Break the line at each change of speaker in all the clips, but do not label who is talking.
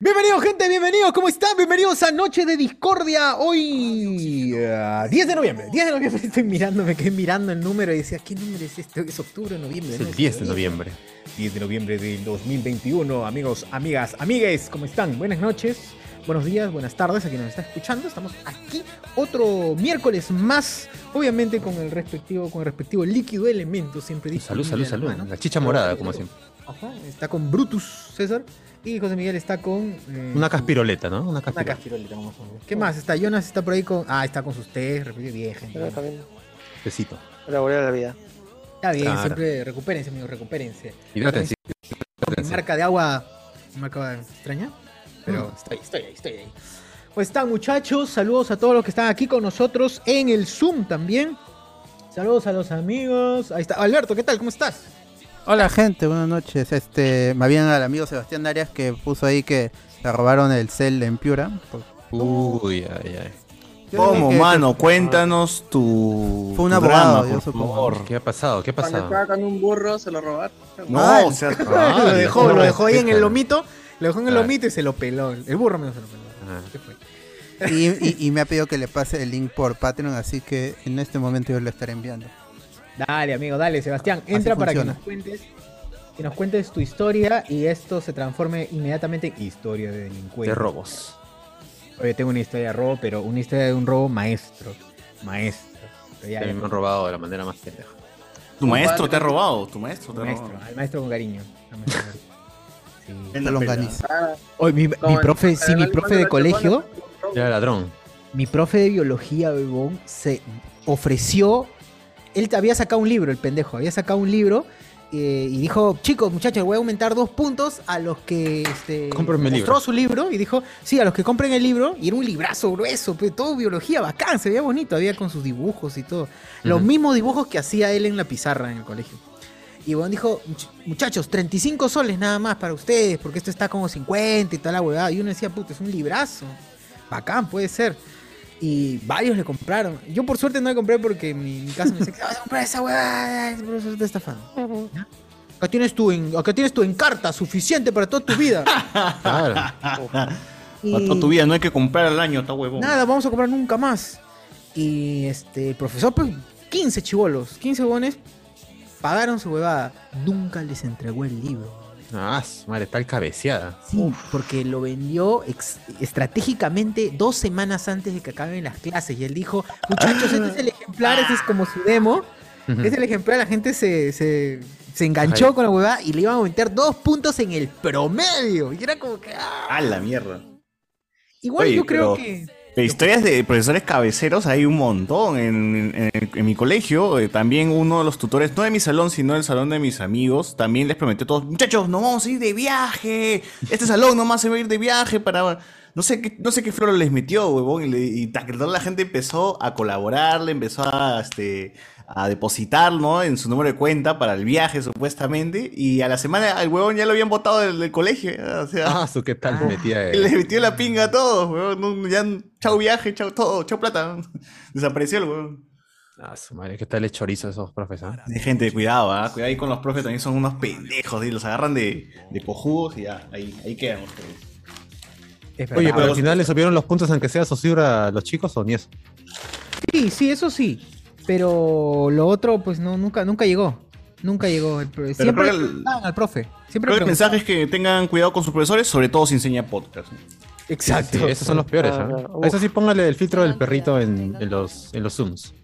Bienvenidos, gente, bienvenidos, ¿cómo están? Bienvenidos a Noche de Discordia, hoy eh, 10 de noviembre, 10 de noviembre, estoy mirando, me quedé mirando el número y decía, ¿qué número es este? ¿Es octubre o noviembre?
Es
¿no?
el 10 de noviembre.
10 de noviembre del 2021, amigos, amigas, amigues, ¿cómo están? Buenas noches, buenos días, buenas tardes a quien nos está escuchando, estamos aquí otro miércoles más, obviamente con el respectivo, con el respectivo líquido elemento, siempre
Salud,
disponible
salud,
a la
salud.
mano.
La chicha morada, como siempre.
Ajá, está con Brutus César y José Miguel está con... eh,
Una
su-
caspiroleta, ¿no? Una
Una
caspiroleta.
caspirolita, vamos a ver. ¿Qué más? Está Jonas, está por ahí con. Ah, está con sus test, repite bien, gente.
Pero
Está
también
Besito.
para volver a la vida.
bien,
Claro.
siempre recupérense, amigos, recupérense.
Hidrátense.
Mi
hidrátense.
marca de agua me marca extraña, pero
Mm.
estoy, estoy ahí, estoy ahí. Pues están, muchachos. Saludos a todos los que están aquí con nosotros en el Zoom también. Saludos a los amigos. Ahí está. Alberto, ¿qué tal? ¿Cómo estás?
Hola gente, buenas noches. Este, más bien al amigo Sebastián Arias que puso ahí que le robaron el cel en Piura.
Uy, ay, ay.
Yo
¿Cómo,
creo que-
mano? Cuéntanos tu.
Fue un
tu
abogado,
drama,
yo
por
supongo.
favor.
¿Qué ha pasado? ¿Qué ha
Cuando
pasado?
estaba con un burro se lo robaron.
No,
Ay.
o sea.
Ah,
lo dejó,
no
lo dejó ahí en el
respetan.
lomito. Lo dejó en el
Ah.
lomito y se lo peló. El burro menos se lo peló.
Ah.
¿Qué fue?
Y, y- y me ha pedido que le pase el link por Patreon, así que en este momento yo lo estaré enviando.
Dale, amigo, dale, Sebastián. Entra para que
funciona.
nos cuentes que nos cuentes tu historia y esto se transforme inmediatamente en historia de delincuente.
De robos.
Oye, tengo una historia de robo, pero una historia de un robo maestro. Maestro. Pero ya,
A mí me han robado de la manera más pendeja.
Tu maestro te ha robado. Tu maestro te ha
maestro,
robado.
al maestro con cariño. al maestro con cariño. Sí.
Te lo organizo.
Oye, mi, mi profe, sí, mi profe de colegio,
Era ladrón.
mi profe de biología, bebón, se ofreció. Él había sacado un libro, el pendejo, había sacado un libro. eh, y dijo, chicos, muchachos, voy a aumentar dos puntos a los que este,
Cómprenme el
mostró
libro.
su libro y dijo, sí, a los que compren el libro, y era un librazo grueso, pe, todo biología bacán, se veía bonito, había con sus dibujos y todo. Los
Ujú.
mismos dibujos que hacía él en la pizarra en el colegio. Y bueno, dijo, "Much- muchachos, 35 soles nada más para ustedes, porque esto está como 50 y toda la huevada. Y uno decía, puta, es un librazo. Bacán, puede ser. Y varios le compraron. Yo por suerte no le compré porque mi, mi casa me decía, vas a comprar esa huevada, por eso te estafando. ¿Ya? Acá tienes, tu en- acá tienes tu encarta suficiente para toda tu vida.
Claro.
Para toda tu vida, no hay que comprar al año, está huevón.
Nada, vamos a comprar nunca más. Y este, el profesor, pues, 15 chivolos, 15 huevones, pagaron su huevada. Nunca les entregó el libro.
Ah, su madre, tal cabeceada.
Sí, porque lo vendió ex- estratégicamente dos semanas antes de que acaben las clases. Y él dijo, muchachos, este es el ejemplar, este es como su demo. Este es el ejemplar, la gente se, se, se enganchó
Ajá.
con la huevada y le iban a meter dos puntos en el promedio. Y era como que... ah.
A la mierda.
Igual
Oye,
yo creo
pero-
que...
De historias de profesores cabeceros hay un montón. En, en- en- en mi colegio, eh, también uno de los tutores, no de mi salón, sino del salón de mis amigos, también les prometió a todos, muchachos, nos vamos a ir de viaje. Este salón nomás se va a ir de viaje para... No sé qué, no sé qué flor les metió, huevón. Y, le- y ta- que toda la gente empezó a colaborar, le empezó a, este, a depositar, ¿no? En su número de cuenta para el viaje, supuestamente. Y a la semana, al huevón ya lo habían botado del, del colegio. ¿eh? O sea,
Ah, su qué tal metía.
y les
eh.
metió la pinga a todos, weón. No, ya, chau viaje, chau todo, chau plata. Desapareció el weón.
Ah, su madre, qué tal el chorizo de esos profes. ah?
Hay gente, cuidado, ¿ah? Cuidado ahí con los profes, también son unos pendejos. Y los agarran de, de cojudos y ya, ahí, ahí quedan ustedes.
es
Oye,
verdad.
pero al final le subieron los puntos aunque sea a Sosibra a los chicos o ni eso.
Sí, sí, eso sí. Pero lo otro, pues no, nunca, nunca llegó. Nunca llegó. El profe.
Pero
Siempre
creo que el-
preguntaban al profe. Siempre
Creo que el
preguntaban.
mensaje es que tengan cuidado con sus profesores, sobre todo si enseña podcast. ¿no?
Exacto.
Sí, esos son los peores.
Ah,
¿ah?
claro.
A eso sí, póngale el filtro del perrito en, en los, en los Zooms.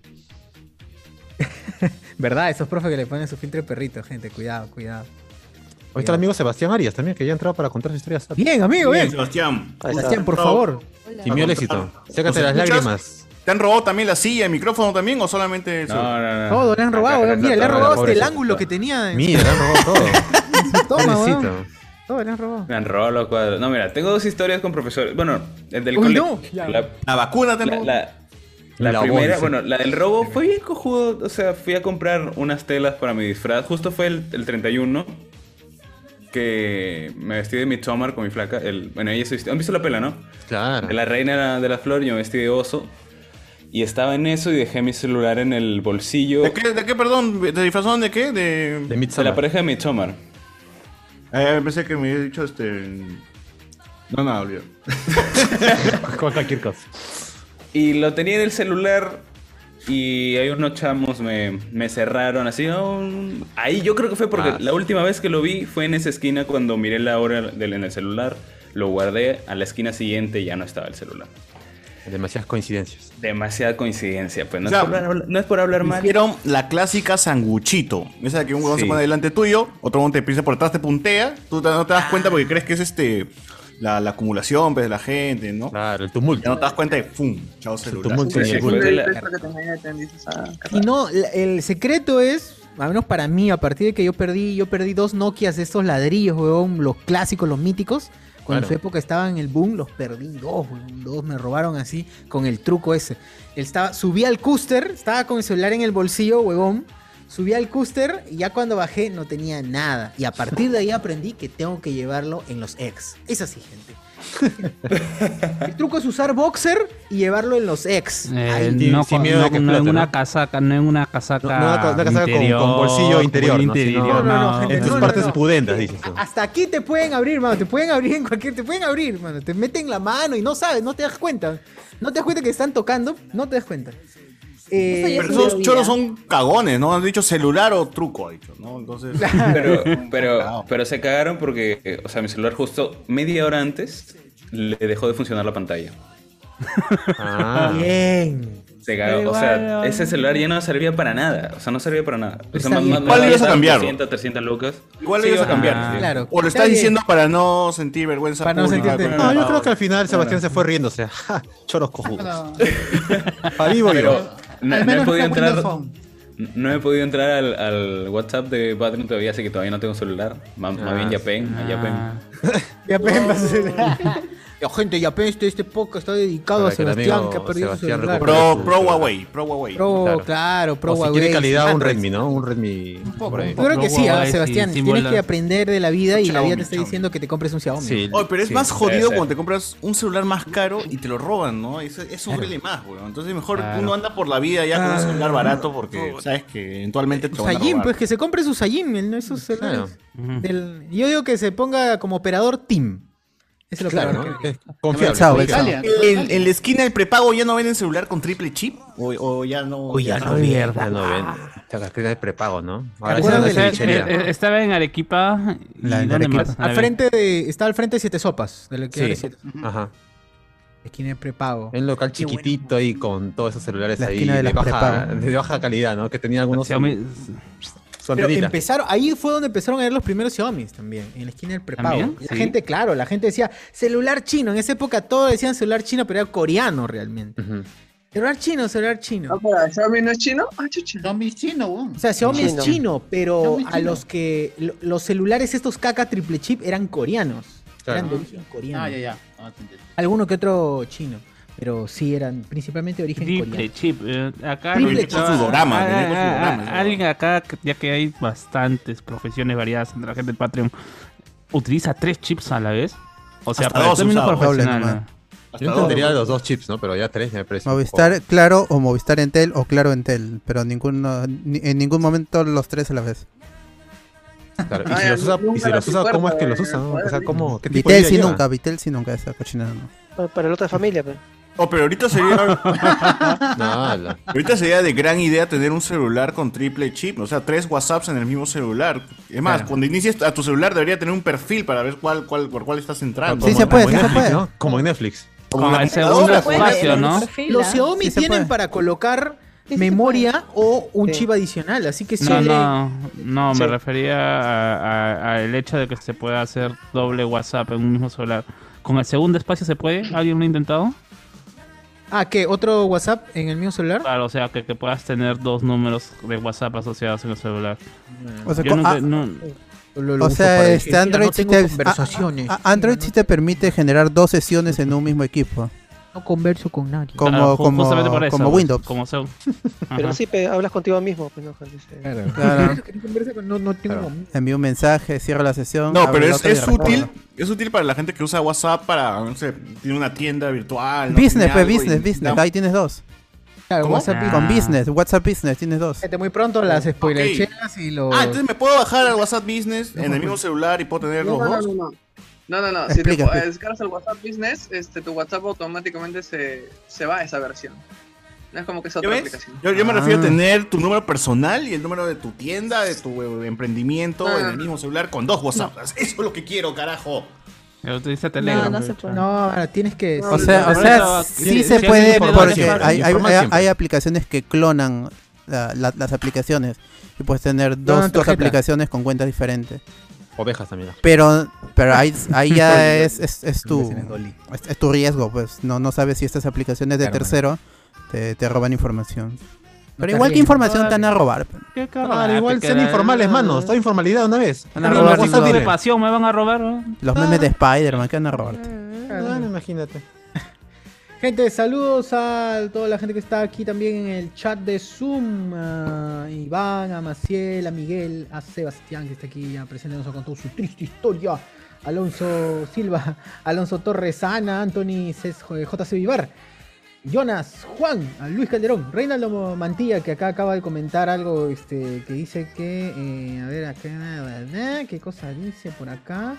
¿Verdad? Esos profes que le ponen su filtro de perrito, gente. Cuidado, cuidado.
Ahí está el amigo Sebastián Arias también, que ya ha entrado para contar su historia. sad.
Bien, amigo, bien.
Sebastián.
Ahí está.
Sebastián, por favor.
Y mío el éxito. Sécate las
¿Nos escuchas?
lágrimas.
¿Te han robado también la silla, el micrófono también o solamente eso?
Todo le han robado, weón. Mira, le han
acá,
robado
acá,
hasta el
acá,
ángulo
acá.
que tenía en
Mira, le han robado todo.
su toma, weón.
Pobrecito.
Todo le han robado.
Me han robado los cuadros. No, mira, tengo dos historias con profesores. Bueno, el del
Uy,
cole-
no.
La,
La vacuna
la-
también.
la- la
La
primera,
bolsa.
bueno, la del robo fue bien cojudo. O sea, fui a comprar unas telas para mi disfraz. Justo fue el, el 31 que me vestí de Midsommar con mi flaca. El, bueno, ella se vistió. ¿Han visto la pela, no?
Claro.
De la reina de la flor, yo me vestí de oso. Y estaba en eso y dejé mi celular en el bolsillo
¿De
de
qué, de qué, perdón? ¿Te disfrazaron de qué? De...
De
la
Midsommar.
pareja de Midsommar.
Eh, pensé que me había dicho este... No, no, olvido.
Con cualquier cosa.
Y lo tenía en el celular y hay unos chamos me, me cerraron así. "No, mm". Ahí yo creo que fue porque
Ah,
la última vez que lo vi fue en esa esquina cuando miré la hora del, en el celular. Lo guardé a la esquina siguiente y ya no estaba el celular.
Demasiadas coincidencias.
Demasiada coincidencia, pues no,
O sea,
es, por hablar, no es por hablar mal.
Hicieron la clásica sanguchito. Esa que un huevón
Sí.
se pone delante tuyo, otro huevón te pisa por atrás, te puntea. Tú te- no te das
Ah.
cuenta porque crees que es este la, la acumulación pues, de la gente, ¿no?
Claro, el
Ya no
tumulto.
te das cuenta de ¡fum! Chao celular.
tumulto.
Sí,
Sí,
fue
Siempre
de
hay
la-
texto que te meten, dices, ah, carajo.
Y no, la- el secreto es, al menos para mí, a partir de que yo perdí, yo perdí dos Nokias de estos ladrillos, weón, los clásicos, los míticos. Cuando
Claro.
en su época estaban en el boom, los perdí dos, weón, dos me robaron así con el truco ese. Él estaba, subí al cúster, estaba con el celular en el bolsillo, huevón. Subí al cúster y ya cuando bajé no tenía nada. Y a partir de ahí aprendí que tengo que llevarlo en los ex. Es así, gente. El truco es usar boxer y llevarlo en los ex.
Eh,
Ahí
sí,
no,
sin
con-
miedo
no-
de que
no en
explote,
una
¿no?
casaca, no en una casaca.
No, no una ca- una casaca con- con bolsillo interior,
con
¿no? Sí,
interior,
no, no, no, gente,
En tus
no, no,
partes
no.
pudendas, dices tú.
A- Hasta aquí te pueden abrir, mano. Te pueden abrir en cualquier. Te pueden abrir, mano. Te meten la mano y no sabes, no te das cuenta. No te das cuenta que están tocando, no te das cuenta. Eh,
Eso ya
Pero
es
esos
una
choros
vida.
son cagones, ¿no? Han dicho celular o truco, ha dicho, ¿no? Entonces.
Pero, pero,
Claro.
pero se cagaron porque, eh, o sea, mi celular justo media hora antes le dejó de funcionar la pantalla.
Ah,
Bien.
Se cagó.
Pero
O
bueno.
sea, ese celular ya no servía para nada. O sea, no servía para nada. O sea,
Está
más-
bien.
más- más
¿Cuál
me
ibas a
gastaron
cambiarlo?
300, 300 lucas.
Igual
Sí,
lo ibas a
iba
cambiar.
cambiar, sí.
Claro.
O lo
Está
estás
bien.
diciendo para no sentir vergüenza.
Para no
pública.
sentirte-
No, yo creo que al final Sebastián se fue riéndose. Ja, Choros cojudos. A vivo yo.
Pero no,
Al
no he
menos
podido
una
entrar.
Windows Phone.
No he podido entrar al, al WhatsApp de Patreon todavía, así que todavía no tengo celular. Más, más
Ah,
bien ya
sí.
pen, ya pen.
Ah,
Ya apenas. Ya, gente, ya apenas este, este podcast está dedicado
Para
a
que el
Sebastián,
amigo
que ha perdido su
Sebastián
celular.
recupere.
Pro, pro Huawei, pro Huawei.
Pro, claro,
Claro.
pro
o si
Huawei, Ah,
quiere calidad, un
Android.
Redmi, ¿no? Un Redmi.
poco,
por ahí.
un
Yo creo que sí, ah,
Huawei, sí,
Sebastián.
sin
tienes
volar.
que aprender de la vida y la vida
Xiaomi,
te está
Xiaomi.
diciendo que te compres un Xiaomi.
sí.
Oye, pero es
Sí.
más jodido
ser.
cuando te compras un celular más caro y te lo roban, ¿no? Eso es un rele más, weón. Entonces mejor
Claro.
uno anda por la vida ya
Ah.
con un celular barato porque sabes que eventualmente te van a
Sayim,
robar.
pues que se compre su Sayim, el- no esos celulares.
Ujú.
Del- yo digo que se ponga como operador Team. Ese es el
Claro,
operador
¿no?
que-
Es Confiable.
Pensado,
confiable.
pensado.
Italia.
¿En, en la esquina del prepago ya no venden celular con triple chip? ¿O, o ya no? Ah.
mierda. No ven. Esta que es prepago, ¿no? Ahora
¿Te
sí
acuerdas
es
de
la
la-
cevichería.
eh, eh, Estaba en Arequipa. ¿y
La- en
dónde
Arequipa.
más?
Al frente de, está al frente de Siete Sopas, de la que
Sí.
ahora Siete-
Ajá.
esquina de prepago.
En un local chiquitito ahí con todos esos celulares
La
ahí
esquina de
de,
las
baja,
prepago.
de baja calidad, ¿no? Que tenía algunos
Xiaomi-
su
Pero
antenita.
empezaron, ahí fue donde empezaron a ver los primeros Xiaomi también, en la esquina del prepago.
¿También?
La
Sí.
gente, claro, la gente decía celular chino. En esa época todos decían celular chino, pero era coreano realmente.
Ujú.
Celular chino, celular
Ah,
chino.
para, ¿Xiaomi no es chino? Ah, chucha.
Zombie chino, weón.
O sea, Xiaomi es
Chino.
chino, pero
Xiaomi es
a
chino.
los que lo- los celulares estos caca triple chip eran coreanos.
Claro.
Eran de origen coreano.
Ah, ya, ya. Ah, te entendí.
Alguno que otro chino, pero sí eran principalmente de origen
Triple
coreano.
chip. eh, Acá
Triple
Triple
chip.
Con sudorama, venía con sudorama, ese
Alguien acá, ya que hay bastantes profesiones variadas entre la gente del Patreon, utiliza tres chips a la vez. O sea,
Hasta
para el
dos
término
usados.
profesional.
Doble
¿no?
Hasta
Yo
ahora.
entendería los dos chips, ¿no? Pero ya tres me parece. un
Movistar Claro o Movistar Entel o Claro Entel, pero ninguno, ni- en ningún momento los tres a la vez.
poco- claro. Y
Ay,
si los usa,
nunca
y si
la
Ah, los usa, ¿cómo es que los usa? no?
puerta,
O sea, ¿cómo? ¿Qué tipo de
Vitel
vida
sí
lleva?
nunca, Vitel sí nunca, esa cochinada no.
Para, para la otra familia, pues. pe.
Oh, pero ahorita sería,
No, la-
ahorita sería de gran idea tener un celular con triple chip. O sea, tres WhatsApps en el mismo celular. Es más, cuando inicies a tu celular debería tener un perfil para ver cuál, cuál, por cuál estás entrando.
Sí,
como-
se puede,
como
sí
en
se
Netflix,
puede.
¿no? Como en Netflix.
Como el segundo
computadora,
espacio,
Puede,
¿no?
perfil,
Los
¿ah?
Xiaomi
Sí se
tienen
puede.
para colocar
Sí, sí
memoria o un
Sí.
chip adicional, así que si
No,
le-
no, no,
Sí.
me refería a- a- al hecho de que se pueda hacer doble WhatsApp en un mismo celular. ¿Con el segundo espacio se puede? ¿Alguien lo ha intentado?
Ah, ¿qué? ¿Otro WhatsApp en el mío celular?
Claro, o sea, que, que puedas tener dos números de WhatsApp asociados en el celular.
O sea,
Yo
co-
nunca-
ah,
no-
Lo- lo
o
uso
sea,
para
este
decir,
Android
no
sí
tengo
te,
conversaciones.
a- a- Android sí te permite generar dos sesiones en un mismo equipo,
No converso con nadie.
como,
claro, ah, ju-
como,
justamente por eso,
como
pues,
Windows.
Como son.
Pero sí, pe, hablas contigo mismo, pues no, joder, sí.
Claro,
No converso con- No, no tengo momento.
envío un mensaje, cierro la sesión.
No,
abro
pero
la
es,
otra y
es
recuerdo.
útil. Es útil para la gente que usa WhatsApp para, no sé, tiene una tienda virtual. ¿no?
Business,
Tiene
pues
algo y
business, business,
da-
ahí tienes dos.
Claro,
¿Cómo?
WhatsApp
Ah.
Con business, WhatsApp business tienes dos.
Gente, muy pronto las spoilercheras y los...
Ah, entonces me puedo bajar al WhatsApp Business en el mismo celular y puedo tener
No,
los
no,
dos.
no, no, no. No, no, no. si te
Explica,
po-
explica.
descargas el WhatsApp Business, este, tu WhatsApp automáticamente se, se va a esa versión. No es como que es
¿Ya
otra
ves?
aplicación.
Yo, yo me refiero a
Ah.
tener tu número personal y el número de tu tienda, de tu eh, emprendimiento
Ah.
en el mismo celular con dos WhatsApp. Eso es lo que quiero, carajo.
Lo utiliza Telegram.
no
pe,
se
chao.
puede.
No, ahora tienes que.
O sea, o sea, sí
Sí,
se
sí,
puede
sí,
porque
información,
hay, hay,
información.
hay- hay aplicaciones que clonan la- la- las aplicaciones y puedes tener dos,
Clonan
dos
tarjetas.
aplicaciones con cuentas diferentes.
Ovejas también.
Pero pero ahí, ahí ya es, es, es tu
Aplicaciones Dolly.
es, es tu riesgo, pues no no sabes si estas aplicaciones de
Claro,
tercero te, te roban información.
No
Pero
te
igual que
ríes.
información te van a robar. pe.
Qué carajo,
Claro, Ah, igual
te
sean
queda-
informales, mano. Está informalidad una vez.
Van a
Ni
Pero
robar
los
los
sin
WhatsApp
WhatsApp de
direct.
pasión me van a robar. ¿no?
Los memes de Spider-Man que van a robarte.
Ah, imagínate.
Gente, saludos a toda la gente que está aquí también en el chat de Zoom. A Iván, a Maciel, a Miguel, a Sebastián que está aquí ya presentándonos con toda su triste historia. Alonso Silva, Alonso Torres, Ana, Anthony Ces- JC Vivar, Jonas, Juan, a Luis Calderón, Reinaldo Mantilla, que acá acaba de comentar algo este, que dice que. eh, a ver, acá. ¿Qué cosa dice por acá?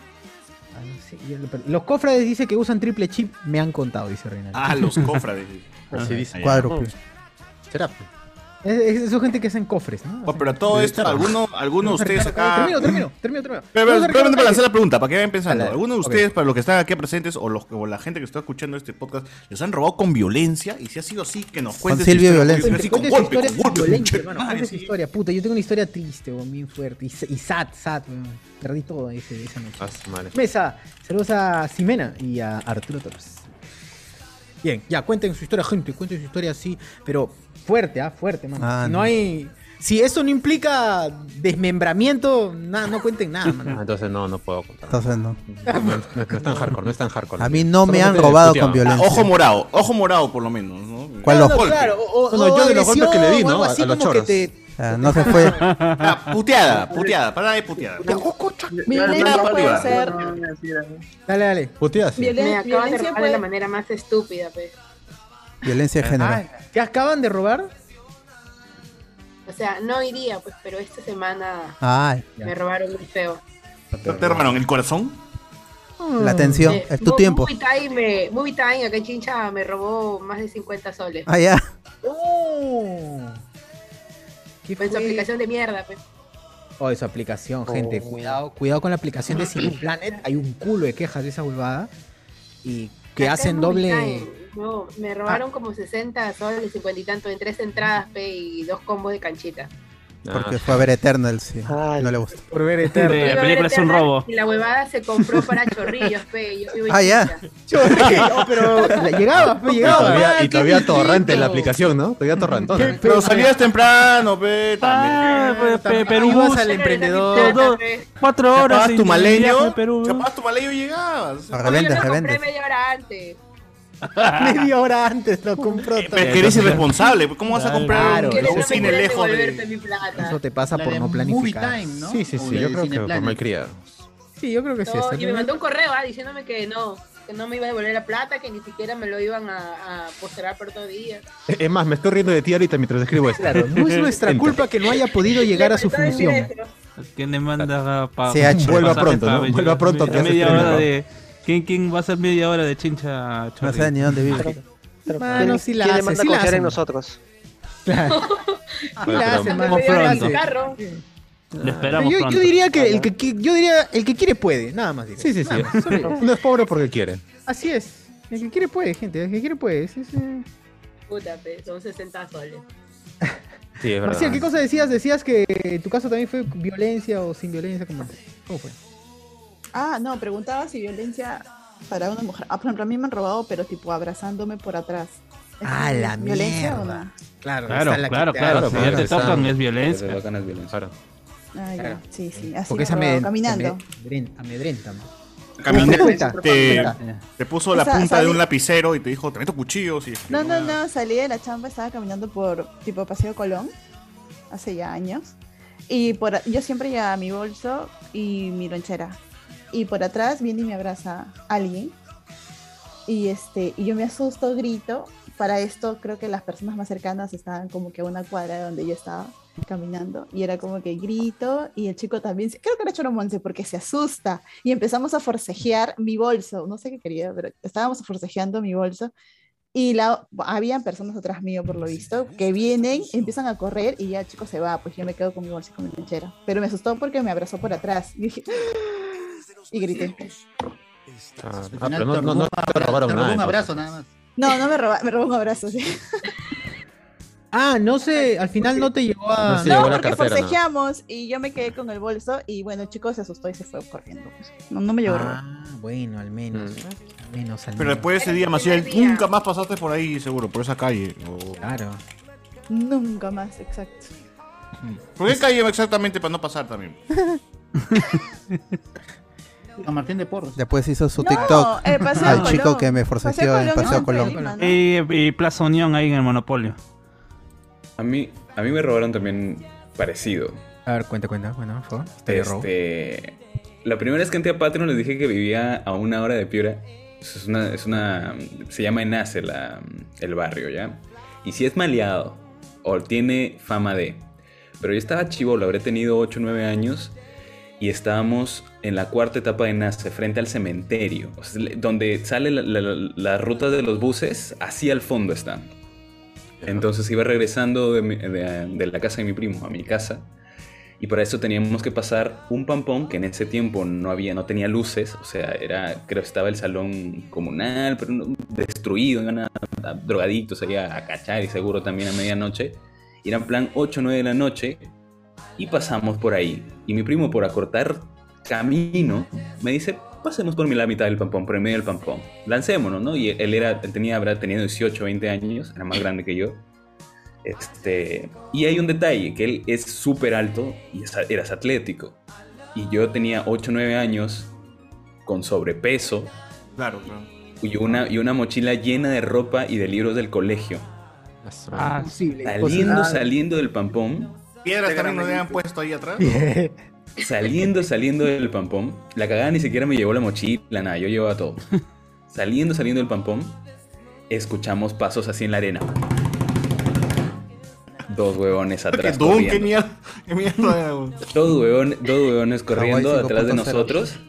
Ah, no sé, ya lo perdí. Los cofrades dice que usan triple chip, me han contado, dice Reinaldo.
Ah, los cofrades. Ah,
Así dice. Oh.
Cuádruple.
Será. pues.
Es, es- son gente que hacen cofres, ¿no?
Oh, pero todo esto, alguno, alguno de ustedes acá.
Termino, termino, termino, termino.
Pero, pero,
Vamos a
espérame
recorrer
para lanzar la pregunta, para que vayan pensando.
Dale,
¿Alguno de
ok.
ustedes, para los que están aquí presentes o, los, o la gente que está escuchando este podcast, les han robado con violencia? Y si ha sido así, que nos cuenten.
Silvio
si-
violencia.
si-
Cuente-
si- Con
cuente su
golpe,
historia
con golpe.
violenta,
che,
hermano,
madre,
cuente su
sí.
historia. Puta, yo tengo una historia triste, weón, bien fuerte. Y, s- y sad, sad, weón. Perdí todo ese, esa noche.
Ah, su madre.
Mesa, saludos a Ximena y a Arturo Torres. Bien, ya, cuenten su historia, gente, cuenten su historia así, pero fuerte, ah, fuerte, mano.
Ah,
Si no
no.
hay. Si eso no implica desmembramiento, nada, no cuenten nada,
Ah,
mano.
entonces no, no puedo contar.
Entonces no.
No, no es tan hardcore, no es tan hardcore.
A mí no me han
Solamente
robado
puteaba.
con
Ah,
violencia.
ojo morado, ojo morado por lo menos, ¿no?
¿Cuál
No,
ojo?
no, claro, o, o-
Bueno,
o
yo de los golpes que le di,
agresión o algo
¿no? A-
así
a los
como que
choros.
te-
Ah, no se fue.
Ah, puteada, puteada, para de puteada.
Violencia
Nada,
puede
arriba.
ser.
Dale, dale.
Puteas. sí.
violen-
Me acabas de
violencia
robar de la
puede.
manera más estúpida, pues. pe.
Violencia de género.
Ah, ¿Te acaban de robar?
O sea, no hoy día, pues, pero esta semana
Ay,
me robaron muy feo.
¿Te robaron el corazón?
la tensión.
Eh,
Es tu
Mo-
tiempo.
Movie Time, me- Movie Time acá en Chincha me robó más de 50 soles.
Ah, ya.
No. ¿Qué
Fue en su aplicación de mierda, pues. pe.
Oh, esa aplicación, gente. Cuidado, cuidado con la aplicación de Cine Planet. Hay un culo de quejas de esa huevada. Y que
Acá
hacen
en
doble.
Movie Time, No, me robaron
Ah.
como 60 soles, 50 y tanto, en tres entradas, pe, y dos combos de canchita.
Ah,
Porque fue a ver Eternals. sí.
Ay.
No le gusta.
Por ver
De la película es un robo.
Y la huevada se compró para chorrillos, pe. y Yo vivo en
Ah, ya.
Chincha.
oh, pero la- llegaba, pues
Y
llegaba.
Ah,
todavía, y todavía torrente la
lindo.
aplicación, ¿no? Todavía torrentona.
Pero salías temprano, pe, también.
Ah, pe- pe- Perú.
Ayudas al
Pero
emprendedor.
era mi plata, pe.
Cuatro horas.
Capaz
sin
tu
viaje
maleño,
a Perú.
capaz tu maleño llegabas.
Ah,
Oye, yo
Revendes,
lo compré
revendes.
media hora antes.
Media hora antes lo compró todo.
Pero es que eres irresponsable, pues, ¿cómo vas a comprar
Claro,
un-
Que
eso
un
no
sí.
cine
me
lejos
devolverte mi
este
de...
plata.
Eso te pasa
La
por
de
no
Movie
planificar.
Time, ¿no?
Sí, sí,
O
sí.
la
Yo
de
creo que por
Cineplanet.
malcriado.
Sí, yo creo que sí.
No,
eso
y me
también.
mandó un correo ah, diciéndome que no, que no me iba a devolver la plata, que ni siquiera me lo iban a, a postergar por dos días.
Es más, me estoy riendo de ti ahorita mientras escribo esto.
Claro, no es nuestra culpa que no haya podido llegar a su
Entonces,
función.
mira,
¿Quién le manda a pa-
CH.
un
Vuelva
pasaje
pronto,
pa'
¿no?
Bello-
Vuelva pronto, que
Media,
hace estreno,
hora
¿no?
de. ¿Quién, ¿Quién va a hacer media hora de chincha?
No
Chorri?
sé ni dónde vive.
Pero,
Mano, sí la
¿quién
hace,
le manda
sí
a
la
confiar
hace,
en
man.
nosotros?
Bueno,
la
pero-
hasta
más
me dio hora en
pronto.
mi carro.
Lo esperamos
Yo, yo
pronto.
diría que el que qui- yo diría el que quiere puede, nada más. diré.
Sí, sí, sí.
Nada más, solo-
No es pobre porque quiere.
Así es. El que quiere puede, gente. El que quiere puede. Sí, sí.
Puta, pe, son 60 soles.
Sí, es
Marcial, ¿qué
verdad.
cosa decías? Decías que en tu caso también fue violencia o sin violencia. ¿Cómo, cómo fue?
Ah, no, preguntaba si violencia para una mujer. Ah, por ejemplo, a mí me han robado, pero tipo abrazándome por atrás. ¿Es
Ah, la
violencia o
mierda. Claro,
Claro,
esa es la
claro,
que te
claro.
hago.
Si
claro,
ya te
está-
tocan, es
Que te
violencia.
tocan las violencias.
Claro.
no? Ah,
Claro.
ya. Sí, sí, así
Porque
me
esa
han
me,
robado, caminando.
me amedrenta. man.
Caminar,
Puta.
te,
Puta.
te puso la
Esa-
punta de
sale-
un lapicero y te dijo, te meto cuchillos y...
No, no, no, salí de la chamba, estaba caminando por tipo Paseo Colón, hace ya años. Y por, a- yo siempre llevaba mi bolso y mi lonchera. Y por atrás viene y me abraza alguien. Y, este, y yo me asusto, grito. Para esto creo que las personas más cercanas estaban como que a una cuadra de donde yo estaba. caminando y era como que grito y el chico también, se- creo que era Choromonte porque se asusta y empezamos a forcejear mi bolso, no sé qué quería, pero estábamos forcejeando mi bolso y la, habían personas atrás mío por lo visto que vienen, empiezan a correr y ya el chico se va, pues yo me quedo con mi bolso y con mi lonchera, pero me asustó porque me abrazó por atrás y, dije, y grité.
Ah, ah, pero no, no, no te robaron nada.
un
entonces.
abrazo nada más. No, no me robó, me robó un abrazo. sí.
Ah, no sé, al final no te llevó a.
No se llevó la
Porque
cartera, ¿no?
forcejeamos y yo me quedé con el bolso y bueno, el chico se asustó y se fue corriendo. pues. No, no me llevó.
Ah, bueno, al menos.
Mm.
Al menos, al menos.
Pero después de ese día, Maciel, nunca más pasaste por ahí, seguro, por esa calle.
Claro.
Nunca más, exacto.
¿Por qué calle exactamente para no pasar también?
A Martín de Porros.
Después hizo su
No,
TikTok
eh, Paseo
al
Colón.
chico que me
Paseo
forcejeó en
Colón es
Paseo
en
Colón.
Lima, ¿no?
Y, y Plaza Unión ahí en el Monopolio.
A mí, a mí me robaron también parecido.
A ver, cuenta, cuenta, bueno, por favor. Historia de robo.
Este, la primera vez que entré a Patreon les dije que vivía a una hora de Piura. Es una, es una, se llama Enace la, el barrio, ¿ya? Y si es maleado o tiene fama de... Pero yo estaba chivo, lo habré tenido 8 o 9 años y estábamos en la cuarta etapa de Nace, frente al cementerio, o sea, le- donde sale la, la- la ruta de los buses, así al fondo está. Entonces iba regresando de, mi- de- de la casa de mi primo a mi casa y para eso teníamos que pasar un pampón que en ese tiempo no había, no tenía luces, o sea, era, creo que estaba el salón comunal, pero no- destruido, iban a, a drogadictos ahí a, a cachar y seguro también a medianoche. Y eran plan 8 o 9 de la noche y pasamos por ahí. Y mi primo, por acortar camino, me dice, pasemos por la mitad del pampón, por el medio del pampón. Lancémonos, ¿no? Y él, era, él tenía, habrá tenido 18, 20 años, era más grande que yo. Este, y hay un detalle, que él es súper alto y es- eras atlético. Y yo tenía 8, 9 años, con sobrepeso,
Claro, claro.
y una, y una mochila llena de ropa y de libros del colegio.
Ah,
saliendo, saliendo del pampón,
Piedras también nos habían puesto ahí atrás.
Saliendo, saliendo del pampón. La cagada ni siquiera me llevó la mochila, nada, yo llevaba todo. Saliendo, saliendo del pampón, escuchamos pasos así en la arena. Dos huevones atrás.
Don, qué
corriendo.
mierda. Qué mierda. güey.
Dos, huevon- dos huevones corriendo
Hawái
atrás de
5.0.
nosotros.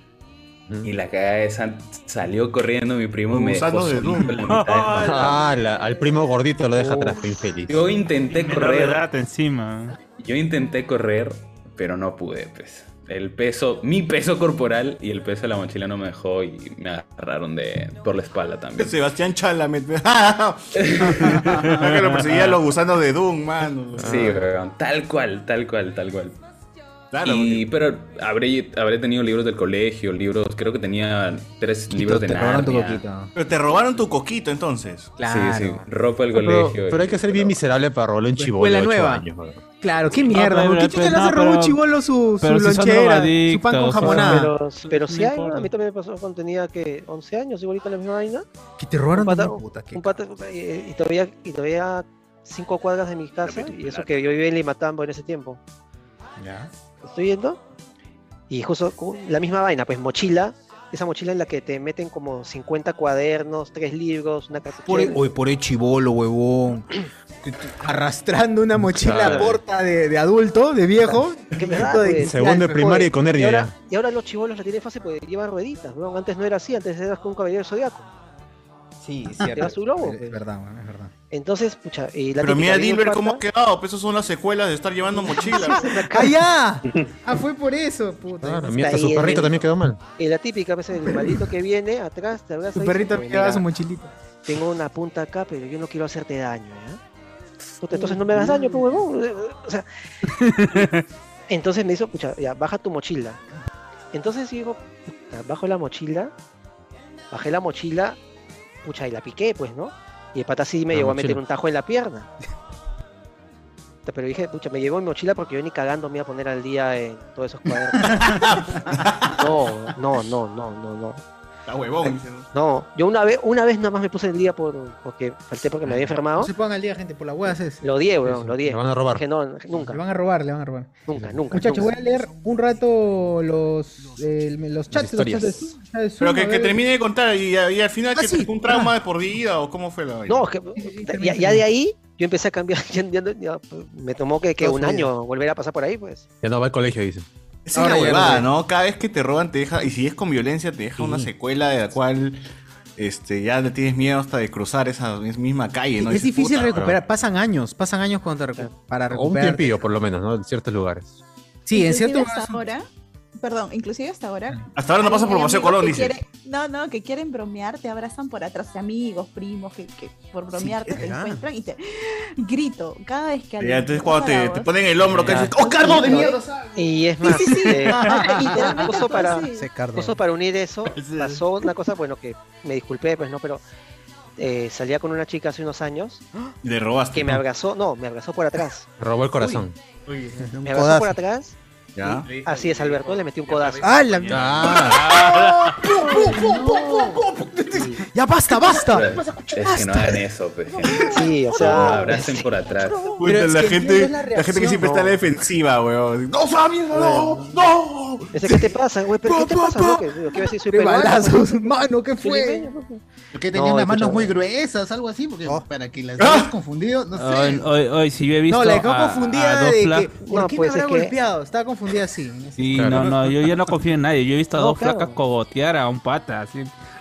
Y la cagada esa salió corriendo mi primo y me dejó
Gusano de
solito
Doom.
en la mitad del pampón.
Ah, la- al primo gordito lo deja atrás, infeliz.
Yo intenté
Me
correr.
da de encima.
Yo intenté correr, pero no pude, pues. El peso, mi peso corporal y el peso de la mochila no me dejó y me agarraron de por la espalda también.
Sebastián Chalamet. Ah, que lo perseguían los gusanos de Doom, mano. Ah.
Sí, weón, tal cual, tal cual, tal cual.
Claro,
y, pero habré, habré tenido libros del colegio, libros, creo que tenía tres libros de Narnia.
Pero te robaron tu coquito entonces.
Sí, sí, ropa del
Ah, pero,
colegio.
pero hay que ser bien miserable para robarle un chibolo
Escuela
de ocho
nueva.
años. weón.
Claro, qué
No,
mierda.
pero-
¿Por qué chucha
pero-
le hace
no,
robar un
pero-
chivolo su, su
pero si son
lonchera, su pan con
drogadictos, son-
jamonada?
Pero, pero sí
No
hay, ¿no?
importa.
a mí también me pasó cuando tenía que 11 años, igualita la misma vaina.
Que te robaron
un pata,
también, puta, qué
un pata- y, y todavía, y todavía cinco cuadras de mi casa, y eso que yo vivía en Limatambo en ese tiempo.
Ya.
Estoy yendo, y justo cu- la misma vaina, pues mochila, esa mochila en la que te meten como 50 cuadernos, tres libros, una
Por
cartuchera.
el, oye, por el chivolo, huevón. Que- que- Arrastrando una mochila
Claro.
corta de, de adulto, de viejo.
Que me da,
Chico de-
pues.
Segundo de primaria y con
Y
hernia
ahora,
ya.
y ahora los chivolos la tienen fácil porque llevan rueditas, weón. Antes no era así, antes eras con un caballero zodiaco.
Sí,
Lleva su globo.
Es verdad, weón, es verdad.
Entonces, pucha, y la
Pero mira,
típica,
Dilbert,
viene un
cómo ha quedado. Pues esas son las secuelas de estar llevando mochilas.
¡Allá! Ah, fue por eso, puta.
Claro,
Está
mientras su
ahí,
perrito
el-
también quedó mal.
pata, Ah. Y la típica, pues el maldito que viene atrás, te abraza
Su
y
perrito
dice,
llevaba
"Mira,
su mochilita.
Tengo una punta acá, pero yo no quiero hacerte daño, ¿ya? Puta,
Mm,
entonces no me hagas daño, pues, huevón. O sea, entonces me hizo, pucha, ya, baja tu mochila. Entonces yo digo, puta, bajo la mochila, bajé la mochila, pucha, y la piqué, pues, ¿no? Y el pata sí me
La
llegó a meter
mochila.
un tajo en la pierna. Puta, Pero dije, pucha, me llevó mi mochila porque yo ni cagando me iba a poner al día en todos esos cuadernos. no, no, no, no, no, no.
Está huevón. dice, ¿no?
No, yo una vez, una vez nada más me puse el día por, porque falté porque eh, me había enfermado.
No se pongan al día, gente, por la hueá es
Lo odié, weón, lo odié.
van a robar.
Dije, no, nunca,
Le van a robar, le van a robar.
nunca, nunca.
Muchachos, voy
nunca.
a leer un rato los, eh, los chats, los chats de Zoom, chats de Zoom,
Pero
a
que, que
ver.
termine de contar y, y al final
Ah,
que
sí,
un trauma de por vida o cómo fue la vaina.
No, es que, ya, ya de ahí, yo empecé a cambiar, ya- ya- ya, pues, me tomó que, que
Toda
un
su vida.
año volver a pasar por ahí, pues.
Ya no va al colegio, dice.
Esa es la huevada, ¿no? Cada vez que te roban te deja, y si es con violencia, te deja una secuela de la cual este, ya le tienes miedo hasta de cruzar esa misma calle, ¿no?
es
Dices,
difícil
"Puta,
recuperar, pasan años, pasan años cuando te recu- para
O un
recuperar.
tiempillo, por lo menos, ¿no? En ciertos lugares.
Sí, en cierto
Inclusive hasta ahora, perdón, inclusive hasta ahora.
Hasta ahora no pasa por
hay
Paseo
amigos
Colón,
que
dice.
quieren- no, no, que quieren bromear, te abrazan por atrás, de amigos, primos, que, que por bromearte
es
te
verdad.
encuentran y te grito cada vez que
Ya,
alguien
entonces
cruza
cuando
la
te,
voz.
te ponen el hombro, que
Ya.
dices, ¡Oscar, no, de mierda!
Y es más,
Sí, sí, sí.
eh,
Literalmente
justo,
tú
para,
así.
justo para unir eso, pasó una cosa, bueno, que me disculpé, pues no, pero eh, salía con una chica hace unos años
Le robaste.
que me abrazó, no, me abrazó por atrás.
Robó el corazón.
Me abrazó por atrás.
Ya.
y- así es, Alberto, le metí un codazo.
¡Ah, la
Ah.
Ya basta, basta.
Pues, Es que no hagan eso, pues. gente.
Sí, o
No,
sea,
abracen por atrás.
Puta, la, gente, la, gente que siempre está a la defensiva, weón. ¡No, Samir, no! ¡No!
Ese, ¿Qué te pasa, güey? ¿Pero qué te pasa? ¿no? Que- que iba a decir, soy
De
peruano, pues.
balazos, mano, ¿qué fue?
Porque tenían
No,
las manos
escucha,
muy
eh.
güey.
gruesas, algo así, porque
Oh.
para que las
Ah.
hayas confundido, no
Hoy,
sé.
hoy, hoy, si yo he visto.
No, la dejó
a-
confundida
a dos
de
fla-
que. ¿Por
No,
qué me
pues,
habrá
es que-
golpeado? Estaba confundida así.
Sí, no,
Claro.
no, yo ya no confío en nadie. Yo he visto a
No,
dos
claro.
flacas cogotear a un pata, así.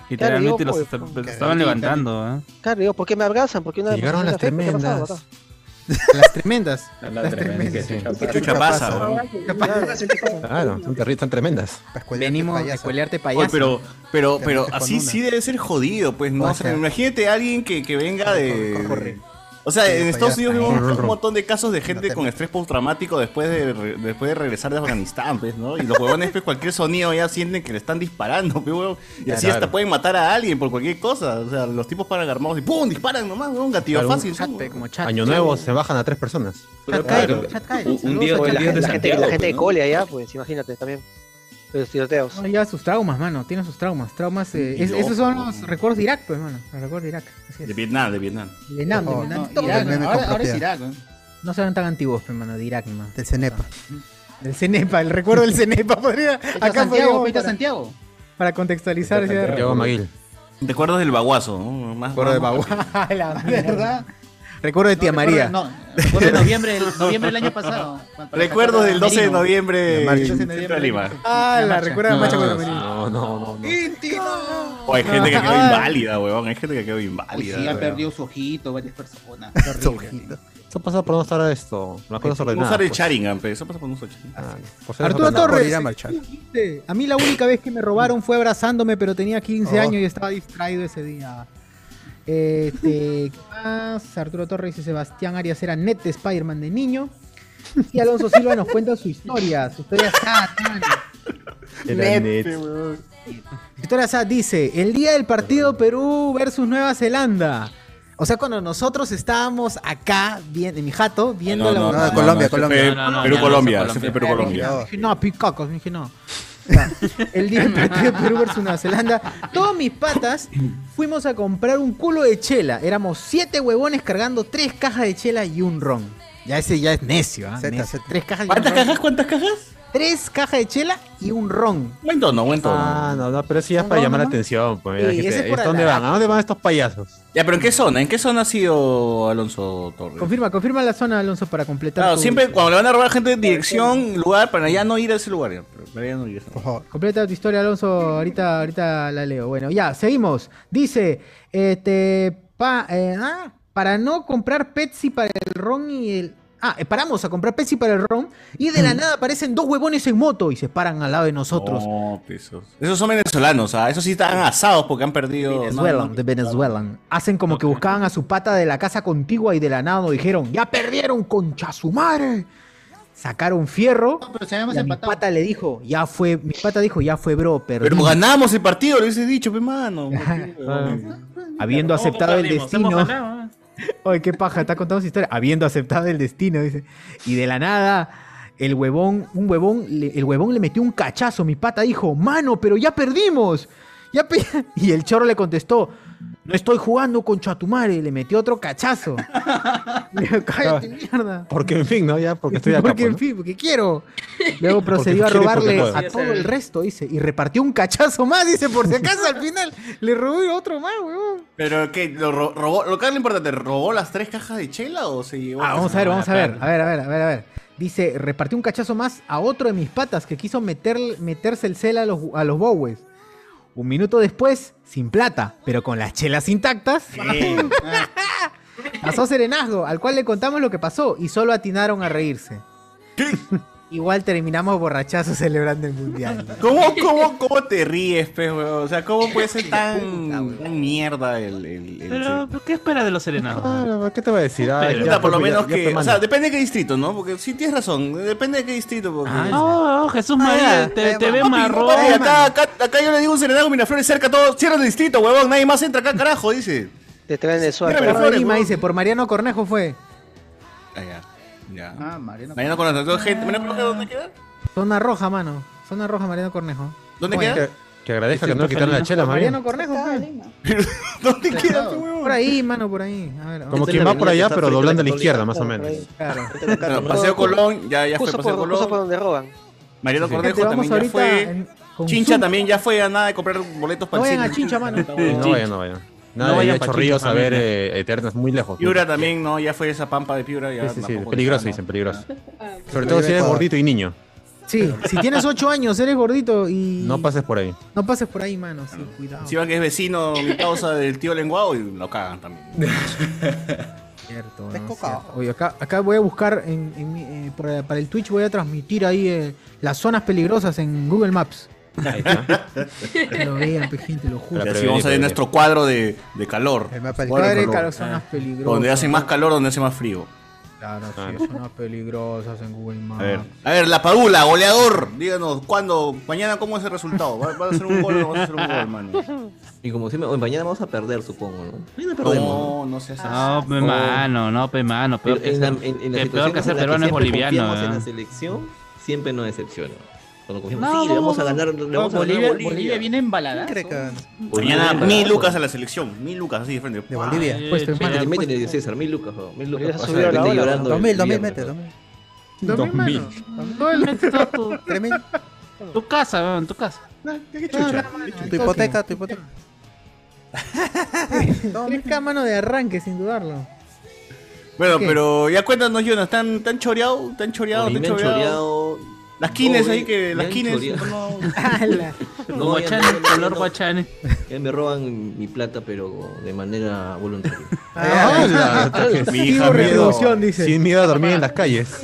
Literalmente
digo,
los
pues,
est-
con
los
cagadita.
estaban levantando, ¿eh?
Claro, digo, ¿por qué me abrazan? ¿Por qué una
Llegaron las
¿Qué ha pasado,
tremendas.
papá?
Las tremendas.
La tremenda que chucha
¿Qué
pasa.
chucha pasa, weón?
Claro, Ah, son, terri- son tremendas.
Venimos a cuelearte
Oye,
payaso.
pero, pero, pero
metes con
así
una.
sí debe ser jodido, pues, ¿no?
O
O sea,
sea,
imagínate a alguien que, que venga de. O sea,
Sí,
en
pues,
Estados
ya
Unidos
está.
vemos
Rum,
un
rum.
montón de casos de gente
te
con estrés postraumático después de, re- después de regresar de Afganistán, pues, ¿no? Y los huevones, pues, cualquier sonido ya sienten que le están disparando, pues, huevón. Y así
Claro.
hasta pueden matar a alguien por cualquier cosa. O sea, los tipos paran armados y ¡pum! disparan nomás, huevón, gatillo
Claro, un
fácil. son,
Chate,
huevón.
como chat.
Año Nuevo se bajan a tres personas.
Pero
Chat
claro,
Kai, Chat Kai,
un- Un
saludos
día
a
O
un
Chat
la,
día
Kai.
de
la gente, la
Santiago,
gente de
¿no?
cole allá, pues imagínate también. Los tiroteos.
No, ya sus traumas, mano. Tiene sus traumas. Traumas. eh,
Y
es- esos son
loco.
los recuerdos de Irak, pues, mano. Los recuerdos de Irak. Así es.
De Vietnam, de Vietnam.
De Vietnam, de
No,
Vietnam,
no,
todo,
Irak,
mano.
ahora, ahora es Irak, ¿eh?
No serán tan antiguos, pues, mano. De Irak, mano.
Del Cenepa.
Del Cenepa. El recuerdo del Cenepa podría.
Vete a
Acá
Santiago,
podríamos
vete a
para,
Santiago.
para contextualizar. ese
Santiago.
Santiago Maguil.
¿Te acuerdas del baguazo? no? Más,
Acuerdo de
más-
A la mierda.
¿Verdad?
Recuerdo de tía
No,
María.
recuerdo- No, recuerdo de noviembre, del- noviembre del año pasado. cuando-
Recuerdos del 12 de
Merino.
noviembre
marcha.
en
12 de
Centro de
noviembre.
Lima.
Ah, la recuerdo de Macha
no,
cuando
no, no, no, no.
O Oh, hay gente que quedó
Ah.
inválida, huevón. Hay gente que quedó
Uy,
inválida.
sí, ha
huevón.
perdido su ojito, varias personas.
Eso pasa por no estar esto. Una cosa pues.
Por
sobre
usar el Charingan, pe, Eso pasa por no usar el Charingan.
Arturo Torres.
Por ir a marchar.
viniste. A mí la única vez que me robaron fue abrazándome, pero tenía 15
Oh.
años y estaba distraído ese día. Este, ¿qué más? Arturo Torres y Sebastián Arias eran net de Spider-Man de niño. Y Alonso Silva nos cuenta su historia, su historia sad, mano. Su historia sad dice, el día del partido Perú versus Nueva Zelanda. O sea, cuando nosotros estábamos acá, bien, en mi jato, viendo la
no, no, Colombia, Colombia.
No, no, no, ya no
Perú-Colombia.
son
Se fue
Colombia.
Perú-Colombia.
Dije, no, picacos, dije, no. Ya, El día del partido de Perú versus Nueva Zelanda, todos mis patas fuimos a comprar un culo de chela. Éramos siete huevones cargando tres cajas de chela y un ron. Ya ese ya es necio, ¿ah?
Zeta,
Necio.
zeta.
Tres cajas y un
¿Cuántas
ron.
cajas? ¿Cuántas cajas?
Tres cajas de chela y un ron.
Buen tono, buen tono.
Ah, no, no, pero eso ya es para
No,
llamar
no,
la
no.
atención. Pues,
Sí,
la gente,
ese es por
¿A dónde
la-
van? ¿A dónde van estos payasos?
Ya, pero ¿en qué zona? ¿En qué zona ha sido Alonso Torres?
Confirma, confirma la zona, Alonso, para completar.
Claro,
tu-
siempre cuando le van a robar gente dirección, lugar, para ya no ir a ese lugar. ya, pero Para ya no ir a ese
Por
lugar.
favor.
Completa tu historia, Alonso. Ahorita, ahorita la leo. Bueno, ya, seguimos. Dice, este, pa- eh, ah, para no comprar Pepsi para el ron y el... Ah, eh, paramos a comprar Pepsi para el ron y de
Mm.
la nada aparecen dos huevones en moto y se paran al lado de nosotros.
No, pesos. Esos son venezolanos, ¿ah? Esos sí están asados porque han perdido. no,
Venezuelan,
no.
de Venezuelan. Hacen como que buscaban a su pata de la casa contigua y de la nada nos dijeron, ya perdieron, concha su madre. Sacaron fierro
No, pero se habíamos
y a mi
empatado.
pata le dijo, ya fue, mi pata dijo, ya fue bro,
Pero
perdimos".
ganamos el partido, lo hubiese dicho, pe mano. Pues
Habiendo aceptado el
Perdimos,
destino.
hemos ganado, ¿eh?
Oye, qué paja, está contando su historia. Habiendo aceptado el destino, dice. Y de la nada, el huevón, un huevón, le- el huevón le metió un cachazo. Mi pata dijo, mano, pero ya perdimos. Ya pe-". Y el chorro le contestó, No estoy jugando con Chatumare, le metió otro cachazo. Digo, cállate, mierda.
Porque en fin, ¿no? Ya, porque estoy acá.
Porque,
pues,
en
¿no?
fin, porque quiero. Luego
Porque
procedió a
quiere y porque
robarle
puede.
a todo el resto, dice. Y repartió un cachazo más, dice, por si acaso al final le robó otro más, weón.
Pero que lo ro- robó, lo que es lo importante, ¿robó las tres cajas de chela o se llevó?
Ah, vamos a ver, vamos a ver, a ver, a ver, a ver, a ver. Dice, repartió un cachazo más a otro de mis patas que quiso meter, meterse el cel a los, a los Bowes. Un minuto después, sin plata, pero con las chelas intactas, pasó serenazgo, al cual le contamos lo que pasó y solo atinaron a reírse. Igual terminamos borrachazos celebrando el mundial.
¿Cómo, cómo, cómo te ríes, pues, weón? O sea, ¿cómo puede ser tan, tan mierda el. el, el-
Pero, ¿qué espera de los serenados?
Claro, Ah, ¿Qué te voy a decir?
Ah,
Ay,
Puta,
ya,
por lo
pues, ya-
menos
ya te
que. O
mando.
sea, depende de qué distrito, ¿no? Porque sí tienes razón, depende de qué distrito. Porque...
Oh, Jesús
Ah,
María, te, te ve
Papi,
marrón.
papi, acá, acá, acá yo le digo un serenazgo Miraflores cerca a todos. Cierra el distrito, huevón. Nadie más entra acá, carajo, dice.
Te traen el
Mira,
suave.
Bernardo Lima dice, por Mariano Cornejo fue.
Ah, ya. Ya.
Ah, Mariano.
Mariano Cornejo. Entonces, gente, Mariano Cornejo, ¿dónde queda?
Zona roja, mano. Zona roja, Mariano Cornejo.
¿Dónde
Bueno.
queda?
Que agradezca que no le quitaron la chela, más bien.
Mariano Cornejo
pues.
fue.
¿Dónde
queda, Por ahí, mano, por ahí. A ver,
Como quien va por allá, pero doblando a la izquierda, más o menos.
Claro.
Bueno, Paseo Colón, ya, ya fue
Justo
Paseo
por, justo por
Colón.
donde roban.
Mariano
Sí, sí.
Cornejo
Gente, vamos
también ya
ahorita
fue.
en- con
Chincha
Zoom.
también ya fue a nada de comprar boletos
No
para el cine.
vayan a Chincha, mano.
No vayan, no vayan. Nada,
No
no
vayan
vayan
pa'
chorrillos
Chincha,
a ver
familia.
eh, Eternas, muy lejos.
Piura también, ¿no? Ya fue esa pampa de Piura. Ya
Sí, sí, sí,
tampoco-
peligroso,
ya no.
dicen, peligroso.
Ah,
Sobre todo si eres gordito y niño.
Sí, si tienes 8 años, eres gordito y.
No pases por ahí.
no pases por ahí, mano. Sí, cuidado.
Si van que es vecino, mi causa del tío lenguado, y lo cagan también.
Cierto, ¿no? Cierto. Oye, acá, acá voy a buscar en, en mi- eh, para, para el Twitch, voy a transmitir ahí eh, las zonas peligrosas en Google Maps.
Ahí está.
Que Lo vean, pe, gente, lo juro.
La
Y así vamos a
prevenir,
ver
prevenir.
nuestro cuadro de, de calor.
El mapa del
Cuadro de
Padre,
calor. Ah.
claro, zonas peligrosas.
Donde hace más calor, donde hace más frío.
Claro, sí,
Claro.
zonas peligrosas en Google Maps.
A ver, a ver, la Padula, goleador. Díganos, ¿cuándo? Mañana, ¿cómo es el resultado? ¿Va, va a ser un gol o no va a ser un gol, hermano?
Y como siempre, hoy mañana vamos a perder, supongo, ¿no? Mañana perdemos.
No, no seas así.
No, pe mano, no, pe mano. Peor que,
Oh. en la,
ser,
en, en la
que peor
situación
que ser
en la
peruano es
siempre
boliviano. ¿eh?
confiamos
¿eh?
en la
¿verdad?
selección, siempre nos decepciona. Cuando confiamos,
No,
sí, le vamos a
no,
ganar, le
no,
vamos a ganar a
Bolivia,
Bolivia.
Bolivia viene embalada.
Mañana,
Bolivia,
mil
carajo.
lucas a la selección. Mil lucas, así de frente. De
Bolivia.
Pues,
Métele,
hermano, pues,
métele, César, mil lucas, bro, mil lucas.
Ya
Vas a
subió
ver,
la
gente
ola,
llorando
2000,
el
2000,
viernes,
mete,
bro.
2000.
Dos mil, mano.
Todo el mes está tu,
Tremendo.
tu casa, weón, tu casa.
¿Qué
Ah,
chucha?
mano, al
Tu
toque.
hipoteca, tu hipoteca.
Tres K, mano de arranque, sin dudarlo.
Bueno,
¿Qué?
pero ya cuéntanos, Jonas, ¿tan, tan choreado? ¿Tan choreado?
Bolivia
¿Tan
han
choreado?
choreado.
Las quines
Doble,
ahí que.
me
Las
han
quines.
choreado.
no,
Ala.
No, ya
Guachane,
no, ya no, ya
color
no.
guachane.
Ya me roban mi plata, pero de manera voluntaria.
Ah,
Ah,
Ah,
¡Hala!
Mi hija miedo.
reproducción, dice. Ah,
Sin miedo a dormir en las calles.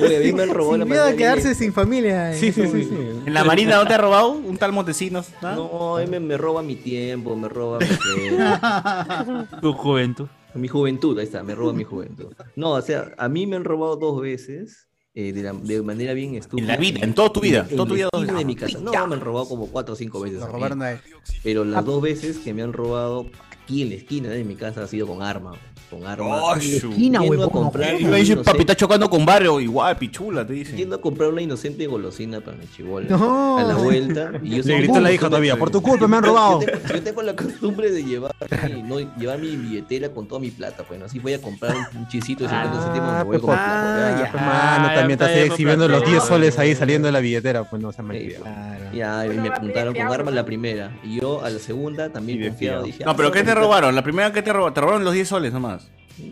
Uy, a mí me han robado la
Sin miedo a
mandarina.
quedarse sin familia. eh.
Sí, sí, sí, sí.
¿En la Marina no te ha robado un tal Montesinos? ¿Nada?
No, a mí me, me roba mi tiempo, me roba mi, tiempo.
Tu juventud.
mi juventud, ahí está, me roba mi juventud. No, o sea, a mí me han robado dos veces eh, de, la- de manera bien estúpida.
En la vida, en toda tu vida,
En
toda tu
el
vida dos
estilo de mi
veces.
casa. No, me han robado como cuatro o cinco veces. a
Lo
mí.
robaron a él.
Pero las dos veces que me han robado aquí en la esquina de mi casa ha sido con arma. Con arma.
Ay, su-
Yendo
Esquina,
a
huevón,
comprar
Y
una
me dice, papi,
inocente-
está chocando con barrio. Igual, pichula, te dice.
Yendo a comprar una inocente golosina para mi chibola.
No.
A la vuelta. Y yo soy
Le
un
gritó la
boom,
hija
yo
todavía,
me-
por tu culpa me han
yo- yo
robado.
tengo- Yo tengo la costumbre de llevar mi, no, llevar mi billetera con toda mi plata. Bueno, así voy a comprar un, un chisito de 50 céntimos. Me voy
pues,
con
por-
plata.
Ah,
ya.
pues, mano, también
Ah,
estás
ya,
exhibiendo
ya,
los
ya.
10 soles ahí saliendo de la billetera, pues no se me
Sí,
olvida.
Claro.
Ya, y me
va a
apuntaron
pedir
con arma
agua.
la primera. Y yo a la segunda también confiado dije.
No,
ah,
pero
no,
¿qué te
ahorita-
robaron? La primera que te robaron, te robaron los 10 soles nomás.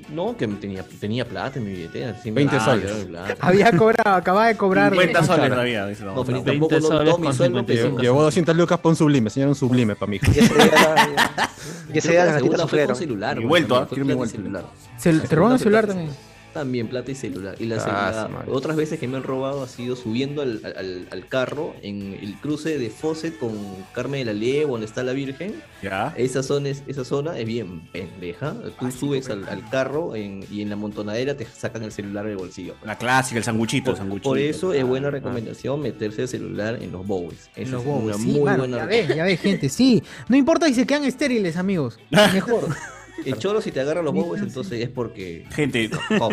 No, que tenía, tenía plata en mi billetera. sí,
20
ah,
soles.
yo de plata.
Había cobrado, acababa de cobrar.
50 soles
Claro.
todavía, dice.
No, pero
20
tampoco no,
soles
todo
con
mi sueldo
55
empezó.
Llevó 200 lucas para un sublime, señor, un sublime para mi hija.
Y ese día la- y ese día las
la segunda
gatitas
fue
sufrieron.
con celular.
Y
güey,
vuelto,
también
¿ah?
fue
Quiero mi
plata y
vuelto.
celular.
Se, te roban el celular también.
También plata y celular. Y la
Ah,
segunda-
su madre.
otras veces que me han robado ha sido subiendo al, al- al carro en el cruce de Fawcett con Carmen de la Liebre, donde está la Virgen.
Ya.
Esa zona es, esa zona es bien pendeja. Tú subes al, al carro en- y en la montonadera te sacan el celular del bolsillo.
La clásica, el sanguchito, el sanguchito.
Por eso es buena recomendación meterse el celular en los bowies. Esa
Los
es
bobos,
una
sí,
muy
mano,
buena
ya ves, ya ves, gente, sí. No importa si se quedan estériles, amigos. Mejor.
El cholo si te agarra los huevos, entonces es porque.
Gente,
No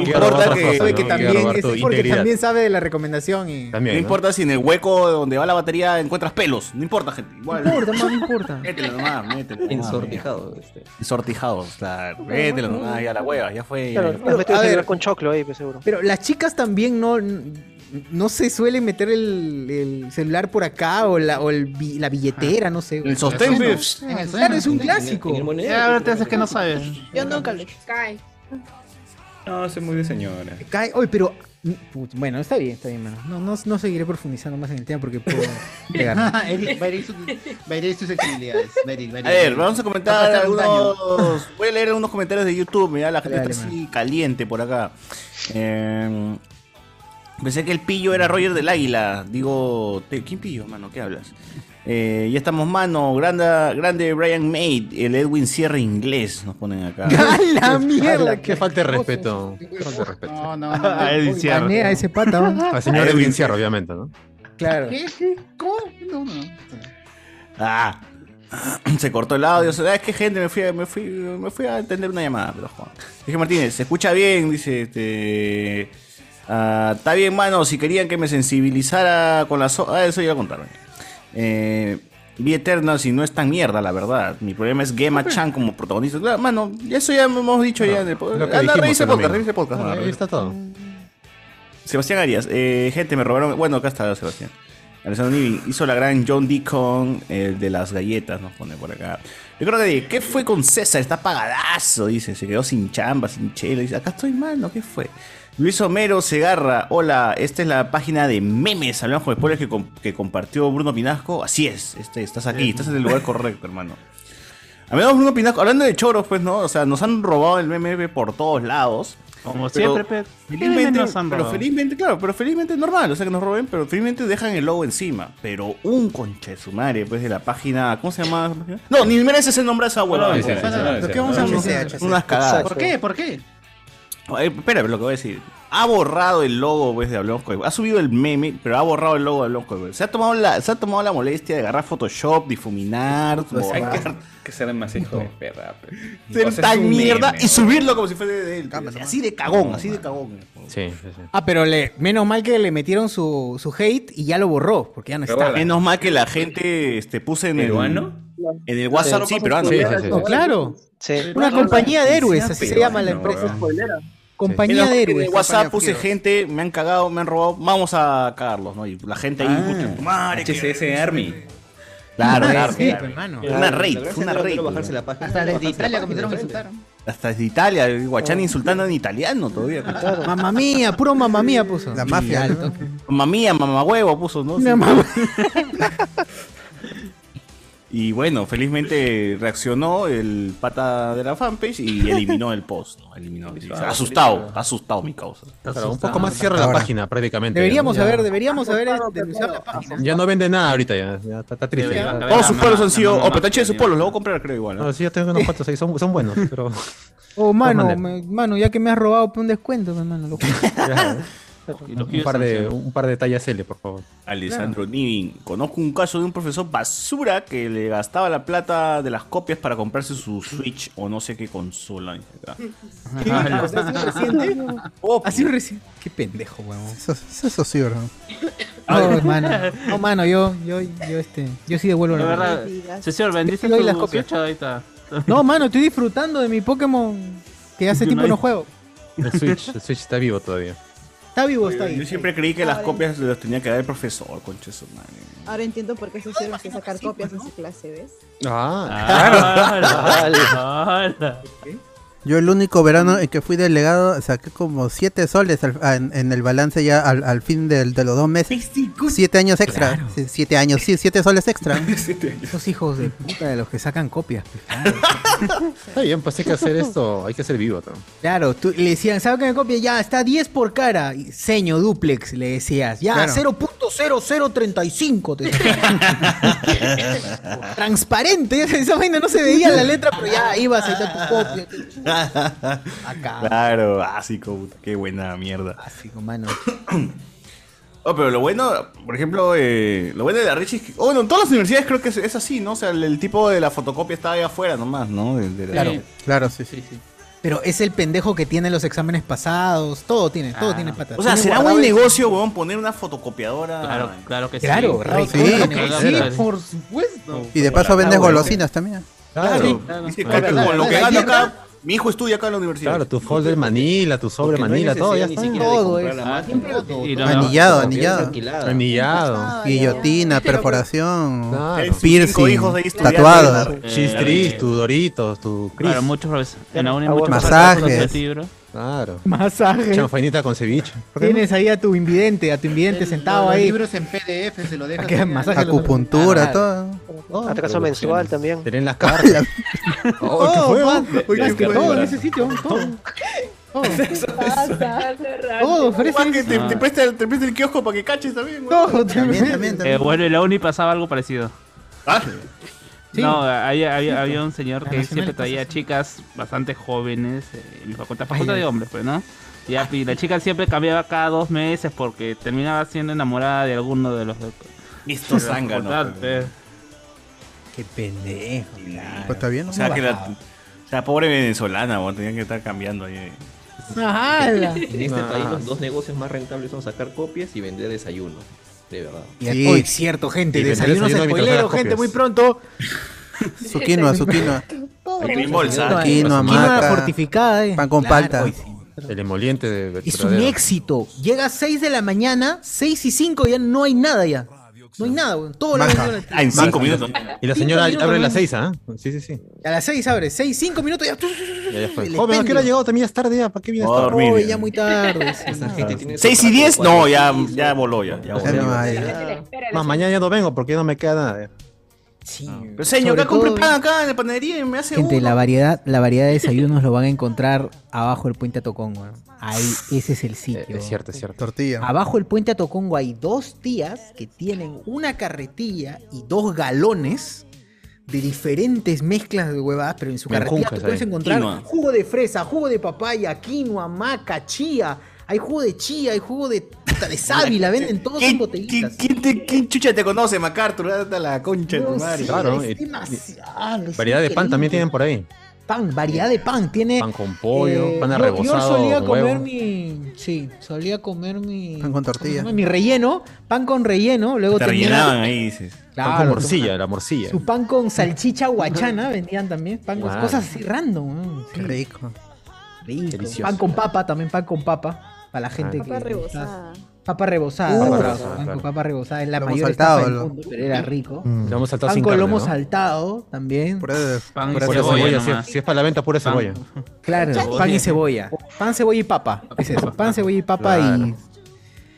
importa que-
sabe que
no,
también-
Roberto,
ese es porque
integridad.
también sabe de la recomendación y.
no importa si en el hueco donde va la batería encuentras pelos. No importa, gente. Igual.
No importa, más no importa.
Mételo nomás, mételo.
Ensortijado.
Ensortijado, claro. Mételo nomás, ya la hueva, ya fue.
Claro,
ya-
pero-
metido
a
ese
ver.
lugar con choclo ahí, pues, seguro.
Pero las chicas también no, no se suelen meter el, el celular por acá o la, o el bi- la billetera, no sé.
El sostén, pues.
Ah, Claro, es un clásico.
Ya, ahora te haces que no sabes.
Yo nunca lo cae.
No, soy muy de señora.
Cae- oye, pero. Put- bueno, está bien, está bien, mano. No, no, no seguiré profundizando más en el tema porque puedo pegar.
Eric, va a herir su- va a herir sus sensibilidades. va a herir, va
A
herir.
ver, vamos a
Va
comentar
pasar un daño.
algunos. Voy a leer algunos comentarios de YouTube. Mira, la gente
Dale,
está así caliente por acá. Eh, pensé que el pillo era Roger del Águila. Digo, te- ¿quién pillo, mano? ¿Qué hablas? Eh, ya estamos, mano. Grande, grande Brian Maid, el Edwin Sierra inglés, nos ponen acá.
la mierda!
Qué falta de respeto. Qué falta de respeto.
No, no, no.
A Edwin Sierra.
Banea a ese pata, ¿no?
Al señor Edwin Sierra, obviamente, ¿no?
Claro.
¿Qué? ¿Cómo? No, no.
Ah. Se cortó el audio. ¿Sabes qué, gente? Me fui, a- me, fui, me fui a atender una llamada, pero Juan. Dije Martínez, se escucha bien, dice este. ah, Está bien, mano. Si querían que me sensibilizara con la. so- ah, eso ya contaron. Eh, vi Eternals y no es tan mierda, la verdad. Mi problema es Gemma Chan como protagonista. Claro, mano, eso ya hemos dicho ya en el podcast.
lo que
Anda,
dijimos
revisa el
también.
podcast, revisa el podcast.
Ah,
mano,
ahí
revisa.
está todo.
Sebastián Arias, eh, gente, me robaron. Bueno, acá está Sebastián. Alessandro Nivi hizo la gran John Deacon, el de las galletas, nos pone por acá. Yo creo que dice, ¿qué fue con César? Está pagadazo, dice. Se quedó sin chamba, sin chelo. Dice, acá estoy mano, ¿qué fue? Luis Homero Segarra, hola, esta es la página de memes, hablamos con spoilers que, com- que compartió Bruno Pinasco. Así es, este, estás aquí, estás en el lugar correcto, hermano. A menos Bruno Pinasco, hablando de choros, pues, ¿no? O sea, nos han robado el meme por todos lados.
Como
Pero-
siempre, Pet.
Felizmente,
Nos han
pero
robado.
felizmente, claro, pero felizmente es normal, o sea que nos roben, pero felizmente dejan el logo encima. Pero un conche de su madre, pues de la página, ¿cómo se llama? No, ni mereces el nombre de esa huevada.
No,
pues.
no, no, no, no,
¿Pero
no,
qué vamos a
no, no,
hacer?
no, no,
Unas cagadas.
¿Por qué? ¿Por qué?
Eh, espera, lo que voy a decir. Ha borrado el logo pues, de Hablamos con Spoilers. Ha subido el meme, pero ha borrado el logo de Hablamos con Spoilers. Se ha tomado la, se ha tomado la molestia de agarrar Photoshop, difuminar,
Pues Hay
borrar.
que, que ser más hijo de perra. pe.
ser
O
Pues
sea, es
tan
un
mierda
meme.
y subirlo como si fuese de él. Así de cagón, así de cagón.
Sí, sí, sí.
Ah, pero le, menos mal que le metieron su, su hate y ya lo borró, porque ya no está.
Menos mal que la gente este, puse en
¿Peruano?
el. En el WhatsApp, sí, peruano.
No, claro.
No,
Una
no,
compañía
no,
de
no,
héroes,
sea
así se
peruano,
llama la empresa.
weón.
Compañía
En
de
la-
héroes.
En el WhatsApp puse gente, me han cagado, me han robado, vamos a cagarlos, ¿no? Y la gente ahí,
Ah,
puta madre, que-
HCS Army.
Claro, claro,
Sí, pues,
claro.
hermano.
Una
Claro,
raid,
la
fue una
verdad
raid.
es que no
weón.
bajarse la página.
Hasta desde Italia comenzaron a insultar.
Hasta desde Italia, el Guachán insultando en italiano todavía.
Mamá mía, puro mamá mía puso.
La mafia. Mamá mía, mamá huevo puso, ¿no? Sí. Y bueno, felizmente reaccionó el pata de la fanpage y eliminó el post, ¿no? Eliminó. Está asustado, está asustado mi causa.
Claro, un poco más cierra la página prácticamente.
Deberíamos
Ya-
haber, deberíamos haber denunciado la página.
Ya no vende nada ahorita, ya, ya está, está triste.
Debería-
Todos sus polos han sido. O petache de sus polos, lo voy a comprar, creo igual. ¿eh? ¿no?
No, sí, yo tengo unos cuantos ahí, son, son buenos, pero.
Oh, mano,
Todas
me- mano, ya que me has robado, pon un descuento, mi hermano. loco.
un, par de, un par de tallas L, por favor.
Alessandro Nivin. Conozco un caso de un profesor basura que le gastaba la plata de las copias para comprarse su Switch o no sé qué consola. dice acá.
Ah,
¿Ha sido reciente? ¿Ha sido reciente? Qué pendejo, huevón.
Eso, eso, eso sí, bro.
No, hermano. No, mano, yo, yo, yo, este, yo sí devuelvo
La
la
verdad, Cecil, vendiste
Yo doy
tu
las copias.
Switch, ahí está.
No, mano, estoy disfrutando de mi Pokémon que hace tiempo no juego.
El Switch, el Switch está vivo todavía.
Está vivo, está
Yo
ahí.
siempre creí que las copias las tenía que dar el profesor, concha de su madre.
Ahora entiendo por qué se hicieron que sacar copias en su clase, ¿ves?
Ah,
Yo el único verano en que fui delegado saqué como 7 soles al- a- en, en el balance ya al, al fin del- de los dos meses. 7 años extra. 7 años, sí, 7 soles extra.
Esos hijos de puta de los que sacan copias. pues.
Está bien, pues hay que hacer esto, hay que ser vivo también.
Claro, tú le decían, ¿sabes qué me copia? Ya, está 10 por cara. Y Seño duplex, le decías. Ya,
Claro.
0.0035. te
Ah.
sacaba. Transparente. Esa vaina no se veía la letra, pero ya ibas a echar tu copia.
ah,
Ah,
Claro, básico, puta, qué buena mierda.
Básico, mano.
Oh, pero lo bueno, por ejemplo, eh, lo bueno de la Richie es que. Oh, bueno, en todas las universidades creo que es, es así, ¿no? O sea, el, el tipo de la fotocopia está ahí afuera nomás, ¿no? De- de la-
Claro.
Claro, sí,
sí, Pero es el pendejo que tiene los exámenes pasados. Todo tiene, todo
Ah.
tiene patas.
O sea,
Tiene
¿será
guardado
buen
el-
negocio, weón, poner una fotocopiadora?
Claro, claro que sí.
Claro, re-
Sí,
claro
sí,
que
claro,
sí,
claro.
por supuesto.
Y de paso vendes golosinas también.
Claro.
Claro. Dice, claro, con lo que gano acá, mi hijo estudia acá en la universidad.
Claro, tu folder Manila, tu sobre
Porque no hay
Manila, todo ya
necesidad ni siquiera
está.
de comprar la
Ah,
máquina.
todo.
Y lo-
Anillado,
todo bien
anillado.
alquilado.
Anillado.
Guillotina, perforación,
Claro. Cinco
piercing,
hijos ahí estudiando.
tatuado.
Eh, Chistris, tu Doritos, tu Cris.
Claro, muchos profes- en la uni muchos
Masajes.
profesores de ti, bro.
Claro.
Masajes.
Chanfainita con ceviche. ¿Por qué no?
Tienes ahí a tu invidente, a tu invidente sentado
los
ahí.
libros en PDF se lo dejas.
Aquí,
ahí al-
masaje
Acupuntura,
Ah,
todo.
Atraso mensual también.
Tienen las cartas.
Oh,
¿qué fue,
pa-
weón?
oye,
Ya,
es que
qué
todo en
barbaridad.
ese sitio, todo. Todo.
Todo,
ofrece
Te,
Ah.
te presta, el- te presta el kiosco para que caches también, weón.
Todo, también,
Eh, bueno, en la uni pasaba algo parecido.
Sí.
No, ahí había, había un señor
La
que
Nacional
siempre
pasa
traía
eso.
chicas bastante jóvenes, eh, en mi facultad, facultad
Ay,
de
ay.
hombres, pues, ¿no? Ya, y la chica siempre cambiaba cada dos meses porque terminaba siendo enamorada de alguno de los de,
Listo,
de la
zángano.
facultad, pues.
Qué pendejo. claro.
Pues está bien, ¿no?
O sea, que la,
Bajado.
o sea, pobre venezolana, weón, tenían que estar cambiando ahí. eh.
Ajá, la-
En este
Ah.
país los dos negocios más rentables son sacar copias y vender desayuno. De verdad.
Y sí. hoy, cierto, gente,
Y vender
desayunos
desayuno mientras
spoilero,
hagas
gente,
copias.
muy pronto.
Zuquinoa, zuquinoa.
En bolsa.
Zuquinoa,
Quinoa
hamaca.
fortificada, eh.
Pan con
Claro,
palta.
hoy
pues,
El emoliente de
Es un éxito. Llega a 6 de la mañana, 6 y 5, ya no hay nada ya. No hay nada, weón. Todo lo
Maja.
vendido la-
Ah, en cinco minutos.
Y la
Cinco
señora
minutos,
abre las
man.
seis, ¿ah? Sí, sí, sí.
A las 6 abre, 6, 5 minutos ya.
Ya, ya fue. Joven, ¿a qué
El expendio.
hora ha llegado? También es tarde ya. ¿Para qué vienes
Voy a
tarde?
dormir.
Hoy ya muy tarde. sí.
¿Seis y diez? No, ya, ya voló, ya. ya voló.
Ya no hay. Más mañana ya no vengo porque no me queda nada.
Sí.
Pero señor,
Sobre
acá compré
todo-
pan acá en la panadería y me hace
Gente,
uno.
la variedad, la variedad de desayunos lo van a encontrar abajo del puente Atocongo. ¿no? Ahí, ese es el sitio.
Es cierto, es cierto.
Tortilla.
Abajo del puente Atocongo hay dos tías que tienen una carretilla y dos galones de diferentes mezclas de huevadas, pero en su
Me
carretilla
juncas
tú puedes
ahí.
encontrar
Quinoa.
jugo de fresa, jugo de papaya, quinoa, maca, chía. Hay jugo de chía, hay jugo de, hasta de sábila, venden todos en botellitas.
¿Quién, te- quién chucha te conoce, MacArthur? Hasta la concha de tu madre.
Claro,
es
y-
demasiado, es
eh, Variedad de pan
increíble.
también tienen por ahí.
Pan, variedad de pan. Tiene eh,
Pan con pollo, pan
yo-
arrebozado
Yo solía
con
comer
huevo.
mi. Sí, solía comer mi.
Pan con tortilla.
¿cómo se llama? Mi relleno, pan con relleno. Luego
Te
tenía
rellenaban ahí, dices.
Claro,
Pan con morcilla, la morcilla.
Su pan con salchicha guachana vendían también. Pan con
Claro.
cosas así random. ¿no? Sí,
Rico.
rico.
Delicioso. Ah.
Pan con papa también, pan con papa. Para la gente
Papa
que.
rebozada.
Papa rebozada.
Papa
Papa
rebozada,
rebozada. Pan
claro. Mm.
con papa rebozada. Es la
Lomo
mayor
saltado,
estafa del
lo-
mundo, pero era rico.
Lo hemos saltado
Pan
sin
con
carne,
lomo
¿no?
saltado también.
Pura de-
Pan y
Pura
cebolla
cebolla,
nomás.
si es- si es para la venta, pura
Pan.
cebolla.
Claro,
Cebolla.
pan y cebolla. Pan, cebolla y papa. Es eso. Pan, cebolla y papa y.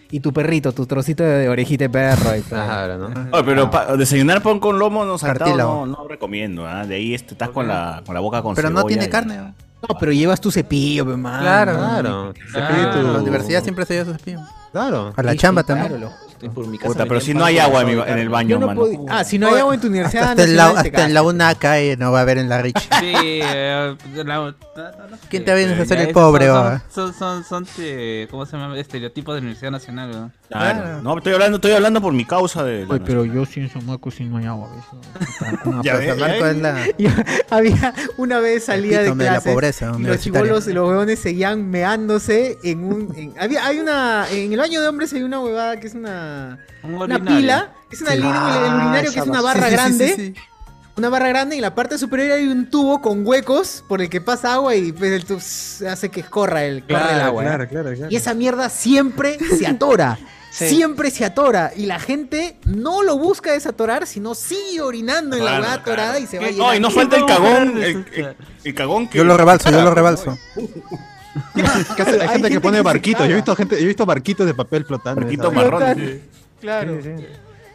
Y tu perrito, tu trocito de orejita de perro. y todo.
Claro, ¿no?
Oye, pero pa- desayunar pan con lomo no saltado
Cartílago.
no, no recomiendo, ¿ah? De ahí este, estás con la, con la boca con
Pero no
cebolla
tiene
y-
carne. ¿no?
No, pero llevas tu cepillo, mi hermano.
Claro,
Claro.
En
Espíritu-
la universidad siempre se lleva sus pibes.
Claro.
A la
Sí,
chamba
Ah. sí, claro,
también.
lo-
Estoy por mi casa.
Puta, pero
metían
si no
pan
hay
con
agua en, mi-
asado de
en el
carne.
baño,
Yo no
mano.
podía- Ah, si no hay agua en tu universidad,
Hasta en, la,
nacional, te
hasta en la UNACA eh, no va a haber en la Rich.
Sí, eh, la-
¿Quién te va a
eh,
hacer
ya
el
esos
pobre,
son-
va?
Son, son, son, eh, ¿cómo se llama? Estereotipos de la Universidad Nacional, ¿no?
Claro.
Claro.
Ah, No, estoy hablando, estoy hablando por mi causa de. la-
Oye, pero yo sí en Somaco sí no hay agua.
Ya
Pues,
ves,
Marco,
ya
es la-
Había una vez salía de
epítome de la
clases
pobreza
y los
universitaria.
chibolos, los huevones seguían meándose en un. en- había, hay una. En el baño de hombres hay una huevada que es una.
Un
Una
urinario.
pila. Es una
Sí.
línea, el- el
Ah,
urinario que
esa
es una
va-
barra
sí, sí, sí,
grande.
sí, sí.
Una barra grande y en la parte superior hay un tubo con huecos por el que pasa agua y pues, el tubo s- hace que corra el, corra el agua. ¿no?
Claro, claro, claro.
Y esa mierda siempre se atora.
Sí.
Siempre se atora. Y la gente no lo busca desatorar, sino sigue orinando en la
Claro,
hueá atorada
claro.
y se va
¿Qué?
No, y
llenando.
no falta el cagón. El, el- el cagón que.
Yo lo rebalso, yo lo rebalso.
Que hace- Hay gente que pone barquitos. Yo he visto gente, yo he visto barquitos de papel flotando.
Barquito
¿sabes?
marrón.
Claro.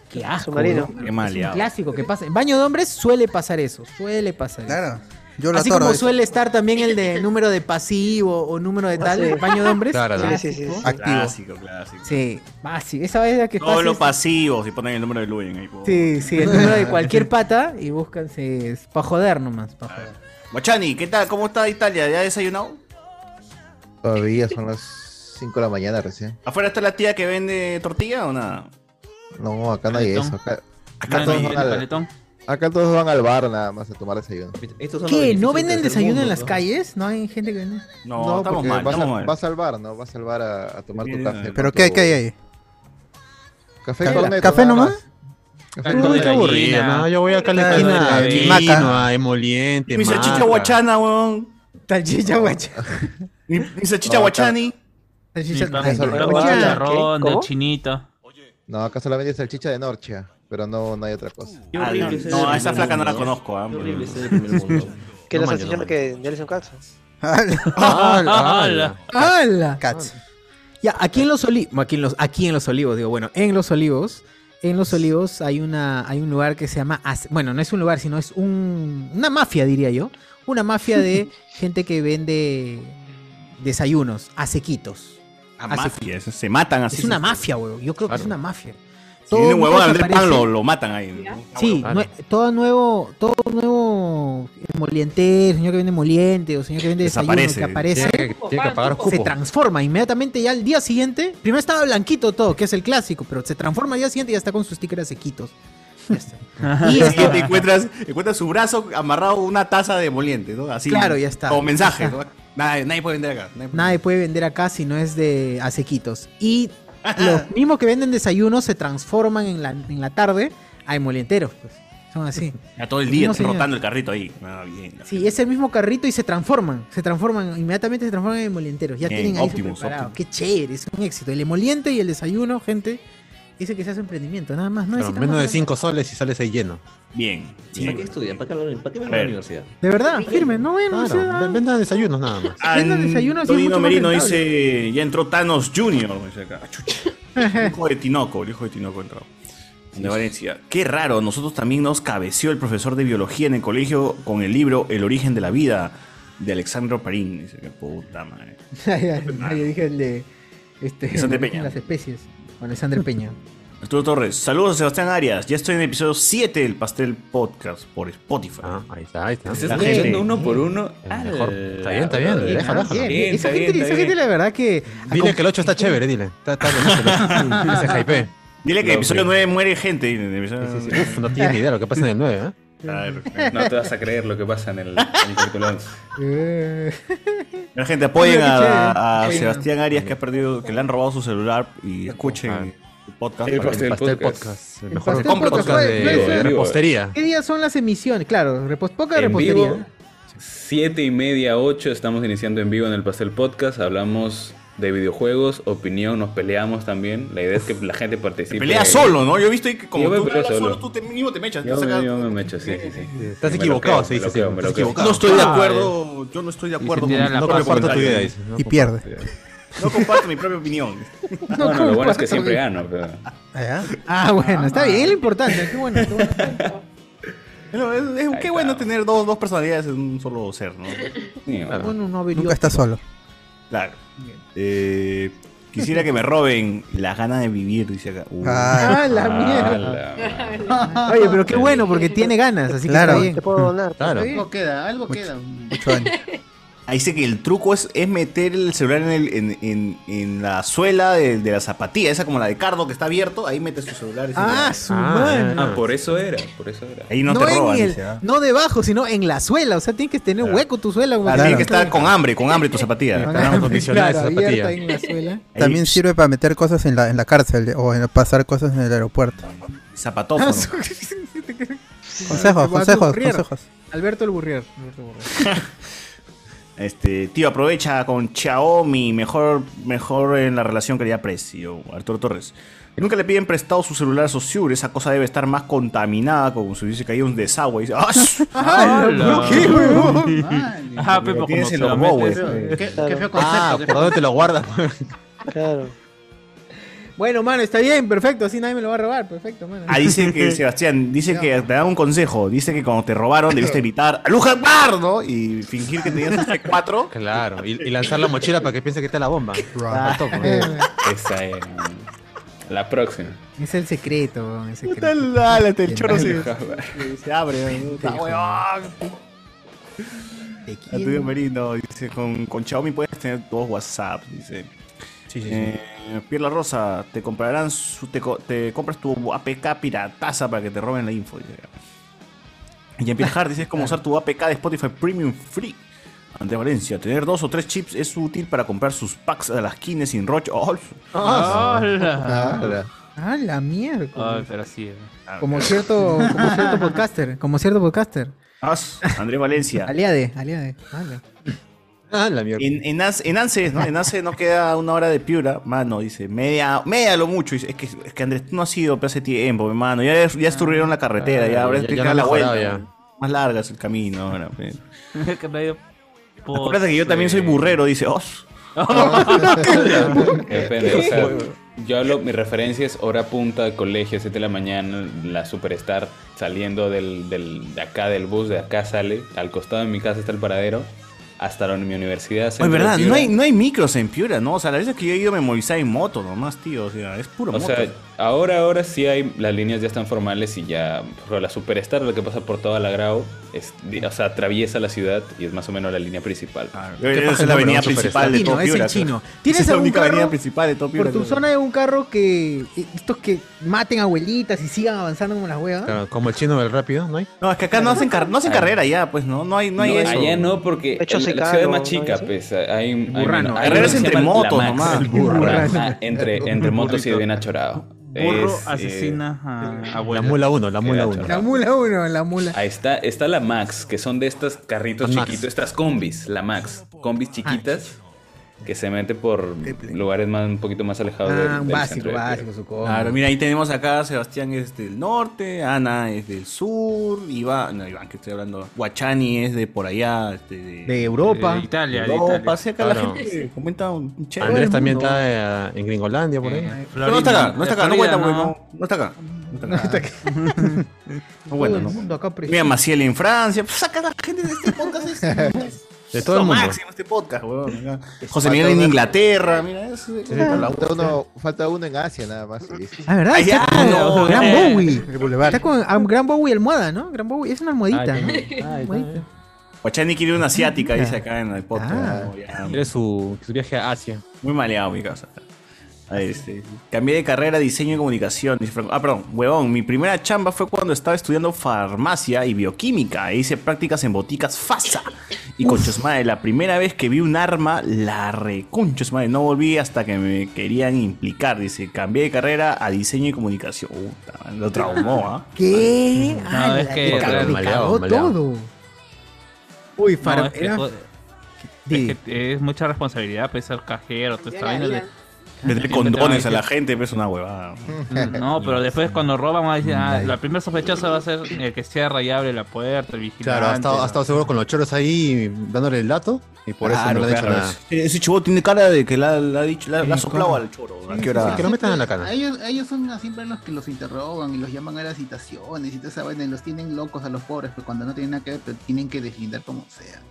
Qué asco.
Submarino.
¿no?
Qué
Es un
maleado.
clásico que pasa. En baño de hombres suele pasar eso. Suele pasar eso.
Claro. Yo lo
Así
atoro.
como
eh.
suele estar también el de número de pasivo o número de tal, el baño de hombres.
Claro, ¿no?
Sí, sí, sí, sí.
Activo.
Clásico, clásico.
Sí, básico. Esa vez la que
Todos
pasa
los
es-
pasivos y ponen el número de Luyen ahí. po.
Sí, sí, el número de cualquier pata y búscanse. Para joder nomás. pa' joder.
Mochani, ¿qué tal? ¿Cómo está Italia? ¿Ya desayunado?
Todavía son las 5 de la mañana recién.
¿Afuera está la tía que vende tortilla o nada?
No, acá no hay
Paletón.
eso. Acá,
Acá
acá
no
todos
hay
van
el
al,
paletón.
acá todos van al bar nada más a tomar desayuno.
¿Qué? ¿No venden desayuno en las calles? ¿No hay gente que vende?
No, porque vas, a, vas al bar, ¿no? Vas al bar a, a tomar tu
Bien,
café.
¿Pero
con
qué,
tu-
qué hay ahí?
Café
Ca-
corneto,
¿Café
nada
nomás?
más.
Café con
Uy, qué
gallina.
aburrido, ¿no? Yo voy acá a la
Claro,
esquina
claro.
a
Chimaca.
Vino, a Emoliente,
Mi salchicha
Maca.
guachana, weón. Ah.
Salchicha guachana.
Mi salchicha
No,
guachani.
Salchicha
Chicharrón,
¿Cómo?
chinito.
No, acá solamente hay salchicha de Norcha, pero no, no hay otra cosa.
Qué horrible Ah, no, ese no, a esa primer flaca no la mundo. conozco, ah, Qué pero- horrible ese del primer mundo.
Que
No
la
manches,
salchicha
no
que ya le hice un cacho.
Ah,
¡Hala!
¡Hala! Ya, aquí en los olivos, aquí, en los- aquí en los olivos, digo, bueno, en los olivos, en los olivos hay una, hay un lugar que se llama, As- bueno, no es un lugar, sino es un, una mafia, diría yo, una mafia de gente que vende desayunos, acequitos.
Ah,
Acequitos.
mafia, Ah, se- se matan así.
Es una
se-
mafia, weón, yo creo que es una mafia.
Si viene un
Todo
huevón
mundo
Andrés Pan, lo,
desaparece.
lo matan ahí.
Ah,
Sí, nue- todo nuevo, todo nuevo moliente, señor que vende moliente o señor que vende desayuno
Desaparece.
que aparece,
Tiene que- tiene que apagar
se
cupo.
transforma inmediatamente ya al día siguiente. Primero estaba blanquito todo, que es el clásico, pero se transforma al día siguiente y ya está con sus stickers sequitos. Ya está.
Y
Y esto-
te encuentras, encuentras su brazo amarrado a una taza de moliente, ¿no? Así.
Claro, ya está.
Como mensaje,
Ajá.
¿no? Nadie, nadie puede vender acá. nadie puede-
Nadie puede vender acá si no es de acequitos. Y los mismos que venden desayunos se transforman en la, en la tarde a emolienteros, pues. Son así.
Ya todo el día
No,
estás
señor.
rotando el carrito ahí. Ah, bien.
Sí, es el mismo carrito y se transforman. Se transforman, inmediatamente se transforman en emolienteros. Ya
Bien,
tienen ahí su
Optimus,
preparado.
Optimus.
Qué chévere, es un éxito. El emoliente y el desayuno, gente, dice que se hace emprendimiento, nada más. No
Pero
necesitan
menos
más
de
nada.
5 soles y sales ahí lleno.
Bien.
¿Para qué estudian? ¿Para qué, hablan- para qué van
A
a
ver.
la universidad?
De verdad, firme, no ven, no
Claro,
sea-
ven- vendan desayunos nada más.
Vendan desayuno así es
Antonino
mucho más
Merino
rentable.
dice, ya entró Thanos Jr. dice acá. Chucha. El hijo de Tinoco, el hijo de Tinoco entró. De Valencia. Qué raro, nosotros también nos cabeció el profesor de biología en el colegio con el libro El origen de la vida de Alexandro Parín. Dice que puta madre.
Ay, ay, ay, yo dije el de. Este,
Alexander Peña.
Las especies. Con Alexander Peña.
Arturo Torres, saludos a Sebastián Arias. Ya estoy en el episodio 7 del Pastel Podcast por Spotify. Ah, ahí está, ahí está.
¿Estás escuchando uno por uno? Ah,
Mejor. Está bien, está bien.
Ah, bien,
Déjalo,
bien,
déjalo.
bien,
esa
está
gente,
bien,
esa
está
gente,
bien.
la verdad que. Eh.
Dile que el 8 está chévere, dile. Está, está buenazo, ¿no? Ese hype.
Dile que en el
No,
episodio
sí.
9 muere gente. y en el episodio-
Uf, no tienes ni idea de lo que pasa en el 9, ¿eh?
No te vas a creer lo que pasa en el, en el capítulo 11.
Eh,
La gente apoyen
Mira, qué
a, a
chévere.
Sebastián Arias que ha perdido, que le han robado su celular y
Ah.
escuchen el podcast.
El
para-
pastel podcast.
El
el
mejor
pastel
compra
podcast
podcast
puede- puede
de
ser.
repostería.
¿Qué días son las emisiones? Claro, repos, poca
En
repostería.
vivo, 7 y media, 8, estamos iniciando en vivo en el Pastel Podcast. Hablamos de videojuegos, opinión, nos peleamos también. La idea es que la gente participe.
Pelea solo, ¿no? Yo he visto ahí que como
Yo me
tú
peleo
hablas solo,
solo.
tú te, mismo te me echas. te
Yo
sacas-
me, yo me mecho, sí, sí, sí.
Estás
Me lo
equivocado,
creo,
se
me
dice
lo creo,
siempre,
me lo
estás
creo.
equivocado.
No estoy de
Ah,
eh.
acuerdo, yo no estoy de acuerdo.
tiran
con-
la
no
papa
comparto
por
tu idea,
ahí.
dice.
Y pierde.
No comparto mi propia opinión.
No, no, lo bueno es que
comparto.
siempre gano. pero-
¿Allá?
Ah, bueno, está bien, es lo importante. Qué bueno, qué bueno.
Pero es- es- qué bueno tener dos, dos personalidades en un solo ser, ¿no?
Bueno, no
Nunca está solo.
Claro. Eh, quisiera que me roben las ganas de vivir, dice acá. Uh.
Ah, la mierda. Oye, pero qué bueno, porque tiene ganas, así
Claro.
que está bien.
Claro.
Algo queda, algo queda.
Ahí dice que el truco es, es meter el celular en, el- en- en- en la suela de, de la zapatilla, esa como la de Cardo que está abierto, ahí metes tu celular. y se
Ah,
te-
su madre.
Ah, por eso era, por eso era.
Ahí no,
No,
te
en
roban.
el-
dice, ¿ah?
no debajo, sino en la suela. O sea, tienes que tener hueco tu suela.
Ah, Tienes que estar con hambre, con hambre tu zapatilla.
Con
Están
hambre,
acondicionadas
claro,
esas zapatillas.
abierta en la suela.
También sirve para meter cosas en la, en la cárcel de- o en pasar cosas en el aeropuerto.
Zapatófono.
Ah,
Consejos,
Alberto
consejos,
Gurrier.
consejos.
Alberto el Burrier. Alberto Gurrier.
Este, tío, aprovecha con Xiaomi, mejor, mejor en la relación calidad-precio. Arturo Torres. Nunca le piden prestado su celular a Sosur, esa cosa debe estar más contaminada, como si hubiese caído un desagüe. Dice, ¡Ah, su-
¡Hala!
¿Qué, huevón?
Ah, pero
Tienes en
como se
los
lo
bowls.
metes.
Qué,
Claro.
qué feo
Ah,
concepto. qué
¿por
feo
dónde te lo guardas?
Claro.
Bueno, mano, está bien, perfecto. Así nadie me lo va a robar. Perfecto, mano.
Ah, dice que Sebastián, dice que te da un consejo. Dice que cuando te robaron debiste gritar ¡Aluja Akbar! ¿no? Y fingir que tenías este un C4.
Claro, y, y lanzar la mochila para que piense que está la bomba. Faltó, porque-
Esa es. La próxima.
Es el secreto, weón, el secreto.
Puta la- la- el chorro se,
se-
se abre. ¿no? Puta,
Pendejo.
huevón.
Te quiero.
Arturo Merino dice: con, con Xiaomi puedes tener dos WhatsApp. Dice. Sí, sí, Pierla Rosa, te comprarán su- te, co- te compras tu APK pirataza para que te roben la info. Y en Hart dice, es como usar tu APK de Spotify Premium Free. Ante Valencia, tener dos o tres chips es útil para comprar sus packs a las kines sin roche. ¡Oh!
¡Hala! Ah, la mierda.
Ah, eh.
Como cierto, como cierto podcaster, como cierto podcaster.
As, Andrés Valencia.
Aliade, aliade. Ah, Vale.
En, en, As- en Anses, ¿no? En Anses no queda una hora de piura, mano, dice, media, media lo mucho. Dice, es, que, es que Andrés, tú no has ido pero hace tiempo, mi mano. Ya, ya estuvieron la carretera, ya habrá
Ah. Ya- ya
que
no
dar
han
la
mejorado
vuelta.
ya.
Más larga es el camino ahora. pe.
que me ha ido por-
Acuérdate que yo también soy burrero, dice, oh.
Depende, o sea, yo hablo, mi referencia es hora punta de colegio, 7 de la mañana, la superstar saliendo del, del- de acá del bus, de acá sale, al costado de mi casa está el paradero, hasta la, mi universidad.
Oye,
centro de
verdad, no
Piura.
hay, no hay micros en Piura, ¿no? O sea, la vez que yo he ido a memorizar en moto nomás, tío. O sea, es puro
O
moto.
sea, ahora, ahora sí hay, las líneas ya están formales y ya, por ejemplo, la Superstar, la que pasa por toda la Grau, es, di- o sea, atraviesa la ciudad y es más o menos la línea principal.
Qué es paja la la avenida broma, principal Superstar. de todo
Chino, es
Piura,
el chino.
creo.
¿Tienes
Esa es la
algún
única
carro
avenida principal de todo Piura,
Por tu
creo.
zona hay un carro que eh, estos que maten abuelitas y sigan avanzando como las huevas.
Claro, como el chino del rápido, ¿no hay?
No, es que acá no hacen, car- no hacen carrera ya, pues no, no hay, no hay eso.
Allá ah. no, porque
Hecho
la, la
secado,
ciudad es más
¿no?
chica, pues. Hay, hay
burrano.
hay
Carreras
una que se
entre
llama
motos
La Max.
nomás. El burrano.
Ah, entre, entre motos y bien achorado.
Burro
Es, eh,
asesina a
La mula 1, la mula
Era
1.
La mula uno, la mula.
Ahí está, está la Max, que son de estas carritos
La Max.
chiquitos, estas combis, la Max,
Ah,
combis chiquitas que se mete por lugares más un poquito más
Ah,
alejados del, del centro de Piura.
Claro, mira, ahí tenemos acá a Sebastián es del norte, Ana es del sur, Iván, no, Iván, que estoy hablando, Guachani es de por allá, este, de,
De Europa.
de
Italia, de
Europa,
Italia.
sí, acá la
Claro.
gente comenta un chévere.
Andrés también
Todo el mundo.
está eh, en Gringolandia, por ahí.
Pero no está acá, no está acá, no cuenta porque no, no está acá. No está acá. No cuenta,
Todo el
no.
mundo acá presente.
Mira, Maciel en Francia, pues acá la gente de este podcast es...
De todo el
lo
mundo.
máximo este podcast, weón. acá. José Miguel en Inglaterra, mira, es...
falta, uno, falta uno en Asia nada más.
Ah, ¿verdad?
Ay,
Está
ya,
con
no,
Gran
eh.
Bowie. Está con ah, Gran Bowie almohada, ¿no? Gran Bowie es una almohadita,
Ay,
¿no?
ay, ay,
Almohadita.
Guachani quiere una asiática, dice acá en el podcast. ¿no? Ya,
Tiene su, su viaje a Asia.
Muy maleado mi casa. Ahí, este, cambié de carrera a diseño y comunicación. dice Franco. Ah, perdón, huevón. Mi primera chamba fue cuando estaba estudiando farmacia y bioquímica. E hice prácticas en boticas FASA. Y conchos madre, la primera vez que vi un arma, la reconchos madre. No volví hasta que me querían implicar. Dice, cambié de carrera a diseño y comunicación. Puta, lo traumó, ¿ah?
¿Qué? Ah,
No, es
la-
que-
le cagó- le
maleado,
cagó
maleado.
todo. Uy,
No,
faro-
es que
era-
todo- es, que es mucha responsabilidad, pues, ser cajero, toda esta vaina de-
Meter
Siempre te van
condones a
decir-
la gente, pero es una huevada.
Mm, No, pero después cuando roban, van a decir, ah, la primera sospechosa va a ser el que cierra y abre la puerta, el vigilante.
Claro, ha estado, ha estado seguro con los choros ahí dándole el dato y por eso
Claro,
no le han
claro.
hecho nada.
Eh, Ese, ese chivo tiene cara de que la la ha dicho, la, la ha soplado al choro. ¿A qué hora?
que lo metan en la cara.
A ellos, a ellos son siempre los que los interrogan y los llaman a las citaciones y te saben, los tienen locos a los pobres, pero cuando no tienen nada que ver, pero tienen que deslindar como sea.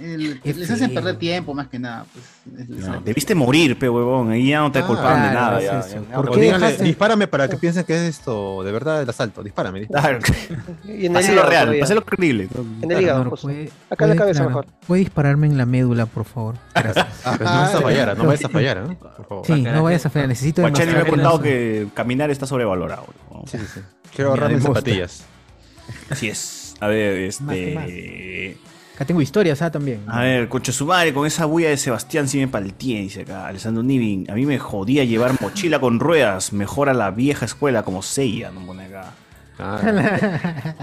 El-
Qué
les hacen
feo.
perder tiempo más que nada. Pues, es-
No, debiste morir, pe huevón. Ahí ya no
Ah,
te culpaban de nada. ya, ya, ya.
O díganle, dispárame para que piensen que es esto, de verdad, el asalto. Dispárame. dispárame.
Y en el
Hazlo
hígado
real,
todavía.
hazlo creíble.
En el hígado,
Claro,
pues.
puede-
Acá en la
puede-
cabeza
claro,
mejor.
Puede dispararme en la médula, por favor. Gracias.
Pues
Ah, pero no vayas a fallar, ¿ah? no vayas a fallar, ¿eh? Por favor.
Sí, no vayas a fallar. Necesito
Guachani me ha
demostrar
contado
que-
que caminar está sobrevalorado. ¿no?
Sí, sí. Quiero ahorrarme
Demostra.
zapatillas.
Así es. A ver, este.
Más que más. Acá tengo historias, ¿ah? También.
A ver, concha su madre, con esa bulla de Sebastián sí me palteé, dice acá Alessandro Nivin. A mí me jodía llevar mochila con ruedas. Mejor a la vieja escuela como Seiya, no pone acá.
A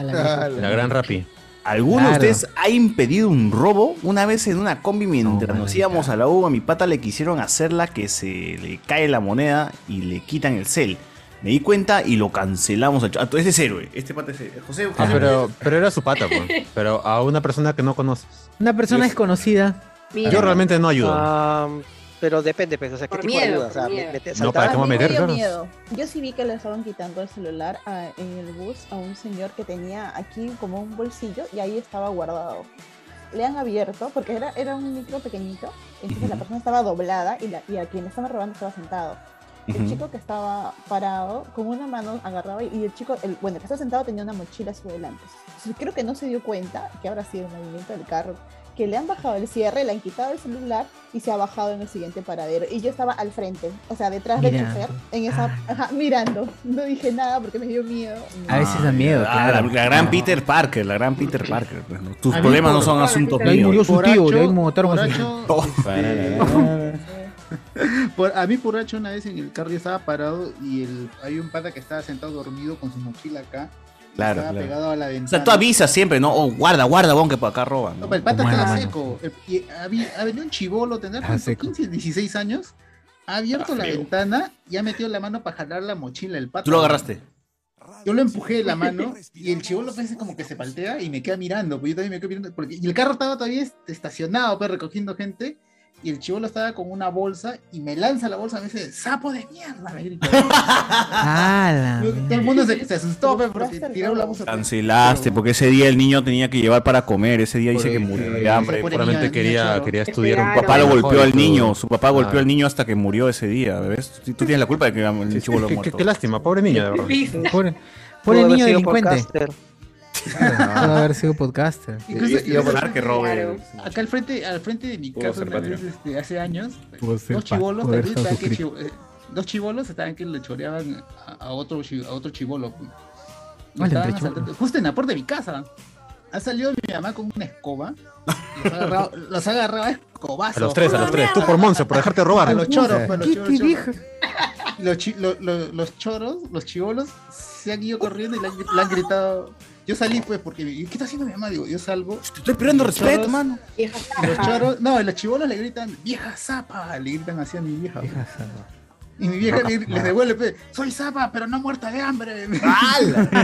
la mierda.
Ah. La gran rapi.
¿Alguno
Claro.
de ustedes ha impedido un robo? Una vez en una combi mientras
Oh,
nos íbamos a la U, a mi pata le quisieron hacerla que se le cae la moneda y le quitan el cel. Me di cuenta y lo cancelamos. al ch- Ah, tú- Este es héroe. Este pata es héroe. José,
Ah,
José-
Ah, pero, pero era su pata, pues. Pero a una persona que no conoces.
Una persona desconocida.
Yo realmente no ayudo.
Ah, pero depende, pues, o sea, ¿qué
Por
tipo de
miedo,
ayuda? O sea,
por
me-
miedo.
me- te-
No,
saltar-
¿para qué me voy a meter?
Yo
Claro.
miedo. Yo sí vi que le estaban quitando el celular a- en el bus a un señor que tenía aquí como un bolsillo y ahí estaba guardado. Le han abierto, porque era, era un micro pequeñito, entonces la persona estaba doblada y, la- y a quien le estaba robando estaba sentado. El
Ujú.
chico que estaba parado, con una mano agarraba y el chico, el, bueno, el que estaba sentado tenía una mochila hacia adelante. Entonces, creo que no se dio cuenta que habrá sido el movimiento del carro que le han bajado el cierre, le han quitado el celular y se ha bajado en el siguiente paradero. Y yo estaba al frente, o sea, detrás del
Mirando. Ah.
chofer, en esa, ajá, mirando. No dije nada porque me dio miedo.
A veces da miedo,
Ah,
claro.
La, la gran Peter Parker, la gran Peter Parker. pues, ¿no? Tus problemas no son asuntos
De ahí
míos.
murió su tío, de ahí mataron a su
Borracho,
Oh.
eh, Por- a mí borracho una vez en el carro yo estaba parado y el, hay un pata que estaba sentado dormido con su mochila acá. y
Claro,
estaba
claro.
pegado a la ventana.
O sea, tú avisas siempre, ¿no? Oh, guarda, guarda, bon, que por acá roban.
No,
¿no?
pero el pata
Humano,
estaba
humano.
seco. El- y había- Ha venido un chivolo,
Ah,
tendrá
Estaba
cuánto,
seco.
15, 16 años. Ha abierto la
Ah, feo.
ventana y ha metido la mano para jalar la mochila. El pata.
Tú lo agarraste.
Yo lo empujé de la mano y el chivolo parece como que se paltea y me queda mirando. Pues yo también me quedo mirando. Porque, y el carro estaba todavía est- estacionado, pues recogiendo gente. Y el chivolo estaba con una bolsa y me lanza la bolsa y me dice: ¡Sapo de mierda! me grita.
Ah,
¡Hala!
Todo el mundo se, se asustó, pues, porque tiraron la bolsa.
Cancelaste, porque ese día el niño tenía que llevar para comer. Ese día dice que murió de hambre.
Pobre
Seguramente
niño,
quería-
niño choro.
quería estudiar un
Su papá lo golpeó al niño, su papá
Ah.
golpeó al niño hasta que murió ese día, ¿ves? Tú, tú tienes la culpa de que el
Sí, sí,
chivo lo
qué-
muerto.
qué- qué lástima, pobre niño, de verdad.
Pobre,
Pudo
pobre
haber
niño
sido
delincuente.
podcaster.
Claro, Pudo haber sido podcaster.
Incluso- incluso-
que robe.
Acá al frente, al frente de mi
Pudo
casa,
ser
una vez,
patria.
este, hace años,
Pudo ser
dos
pa-
chivolos
pudo haber
también
estado
estaban que
suscrito.
chivo- eh, dos chibolos estaban que le choreaban a, a otro chi- a otro chivolo.
Ah,
pues. Y estaban
Hola, entre
asaltando-
chibolos.
justo en la puerta de mi casa. Ha salido mi mamá con una escoba. Los ha agarrado, los ha agarrado a escobazos.
A los tres, a los tres. Tú por Monse, por dejarte robar.
A los choros,
Sí.
pues, los choros. choros. Los, chi- lo- lo- los choros, los chivolos, se han ido corriendo y le han, gri- le han gritado. Yo salí, pues, porque me- ¿qué está haciendo mi mamá? Digo, yo salgo.
estoy pidiendo
Los
respeto,
choros-
mano.
Los choros, no, los chivolos le gritan, vieja zapa, le gritan así a mi vieja. Y mi vieja le, le devuelve, pe, soy zapa, pero no muerta de hambre.
¿Cómo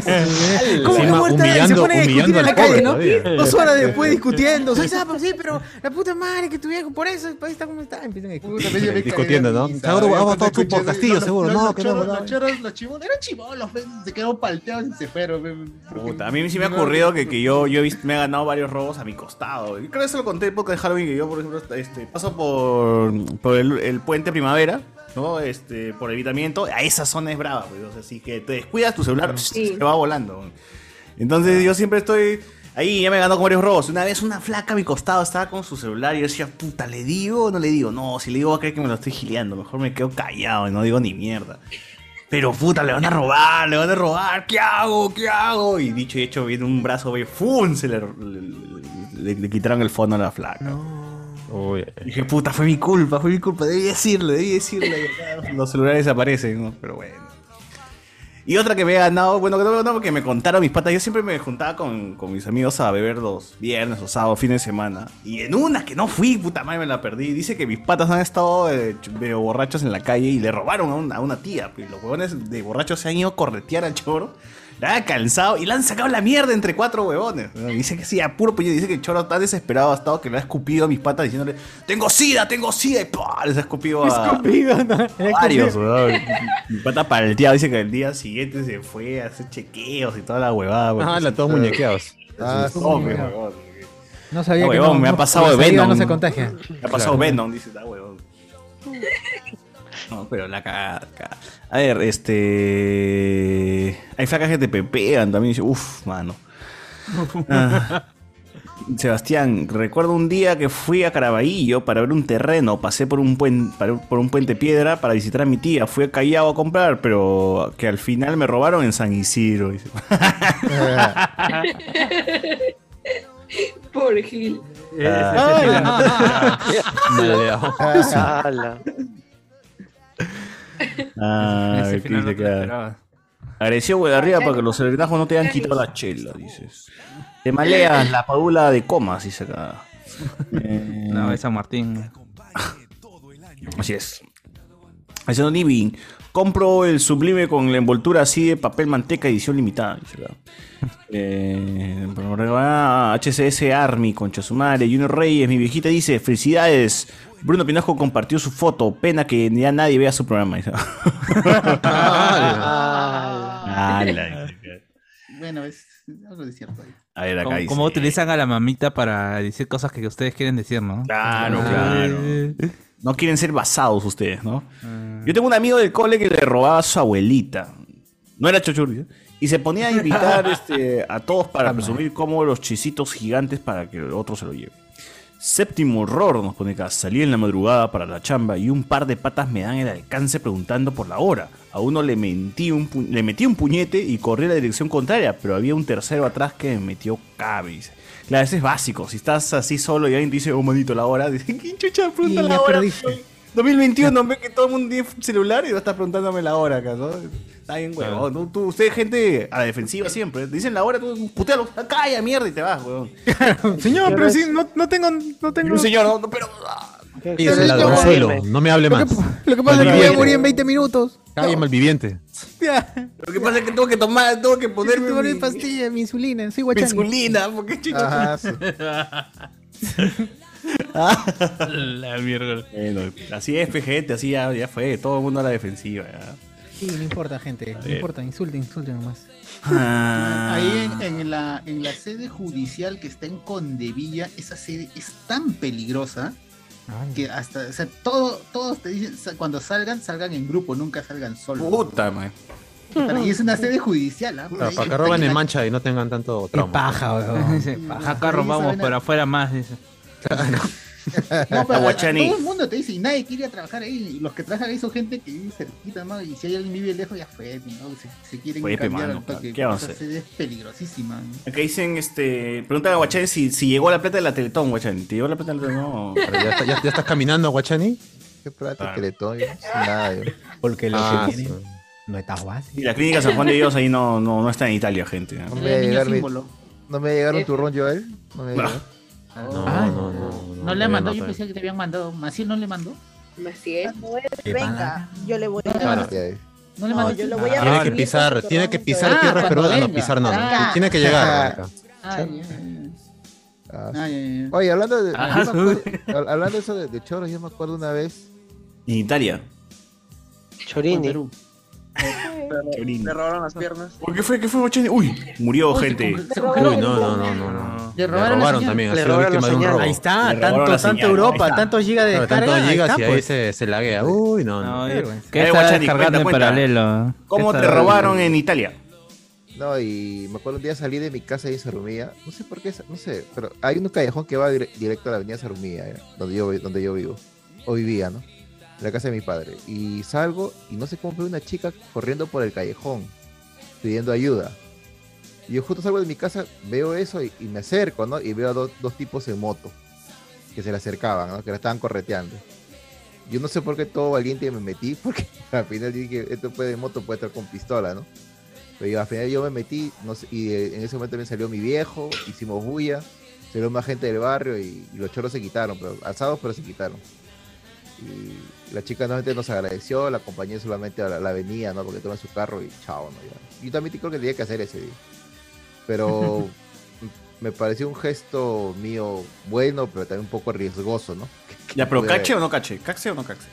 que
Encima,
muerta de hambre? Se
humillando-
ponen a discutir
humillando
en la
al
calle,
pobre
¿no?
todavía.
Dos horas después discutiendo. Soy sapo, sí, pero la puta madre que tu viejo, por eso el país está como está. Empiezan a
medio me
discutir.
Discutiendo, ¿no?
Y
Seguro
sabe,
ha votado
cuando
tú por
escuché-
Castillo,
los-
seguro.
los-
No,
los
que no
choros-
votaba.
Los choros, los chivolos, eran chivolos, pe, se quedaron palteados y se fueron. pe, porque-
Puta, a mí sí me ha ocurrido que, que yo, yo he visto- me he ganado varios robos a mi costado. ¿eh? Y creo que se lo conté en el podcast de Halloween que yo, por ejemplo, este, paso por, por el, el puente primavera, ¿no? Este, por evitamiento. A esa zona es brava, pues. o sea, así que te descuidas tu celular,
Sí.
se va volando. Entonces yo siempre estoy. Ahí ya me ganó con varios robos. Una vez una flaca a mi costado estaba con su celular y yo decía, puta, ¿le digo o no le digo? No, si le digo va a creer que me lo estoy gileando. Mejor me quedo callado y no digo ni mierda. Pero puta, le van a robar, le van a robar, ¿qué hago? ¿Qué hago? Y dicho y hecho, viene un brazo, ve, ¡fum! Se le, le- le- le quitaron el fondo a la flaca. Dije, puta, fue mi culpa, fue mi culpa, debí decirle, debí decirle. Los celulares aparecen, ¿no? Pero bueno. Y otra que me he ganado, bueno, que no me he ganado porque me contaron mis patas. Yo siempre me juntaba con, con mis amigos a beber los viernes o sábados, fines de semana. Y en una que no fui, puta madre, me la perdí. Dice que mis patas han estado eh, ch- medio borrachos en la calle y le robaron a, un- a una tía. Y los huevones de borrachos se han ido a corretear al choro. La han cansado y le han sacado la mierda entre cuatro huevones. ¿no? Y Dice que sí, a puro puño. Dice que el choro está desesperado ha estado que le ha escupido a mis patas diciéndole: Tengo sida, tengo sida. Y ¡pah! les ha escupido a. Varios, weón. Mi pata palteado dice que el día siguiente se fue a hacer chequeos y toda la huevada. porque
Ah, la,
se-
todos muñequeados.
Ah,
Sí.
sí,
Hombre,
mira.
huevón.
No sabía
Ah,
que
huevón,
no-
me ha
no-
pasado
por la
de
saliva
Venom.
No se contagia.
Me ha pasado Venom, dice, "Ah, está huevón. No, pero la cagada, cagada. A ver, este. Hay flacas que te pepean también. dice, Uf, mano. Ah. Sebastián, recuerdo un día que fui a Caraballo para ver un terreno, pasé por un, puen- para- por un puente piedra para visitar a mi tía, fui a Callao a comprar, pero que al final me robaron en San Isidro. dice.
Pobre Gil.
Ah. Maleado.
Ala.
Ah,
Ese
el
final no
dice
te
que-
lo esperaba.
Agradeció güey, de arriba para que los celebrenajos no te hayan quitado la chela, dices. Te maleas la paula de comas, dice acá. Eh,
No, es San Martín.
Así es. Haciendo living. Compro el sublime con la envoltura así de papel manteca edición limitada. dice acá. Eh, ah, HCS Army, concha su madre. Junior Reyes, mi viejita dice: Felicidades. Bruno Pinasco compartió su foto. Pena que ya nadie vea su programa. dice. Ala.
Bueno, es algo de cierto ahí.
A ver, acá
Como,
dice.
como utilizan a la mamita para decir cosas que ustedes quieren decir, ¿no? Ah,
Claro, claro. No quieren ser basados ustedes, ¿no? Yo tengo un amigo del cole que le robaba a su abuelita. No era chochurri. ¿eh? Y se ponía a invitar este, a todos para presumir como los chisitos gigantes para que el otro se lo lleve. Séptimo horror, nos pone acá. Salí en la madrugada para la chamba y un par de patas me dan el alcance preguntando por la hora. A uno le, mentí un pu- le metí un puñete y corrí en la dirección contraria, pero había un tercero atrás que me metió cabe. dice. Claro, ese es básico. Si estás así solo y alguien te dice, oh, manito, la hora, dice, ¿qué chucha pregunta
Y
la
ya
hora?
perdiste.
pues? 2021, ve que todo el mundo tiene celular y va a estar preguntándome la hora acá, ¿no? Está bien, huevón. Tú, tú, usted, gente a la defensiva siempre. Dicen la hora, tú putealo, ah, calla, mierda, y te vas, huevón.
Señor, pero si no, no tengo. No tengo...
Un señor, no, no, pero.
Pero
Pídese la
yo-
Gonzalo, no me hable más.
Lo que pasa es que voy a
Malviviente.
morir en 20 minutos.
Calle malviviente.
Lo que pasa es que tengo que tomar, tengo que ponerme.
Tengo mi
mi-
pastilla, mi insulina, soy
mi
guachani.
insulina, porque chucho.
Ajá, sí.
la mierda. Bueno, así es, pe, gente, así ya, ya fue. Todo el mundo a la defensiva. ya.
Sí, no importa, gente. No
Eh.
ver.
importa, insulten, insulten nomás.
Ah,
Ahí en, en la, en la sede judicial que está en Condevilla, esa sede es tan peligrosa que hasta, o sea, todo, todos te dicen, sa- cuando salgan, salgan en grupo, nunca salgan solos.
Puta, man.
Y es una sede judicial, ¿ah? Por
Claro,
ahí
para que
está
roban
la-
en mancha y no tengan tanto trauma.
paja, weón.
Acá robamos, pero afuera más, dice.
No, pero todo el mundo te dice, y nadie quiere ir a trabajar ahí. Y los que trabajan ahí son gente que vive cerquita, ¿no? Y si hay alguien vive lejos, ya fue, ¿no? Se, se quieren
Oye, pe,
cambiar
mano,
al toque.
¿qué vamos a
Esa
hacer?
sede es peligrosísima. ¿no?
Acá dicen, este. Preguntan a Guachani si, si llegó la plata de la Teletón, Guachani. ¿Te llegó la plata de la Teletón? No. Ah.
Pero ya, está- ya- ya estás caminando, Guachani.
¿Qué plata que le doy? Nada, yo.
Porque
lo
Ah,
que tienen
no está fácil.
Y la clínica San Juan de Dios ahí no, no, no está en Italia, gente. ¿no?
No me va a llegar mi- no me va a llegar un turrón, Joel. No me va a llegar.
Ah,
Eh. no, no.
No le mandó, yo pensé que te habían mandado. Maciel no le mandó.
Maciel,
Qué
venga, yo le voy a
Ah,
Claro.
No le
Ah,
No,
mandó. Ah,
yo lo voy a
Ah, Tiene que
recibir
pisar,
con
tiene que
torrón
pisar
con torrón.
tierras peruanas. No,
Venga.
pisar no, no.
Ah.
Tiene que llegar. acá.
Ay,
Pues,
Ah,
ay, ay.
Oye, hablando de,
Ah,
yo me acuerdo- hab- hablando de eso de, de choros, yo me acuerdo una vez.
En Italia.
Chorini.
Chorini.
Le robaron las piernas.
¿Por qué fue? ¿Qué fue, Guachani? Uy, murió gente.
Uy, no,
no,
no,
no, no.
Le
robaron la robaron señal. también, ha
Le
sido
robaron
víctima
la
de un
señal.
robo.
Ahí
Le
está,
robaron
tanto,
la
tanto
señal, ahí
Europa,
está.
tantos gigas de
Claro,
descarga.
tanto llegas
ahí
y
está,
ahí
pues.
se, se laguea. Uy, no, no.
¿Qué
Eh,
está
Guachani,
descargando
cuenta,
en
cuenta. ¿eh?
paralelo?
¿Cómo
¿Qué
te
está-
robaron en Italia?
No, y me acuerdo un día salí de mi casa y en Sarumía. No sé por qué, no sé, pero hay un callejón que va dire- directo a la avenida Sarumía, eh, donde yo, vi- donde yo vivo. O vivía, ¿no? En la casa de mi padre. Y salgo y no sé cómo veo una chica corriendo por el callejón, pidiendo ayuda. Y yo justo salgo de mi casa, veo eso y, y me acerco, ¿no? Y veo a dos- dos tipos en moto que se le acercaban, ¿no? Que la estaban correteando. Yo no sé por qué todo valiente me metí, porque al final yo dije, esto puede de moto, puede estar con pistola, ¿no? Pero yo, al final yo me metí, no sé, y eh, en ese momento también salió mi viejo, hicimos bulla, salió más gente del barrio y, y los choros se quitaron, pero, alzados pero se quitaron. Y la chica nuevamente nos agradeció, la acompañé solamente a la, la avenida, ¿no? Porque toma su carro y chao, ¿no? Ya. Yo también creo que tenía que hacer ese día. Pero me pareció un gesto mío bueno, pero también un poco riesgoso, ¿no?
Ya, pero
Pude-
cache o no cache, cache o no cache.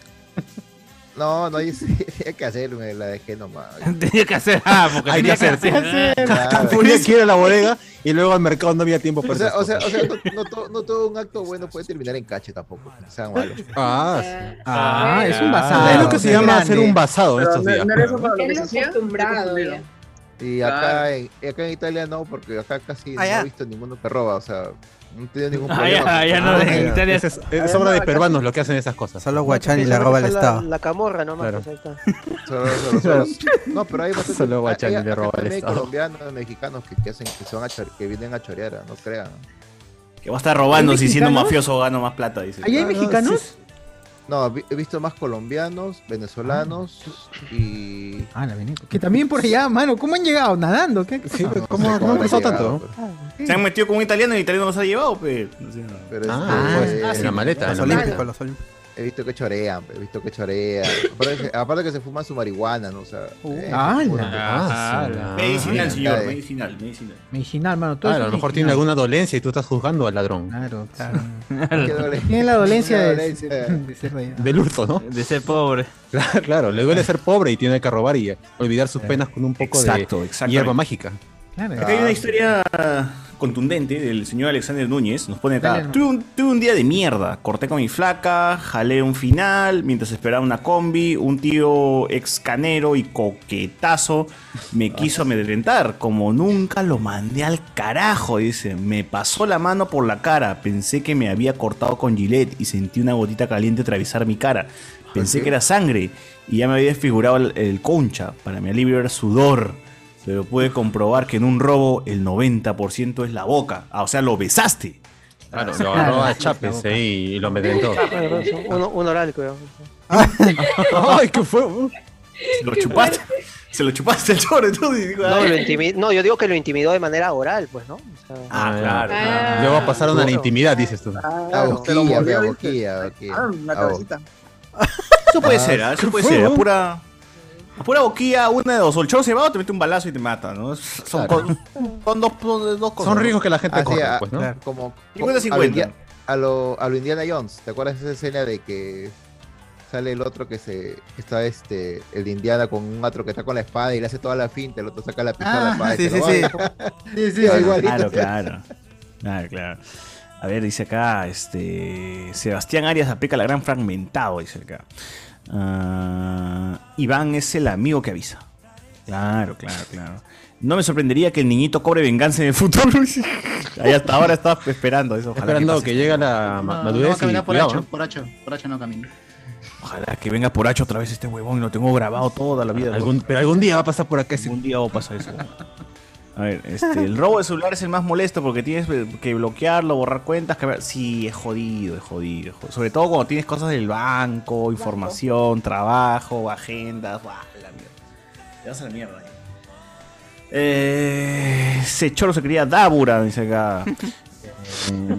No, no, yo sí, tenía que hacerme, la dejé nomás.
Tenía que hacer. Ah, porque
Hay
tenía
que
que hacer.
hacer. Claro.
Tenía que ir a la bodega y luego al mercado no había tiempo para
O sea,
esas
o sea, o
cosas.
sea no, no todo, no todo un acto bueno puede terminar en cache tampoco. no Sean malos.
Ah, sí.
Ah, es un basado.
Es lo que se
Es
llama
grande.
hacer un basado en
Pero
estos
no-
días.
no
pero-
eres un-
Es lo acostumbrado ya.
Y
Claro.
acá en, acá en Italia no, porque acá casi
Ah,
no
ya.
he visto ninguno que roba, o sea, no he tenido ningún
Ah,
problema.
ya, ya no,
Ah,
en
ya.
Italia es, es- es obra de peruanos lo que hacen esas cosas. Solo
Guachani le roba el Estado.
La camorra nomás,
Claro.
pues ahí está.
Solo- solo- solo- No, pero hay bastante.
Solo Guachani
hay- hay-
le roba
acá
el
también hay
Estado.
colombianos, mexicanos que, que hacen, que, son a chor- que vienen a chorear, ¿ah? no crean.
Que va a estar robando,
¿Hay
si siendo
mexicanos?
mafioso gano más plata, dice.
Ah, no, sí. No, vi- he visto más colombianos, venezolanos y.
Ah, la Que también por allá, mano, ¿cómo han llegado? Nadando. ¿Qué?
¿cómo han cómo han cruzado llegado, tanto?
Se han metido con un italiano y el italiano no se ha llevado, pe. O sea,
Ah,
en la maleta,
Los
en la
olímpicos,
maleta.
los olímpicos. He visto que chorean, he visto que chorean. aparte, que, aparte que se fuma su marihuana, ¿no? O sea, eh,
ala,
bueno,
Ah,
pues,
ala.
Medicinal, señor,
eh,
medicinal, medicinal.
Medicinal, mano. Todo
Claro, Ah, a
eso
lo
es
mejor tiene
medicinal.
alguna dolencia y tú estás juzgando al ladrón.
Claro, claro.
Qué
dolencia.
Tiene la dolencia
Qué
de,
dolencia.
de ser de allá.
Del hurto, ¿no?
De ser pobre.
Claro, claro, le duele ser pobre y tiene que robar y olvidar sus penas con un poco
Exacto,
de
exactamente.
Ah,
hierba mágica.
Acá hay una historia contundente del señor Alexander Núñez. Nos pone acá.
Dale, no.
Tuve un, tuve un día de mierda. Corté con mi flaca, jalé un final, mientras esperaba una combi, un tío ex canero y coquetazo me quiso amedrentar. Como nunca lo mandé al carajo, dice. Me pasó la mano por la cara. Pensé que me había cortado con Gillette y sentí una gotita caliente atravesar mi cara. Pensé que era sangre y ya me había desfigurado el, el concha. Para mi alivio era sudor. Pero pude comprobar que en un robo el 90% es la boca. Ah, o sea, lo besaste.
Claro, lo agarró a Chapes eh, y lo amedrentó.
un, un oral, creo.
Ay, ¿qué fue? uh, Se lo chupaste. Se lo chupaste el choro entonces. y dijo,
No,
ay.
lo intimi- no, yo digo que lo intimidó de manera oral, pues, ¿no? O sea,
Ah, claro. Luego pasaron a la intimidad, dices tú.
Ah, boquilla,
mordió,
vea,
dice.
boquilla, boquilla.
Ah,
Ah,
Eso puede
Ah,
ser, ¿ah?
¿qué
eso puede
fue,
ser. A
no?
pura, a pura boquilla, una de dos. O el choro se va o te mete un balazo y te mata, ¿no? Son
Claro.
cosas- son dos, dos- dos cosas.
Son riesgos que la gente
Así,
corre,
a-
pues, ¿no?
Ah, claro, Como,
50-50.
a lo India- A lo, a lo Indiana Jones, ¿te acuerdas de esa escena de que sale el otro que se que está este el de Indiana con un otro que está con la espada y le hace toda la finta, el otro saca la pistola,
Ah,
pa, y
sí,
se lo
sí,
va?
sí. Sí, sí, sí.
Claro, claro. Claro, Ah, claro. A ver, dice acá, este. Sebastián Arias aplica la gran fragmentado, dice acá. Ah, Iván es el amigo que avisa. Claro, claro, claro. No me sorprendería que el niñito cobre venganza en el futuro. Ahí hasta ahora estaba esperando eso. Ojalá
Esperando
pase.
que llegue la ma-
No,
madurez
no, camina
y
por
cuidado,
hacho,
¿no?
por hacho, por hacho no camina.
Ojalá que venga por Hacho otra vez este huevón y lo tengo grabado toda la vida.
Algún- pero algún día va a pasar por acá.
Algún día va a pasar eso. A ver, este, el robo de celular es el más molesto porque tienes que bloquearlo, borrar cuentas, cambiar. Sí, es jodido, es jodido. es jodido. Sobre todo cuando tienes cosas del banco, información, trabajo, agendas. ¡buah, la mierda! Te vas a la mierda. ahí. Eh, ese choro se quería Dábura, dice acá. Eh,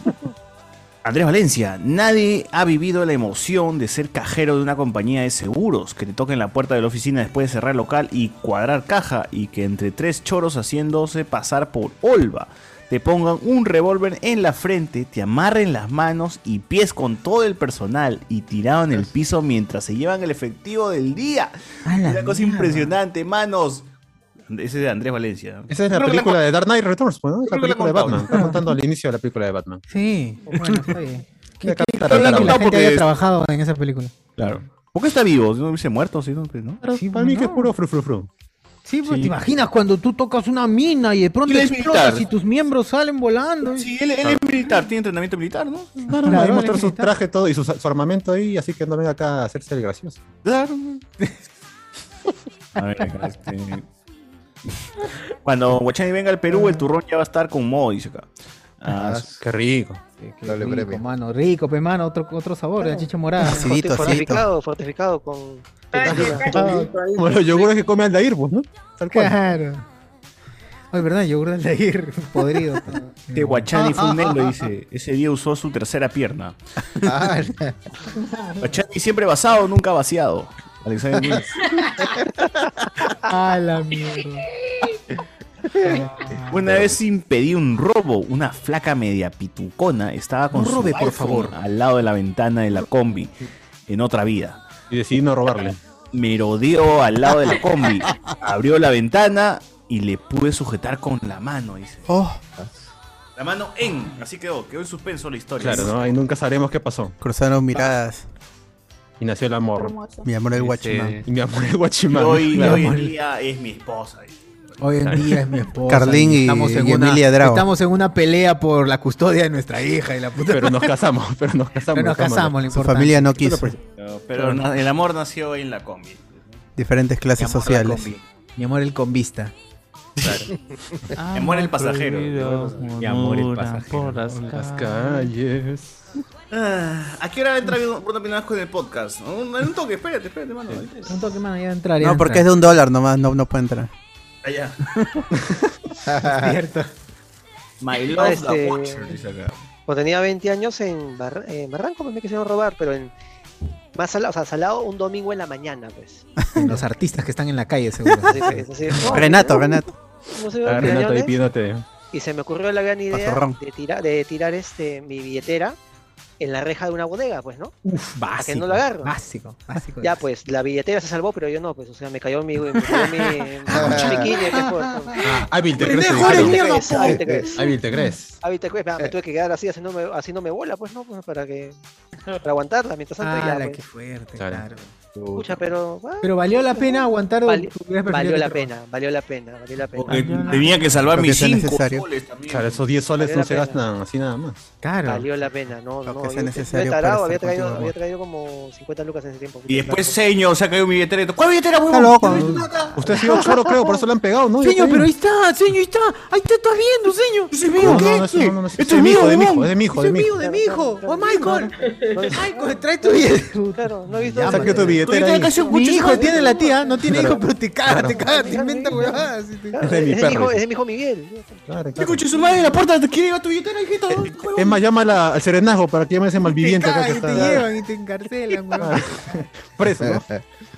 Andrés Valencia, nadie ha vivido la emoción de ser cajero de una compañía de seguros, que te toquen la puerta de la oficina después de cerrar local y cuadrar caja, y que entre tres choros haciéndose pasar por Olva, te pongan un revólver en la frente, te amarren las manos y pies con todo el personal y tirado en el piso mientras se llevan el efectivo del día. Una cosa impresionante, manos. Ese es de Andrés Valencia. ¿no?
Esa es la
Creo que
película de Dark Knight Returns, pues, ¿no? Es la
creo que la he
película de
contado.
Batman. Está contando al inicio de la película de Batman.
Sí, bueno, está bien. Qué, qué-
Claro,
qué bien
claro.
que la gente
Porque
haya
es-
trabajado en esa película.
Claro. ¿Por qué está vivo? Si no hubiese muerto, si no, pues, ¿no?
Sí,
Para mí
no.
que es puro fru, fru, fru.
Sí, pues
Sí.
te imaginas cuando tú tocas una mina y de pronto
Él es
explotas
militar.
y tus miembros salen volando.
Sí, él, él es militar, tiene entrenamiento militar, ¿no?
Claro, ahí mostró su traje todo y su, su armamento ahí, así que no venga acá a hacerse el gracioso.
Claro. A ver, acá, este. Cuando Guachani venga al Perú, el turrón ya va a estar con modo, dice acá.
Ah, qué rico.
Doble
Rico,
premio.
mano, rico, pe, mano, otro, otro sabor, la chicha morada.
forti- fortificado, fortificado con. Ah.
Como los yogures que come Aldair, pues, ¿no? Tal cual.
Claro. Ay, verdad, yogur de Aldair, podrido.
Este Guachani
Ah,
fue un negro, dice. Ese día usó su tercera pierna.
Ah,
Guachani siempre basado, nunca vaciado. Alexander Núñez.
A la mierda.
Una vez impedí un robo. Una flaca media pitucona estaba con
No
su
robe, por
iPhone
favor.
al lado de la ventana de la combi en otra vida.
Y decidí no robarle.
Me rodeó al lado de la combi, abrió la ventana y le pude sujetar con la mano, dice.
Oh.
La mano en, así quedó, quedó en suspenso la historia.
Claro, ¿no? Ahí nunca sabremos qué pasó.
Cruzaron miradas.
Y nació el amor.
Mi amor el
Dice-
Watchman.
Y mi amor el
Y
Watchman.
hoy,
Claro.
hoy en día es mi esposa. dice.
Hoy en día es mi esposa.
Carlín y- y
una,
Emilia Drago.
Estamos en una pelea por la custodia de nuestra hija y la puta.
Pero nos casamos, pero nos casamos.
Pero nos
estamos-
casamos, lo
Su
importante.
familia no quiso.
Pero, na- el amor nació en la combi.
Diferentes clases
Mi amor, la
sociales.
combi. Mi amor el combista.
Mi amor
Ah,
el pasajero. Mi amor el pasajero.
Por las
Las calles.
Ah, ¿A qué hora entra Bruno Bruno Pinasco en el podcast? Un- En un toque, espérate, espérate, mano.
Un toque, mano, ya entrar. ya
No, porque es
entrar.
de un dólar nomás, no, no puede entrar.
Ah,
Allá.
Cierto.
My
Ah,
love the
este,
watcher, dice acá.
Cuando tenía 20 años en, Barra- en Barranco pues, me quisieron robar, pero en. Más salado, o sea, salado un domingo en la mañana, pues.
Los artistas que están en la calle, seguro.
Así que- es así, oh,
Renato,
no,
Renato.
no sé,
Ah, Renato, ahí
piñones.
pidiéndote.
Y se me ocurrió la gran idea
Pazorrón.
de tirar, de tirar este, mi billetera en la reja de una bodega, pues, ¿no?
Uf,
Para
básico.
que no lo agarren.
Básico, básico.
Ya, pues, la billetera se salvó, pero yo no, pues, o sea, me cayó mi... Me cayó mi, mi chiquilla, pues, por-
Ah,
Ah, Hábil, te crees.
Pendejo,
te
eres
dijeron.
mierda, po. Hábil, te crees.
Hábil, te crees.
Ah, viste, pues,
Eh.
me tuve que quedar así, así no me, así no me bola, pues, ¿no? Pues, Para que... Para aguantarla, mientras tanto
Ah,
ya,
la
pues.
que fuerte,
claro.
Escucha, pero... ah,
Pero valió la pena aguantar o
Vali-
tú hubieras preferido
valió
que
la
te
pena, valió la pena, valió la pena.
Porque tenía que salvar
Lo que
mis
sea
5
necesario.
soles también.
Claro, esos 10 soles
Valió
no
la
se
pena.
gastan así nada más.
Valió la pena, no, no.
que sea
yo- yo
necesario
tarado,
para estar
había, traído,
contigo,
había
amor.
traído como 50 lucas en ese tiempo.
Y después seño, se ha caído mi billetera. y todo, ¿Cuál billetera, huevón?
Usted ha sido choro, creo, por eso le han pegado, ¿no? Yo
Señor,
creo.
pero ahí está, señor, ahí está. Ahí te estás viendo, señor. ¿Se
No, no, no, eso no, no, no,
Esto
es de mi hijo, de mi hijo, es de mi hijo,
Es
de mi
mío,
hijo.
de mi hijo. Oh, Michael. Michael, trae tu billetera.
Claro, no he visto.
pues,
Saca
eh.
tu billetera ahí.
Mi hijo tiene la tía, no tiene
Claro.
hijo, pero te caga,
Claro.
te caga, te inventa huevadas.
Es de mi
Es de mi hijo,
perro.
es de mi hijo Miguel.
Claro, claro.
Escuche su madre la puerta, te quiere llevar tu billetera, hijito.
Es más, llama a la- al serenazgo para que llame a ese malviviente acá
Caga,
que
y te
está
llevan y te encarcelan, huevón.
preso, ¿no?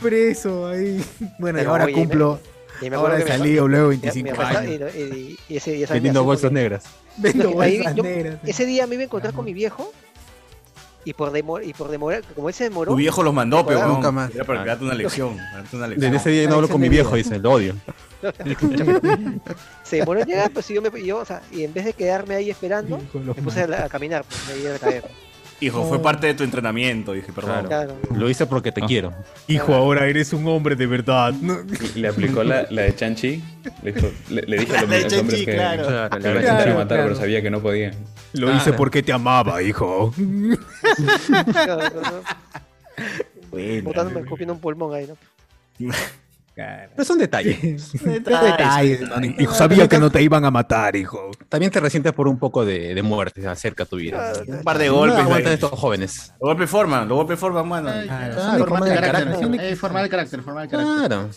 Preso ahí. Bueno, y
Pero,
ahora
oye,
cumplo.
Y me acuerdo
Ahora
que me-
salí, luego
me- me
25
pasaba-
años.
y- y- y ese- y esa-
vendiendo
así
bolsas
porque-
negras.
Vendo
Porque ahí-
bolsas
yo-
negras.
Ese día me iba a encontrar con mi viejo. Y por demorar, y por demorar, como él se demoró.
Tu viejo los mandó, pero
Nunca
huevón.
más.
Era para darte una lección. para darte una lección.
Desde ese día no hablo con mi viejo, dice, lo odio.
se demoró en llegar, pues y yo me yo, o sea, y en vez de quedarme ahí esperando, me puse a, la- a caminar, pues me iba a caer.
Hijo, fue parte de tu entrenamiento, dije, perdón.
Claro.
Lo hice porque te quiero.
Hijo, ahora eres un hombre de verdad.
Y le aplicó la, la de Chanchi. Le, dijo- le- le dije a los,
La de
a los hombres
Chanchi,
que,
claro. Claro,
que me iban a
claro,
intentar matar,
claro.
pero sabía que no podía.
Lo hice porque te amaba, hijo.
Claro, no, no. Botándome, escupiendo un pulmón ahí, ¿no?
Pero son detalles.
Detalles,
Detalles.
hijo, sabía que no te iban a matar, hijo.
También te resientes por un poco de, de muerte acerca a tu vida.
Un par de golpes,
No aguantan
ahí.
estos jóvenes.
Los golpes forman, los golpes forman, mano.
Claro,
Formar
forma
el
de
carácter.
carácter.
eh, Formar el carácter, formar el carácter.
Claro.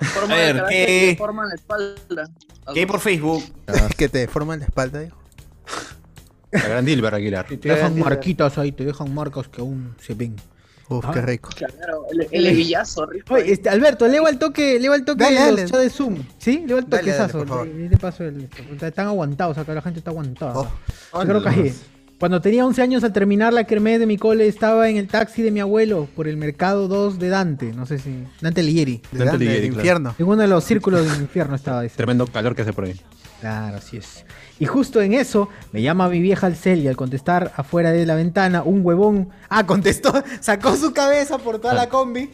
Forma
A
de
ver,
carácter
¿qué-
que forma en la espalda.
¿Qué hay por Facebook?
que te deforman la espalda,
¿eh?
hijo.
La gran Dilber Aguilar.
Te dejan marquitas ahí, te dejan marcas que aún se ven.
Uf,
Ah.
qué rico.
Claro, el, el hebillazo, rico.
Oye, este, Alberto, leo al toque, leo al toque
Dale,
los
dale.
chats de Zoom. ¿Sí? Leo al
Dale,
toque,
dale,
Sazo.
por favor.
Ahí te paso el- Están aguantados, acá la gente está aguantada.
Oh,
Yo creo que ahí. Cuando tenía 11 años, al terminar la kermés de mi cole, estaba en el taxi de mi abuelo por el mercado 2 de Dante. No sé si. Dante Ligieri.
De Dante Dante, Ligieri, del claro. infierno.
En uno de los círculos del infierno estaba ese.
Tremendo calor que hace por ahí.
Claro, así es. Y justo en eso me llama mi vieja al cel y al contestar afuera de la ventana un huevón. Ah, contestó, sacó su cabeza por toda
Ah.
la combi,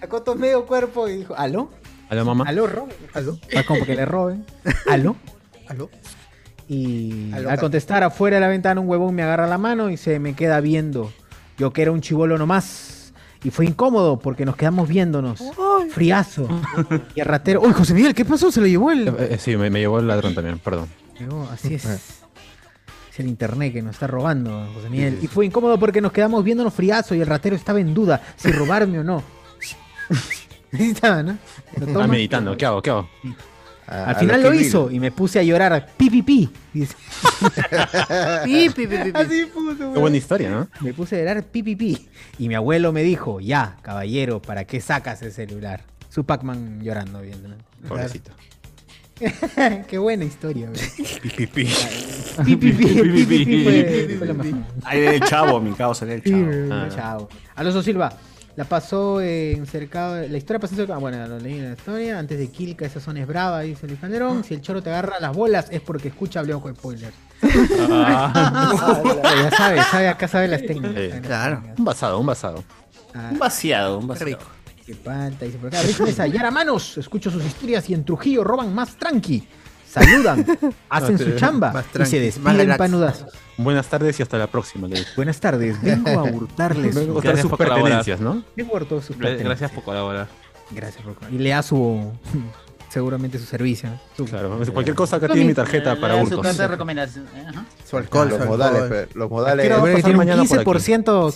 sacó todo medio cuerpo y dijo, ¿aló?
¿Aló, mamá?
¿Aló, Robin? ¿Aló? Va como que le roben. ¿Aló? ¿Aló? Y
¿Aló,
al
Carlos?
contestar afuera de la ventana un huevón me agarra la mano y se me queda viendo. Yo que era un chivolo nomás. Y fue incómodo porque nos quedamos viéndonos.
Oh.
Friazo. y el ratero. ¡Uy, José Miguel! ¿Qué pasó? Se lo llevó el.
Eh, eh, sí, me, me llevó el ladrón también, perdón.
Llegó, así es. Es el internet que nos está robando, José Miguel. Y fue incómodo porque nos quedamos viéndonos friazo y el ratero estaba en duda si robarme o no. Ahí estaba, ¿no? Lo
Está
toma.
Ah, meditando, ¿qué hago? ¿Qué hago?
Al final lo hizo y me puse a llorar. Pi, pi, pi. Dice. Pi, pi, pi, pi, pi. Así puso,
Qué buena
güey.
historia, ¿no?
Me puse a llorar pi, pi, pi. Y mi abuelo me dijo, ya, caballero, ¿para qué sacas el celular? Su Pac-Man llorando, evidentemente.
Pobrecito.
qué buena historia, güey.
Pi, pi, pi.
Pi, pi, pi, pi, pi, pi,
pi,
fue-
pi,
fue lo
pi,
mejor.
Ahí del chavo, mi causa, ahí del
Sí,
chavo.
Ah.
güey, chao. Alonso Silva, la pasó en cercado. La historia pasó en cercado. Bueno, lo leí en la historia. Antes de Kilka, esa zona es brava, dice Luis Calderón. Si el choro te agarra las bolas es porque escucha hablamos con spoilers. ya sabe, sabe, acá sabe las técnicas.
Ah. Sí.
sabe las
Claro.
técnicas.
Un basado, un basado.
Ah,
Un vaciado, un vaciado.
qué panta, dice por acá. Rick Mesa, Yara Manos, escucho sus historias y en Trujillo roban más tranqui. Saludan, hacen su chamba
Más
y
tranqui,
se
más
despiden
relax.
panudazos.
Buenas tardes y hasta la próxima. Le digo.
Buenas tardes, vengo a hurtarles
Vengo a
sus-
hurtar sus
por colaborar.
pertenencias, ¿no?
Vengo a hurtar sus
Gra-
pertenencias.
Gracias por colaborar.
Gracias por Y lea su. seguramente su servicio. ¿no? Su-
Claro, cualquier cosa acá tiene mi tarjeta para
Le da eh, Su
hurtos.
carta de recomendación. eh, Ajá.
Su alcohol,
Los
su
modales,
alcohol.
pe, los modales.
Creo
Voy a
que
pasar
tiene un
mañana por aquí.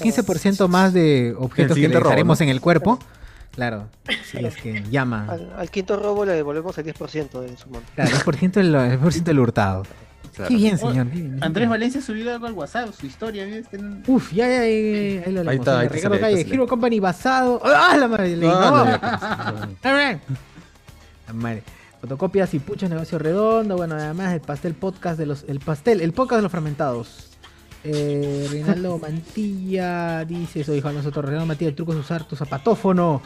15%, 15 más de objetos que le
siguiente robo,
dejaremos
¿no?
en el cuerpo. Claro, si es que llama.
Al, al quinto robo le devolvemos el 10% de su monto.
Claro, 10% del, el por ciento del hurtado. Qué bien, señor. qué bien.
Andrés Valencia subió algo al WhatsApp, su historia. ¿ves? Tiene-
Uf, ya, ya, ahí, ahí lo leemos.
está, ahí te sale,
Ricardo
ahí te
Calle,
sale.
Hero Company basado. ¡Ah, la madre! Le
Ah,
innova!
la
Alright. La madre. Fotocopias y puchos, negocio redondo. Bueno, además el pastel podcast de los. El pastel, el podcast de los fragmentados. Eh, Reinaldo Mantilla dice: Soy Juan nosotros. Reinaldo Mantilla, el truco es usar tu zapatófono.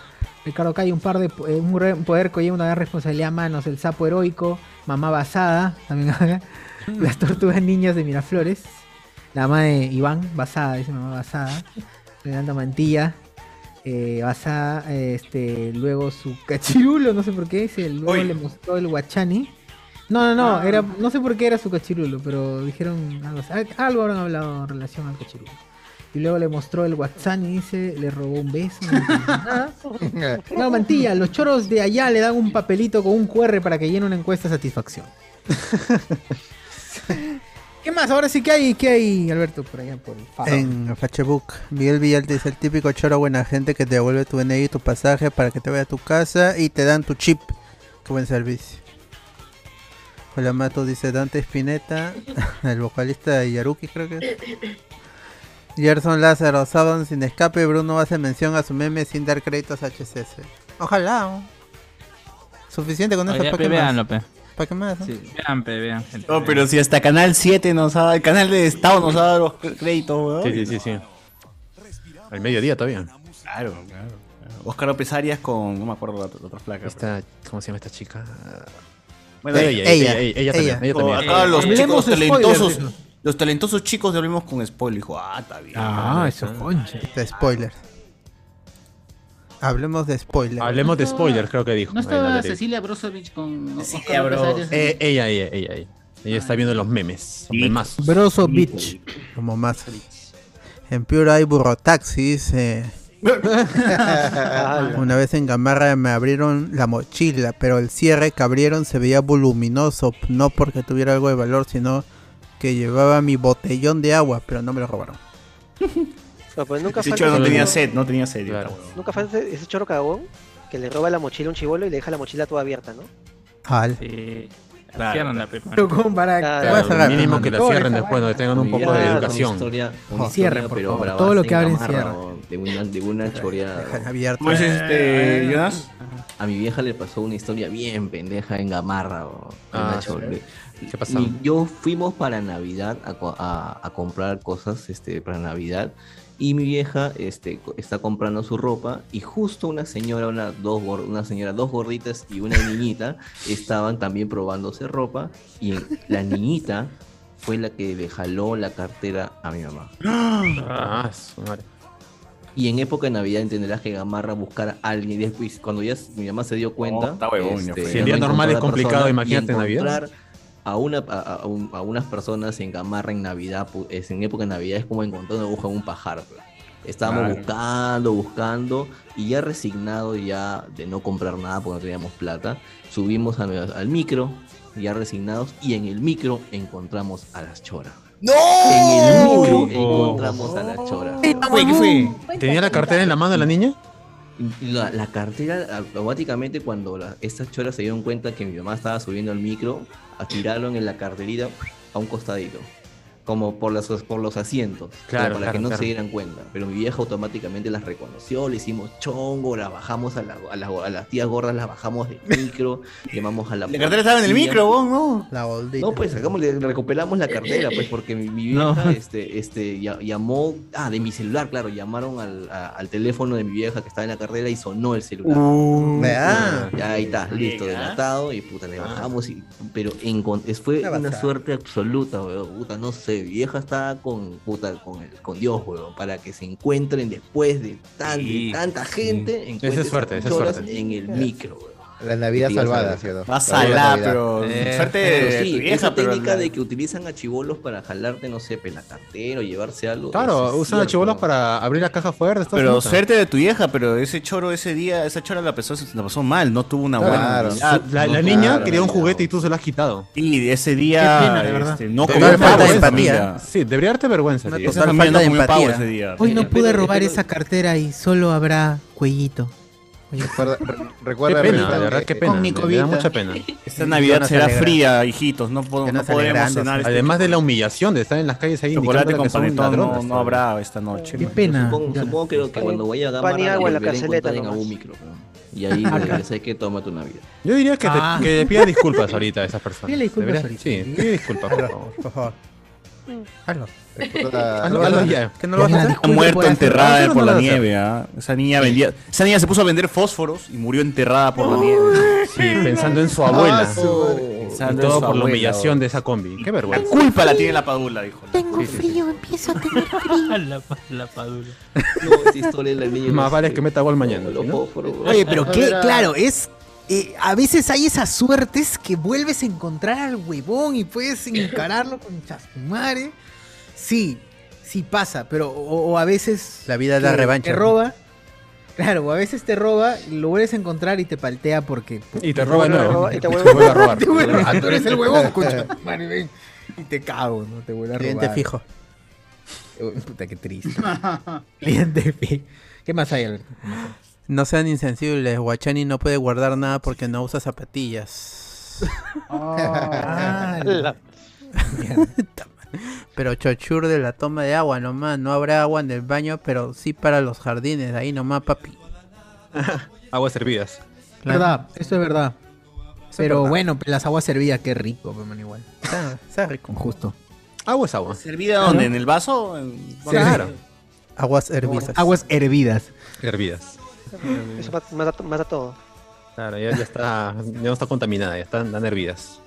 Ricardo Calle, un par de. eh, un re- poder que lleva una gran responsabilidad a manos. El sapo heroico. Mamá basada. También acá. Las tortugas niñas de Miraflores. La mamá de Iván, basada, dice mamá basada. Reinaldo Mantilla. eh, basada, eh, este, luego su cachirulo, no sé por qué, dice, luego le mostró el guachani. No, no, no, era, no sé por qué era su cachirulo, pero dijeron algo, así. Al- algo habrán hablado en relación al cachirulo. Y luego le mostró el WhatsApp y dice, le robó un beso. no entiendo nada. No, mantilla, los choros de allá le dan un papelito con un QR para que llene una encuesta de satisfacción. ¿Qué más? Ahora sí que hay, ¿qué hay, Alberto? Por allá, por el faro.
En Facebook, Miguel Villalta es el típico choro buena gente que te devuelve tu DNI y tu pasaje para que te vaya a tu casa y te dan tu chip. Qué buen servicio. Hola Mato dice Dante Spinetta, el vocalista de Yaruki creo que es. Gerson Lázaro, sábado sin escape, Bruno hace mención a su meme sin dar créditos a HCC. Ojalá. ¿no? Suficiente con eso,
Oye,
¿para qué
vean,
más?
Lope.
¿Para qué más? no?
Vean, pe, vean, gente.
No, pero si hasta Canal 7 nos ha el Canal de Estado nos ha dado los cr- créditos, weón.
Sí, sí, sí, sí. Al mediodía todavía.
Claro, claro. claro. Oscar López Arias con, no me acuerdo la, la otra placa.
Esta, ¿Cómo se llama esta chica?
Bueno,
ella, ella, ella, ella también, ella
Con
también.
Acá los
Hablemos
chicos
spoilers,
talentosos,
dijo.
los talentosos chicos de Hablemos con Spoiler, dijo, ah, está bien.
Ah,
Ah,
eso concha. Este spoiler. Hablemos de spoiler.
Hablemos de spoilers, creo que dijo.
¿No
Ahí la
estaba
leí.
Cecilia Brosovich con
Sí,
Oscar
bro.
López Arias?
Eh, ella, ella, ella, ella. Ella está viendo los memes. Los memazos.
Broso Beach. Como más. En Piura hay burrotaxis. eh. Una vez en Gamarra me abrieron la mochila, pero el cierre que abrieron se veía voluminoso, no porque tuviera algo de valor, sino que llevaba mi botellón de agua, pero no me lo robaron.
No, pues nunca
Ese
falta
choro no
ese
tenía
choro-
sed, no tenía sed. digo.
Nunca falta ese choro cagón que le roba la mochila a un chivolo y le deja la mochila toda abierta, ¿no?
Sí.
Claro.
Cierran la pepa.
Pero con para-
Claro.
Vas a agarrar,
mínimo que la
mano.
cierren después, donde tengan un poco de
Claro,
educación.
una historia- una
Oh, cierren,
historia,
por
pero
favor.
grabada
Todo lo
en
que abren,
Gamarra,
cierren.
o De una, de una choreada.
abierto.
¿Cómo dices, este, Jonas?
A mi vieja le pasó una historia bien pendeja en Gamarra. o en
Ah,
una chore-
¿Qué pasó?
Mi- Yo fuimos para Navidad a, co- a- a comprar cosas este, para Navidad. Y mi vieja este, co- está comprando su ropa y justo una señora, una, dos, gor- una señora, dos gorditas y una niñita estaban también probándose ropa y la niñita fue la que le jaló la cartera a mi mamá.
Ah, su madre.
Y en época de Navidad entenderás que Gamarra buscar a alguien. Después, cuando ya s- mi mamá se dio cuenta.
Oh, está huevón, ya fue. Si el
no
día normal
encontró
es
a la
complicado,
persona
imagínate
y
en Navidad.
encontrar A, una, a, a un- a unas personas en Gamarra en Navidad, pu- es, en época de Navidad es como encontrar una aguja en un pajar. pues. Estábamos
Claro.
buscando, buscando, y ya resignado ya de no comprar nada porque no teníamos plata, subimos a- al micro, ya resignados, y en el micro encontramos a las choras.
¡No!
En el micro encontramos a las choras.
¿Qué fue? ¿Tenía la cartera en la mano la niña?
La, la cartera, automáticamente cuando la- estas choras se dieron cuenta que mi mamá estaba subiendo al micro, a tiraron en la carterita a un costadito, como por, las, por los asientos, como
Claro,
para
claro,
que no
claro.
se dieran cuenta. Pero mi vieja automáticamente las reconoció, le hicimos chongo, las bajamos a, la- a las- a las tías gordas, las bajamos del micro, llamamos a la...
La cartera estaba en el
policía.
micro, vos, ¿no?
La oldita.
No, pues sacamos, le recuperamos la cartera, pues, porque mi, mi vieja
No.
este, este, ya- llamó, ah, de mi celular, claro, llamaron al, a- al teléfono de mi vieja que estaba en la cartera y sonó el celular.
Uh, ah.
ya ahí está, listo, delatado, y puta, le bajamos, y, pero encon- es- fue
Una
una,
basada.
suerte absoluta, weón, puta, no sé, mi vieja estaba con, puta, con, el- con Dios, weón, para que se encuentren después de, tan- de
Sí.
tanta gente,
Sí.
encuentren
Esa es suerte, esa es
horas
suerte.
en el micro, weón.
La Navidad
Sí,
salvada,
sí,
¿sí o no?
Más
La
salada,
Navidad.
pero suerte de
Eh, pero sí,
tu vieja,
esa
pero
técnica
la-
de que utilizan a chivolos para jalarte, no sé, pues, la cartera o llevarse algo.
Claro,
eso es
usan a
cierto.
chibolos para abrir la caja fuerte. esto
Pero
es nota.
suerte de tu vieja, pero ese choro ese día, esa chora la pasó, la pasó mal, no tuvo una
Claro. Ah,
buena. Navidad,
La,
no
la
tuvo
niña
una buena
quería un
Navidad.
juguete y tú se lo has quitado.
Y ese día
Qué pena, de verdad.
este, no
Te
comió
da falta
pavo
de
esa
empatía.
familia.
Sí, debería darte vergüenza. tío.
Esa familia no comió pavo ese día.
Hoy no pude robar esa cartera y solo habrá cuellito.
Recuerda, re-
Qué
recuerda
pena,
ahorita
de verdad,
que-
qué pena.
con
Me da
Nicovita.
mucha pena.
Esta Navidad será fría, hijitos, no, po- no podemos cenar. este
Además de la humillación de estar en las calles ahí
Chocolate con
indicándole que son
panetón no,
ladrones,
no habrá esta noche.
Qué pena.
Supongo,
Ya.
supongo que, que cuando vaya a
Pan y
Gamarra
agua en la
volveré a
caceleta
encontrar en
nomás. Ah,
algún micro. ¿no? Y ahí le diré, "Sabes qué? toma tu Navidad.
Yo diría que, te,
Ah.
que le pidas disculpas ahorita a esas personas.
Pídele disculpas
Deberías-
ahorita.
Sí, pide disculpas, por favor.
Hazlo.
Ah,
Hazlo, hazlo ya.
¿Que no lo vas a hacer?
Está muerto, enterrada
¿Por qué no
por
lo
la
vas a hacer?
nieve. ¿ah? Esa niña vendía, esa niña se puso a vender fósforos y murió enterrada por la nieve. Sí,
pensando en su abuela.
Pensando
Y todo
en
por
su
la
abuela,
humillación
bro.
de esa combi. Qué
La
vergüenza.
culpa la tiene la padula, dijo.
Tengo frío, empiezo a tener frío.
la, pa- la padula.
Más vale que meta gol mañana. ¿no?
Oye, pero qué, claro, es. eh, a veces hay esas suertes que vuelves a encontrar al huevón y puedes encararlo con chasumare. Sí, sí pasa, pero. O, o a veces.
La vida da
que
revancha,
Te
¿no?
roba. Claro, o a veces te roba, lo vuelves a encontrar y te paltea porque.
Y te roba de
vuelve a
nuevo.
robar,
Y te vuelve a robar.
Te vuelve- ah, tú eres el huevón, concha tu madre, ven. Y te cago, ¿no? Te vuelve a robar.
Cliente fijo.
Uy, Puta, qué triste. Cliente fijo. ¿Qué más hay, Alberto? ¿Qué más hay?
No sean insensibles, Guachani no puede guardar nada porque no usa zapatillas.
Ah, la-
Pero chochur de la toma de agua nomás, no habrá agua en el baño, pero sí para los jardines, ahí nomás papi.
Aguas servidas.
Verdad, esto es verdad.
es
Pero
verdad.
bueno, pues, las aguas servidas, qué rico, pues, man, igual.
Está, Ah, rico.
Justo.
Agua es agua.
¿Servida dónde? ¿En el vaso? ¿En- dónde?
Claro.
Aguas hervidas.
Aguas hervidas.
Hervidas.
Eso mata, mata- mata todo.
Claro, ya, ya está, ya no está contaminada, ya están dan hervidas.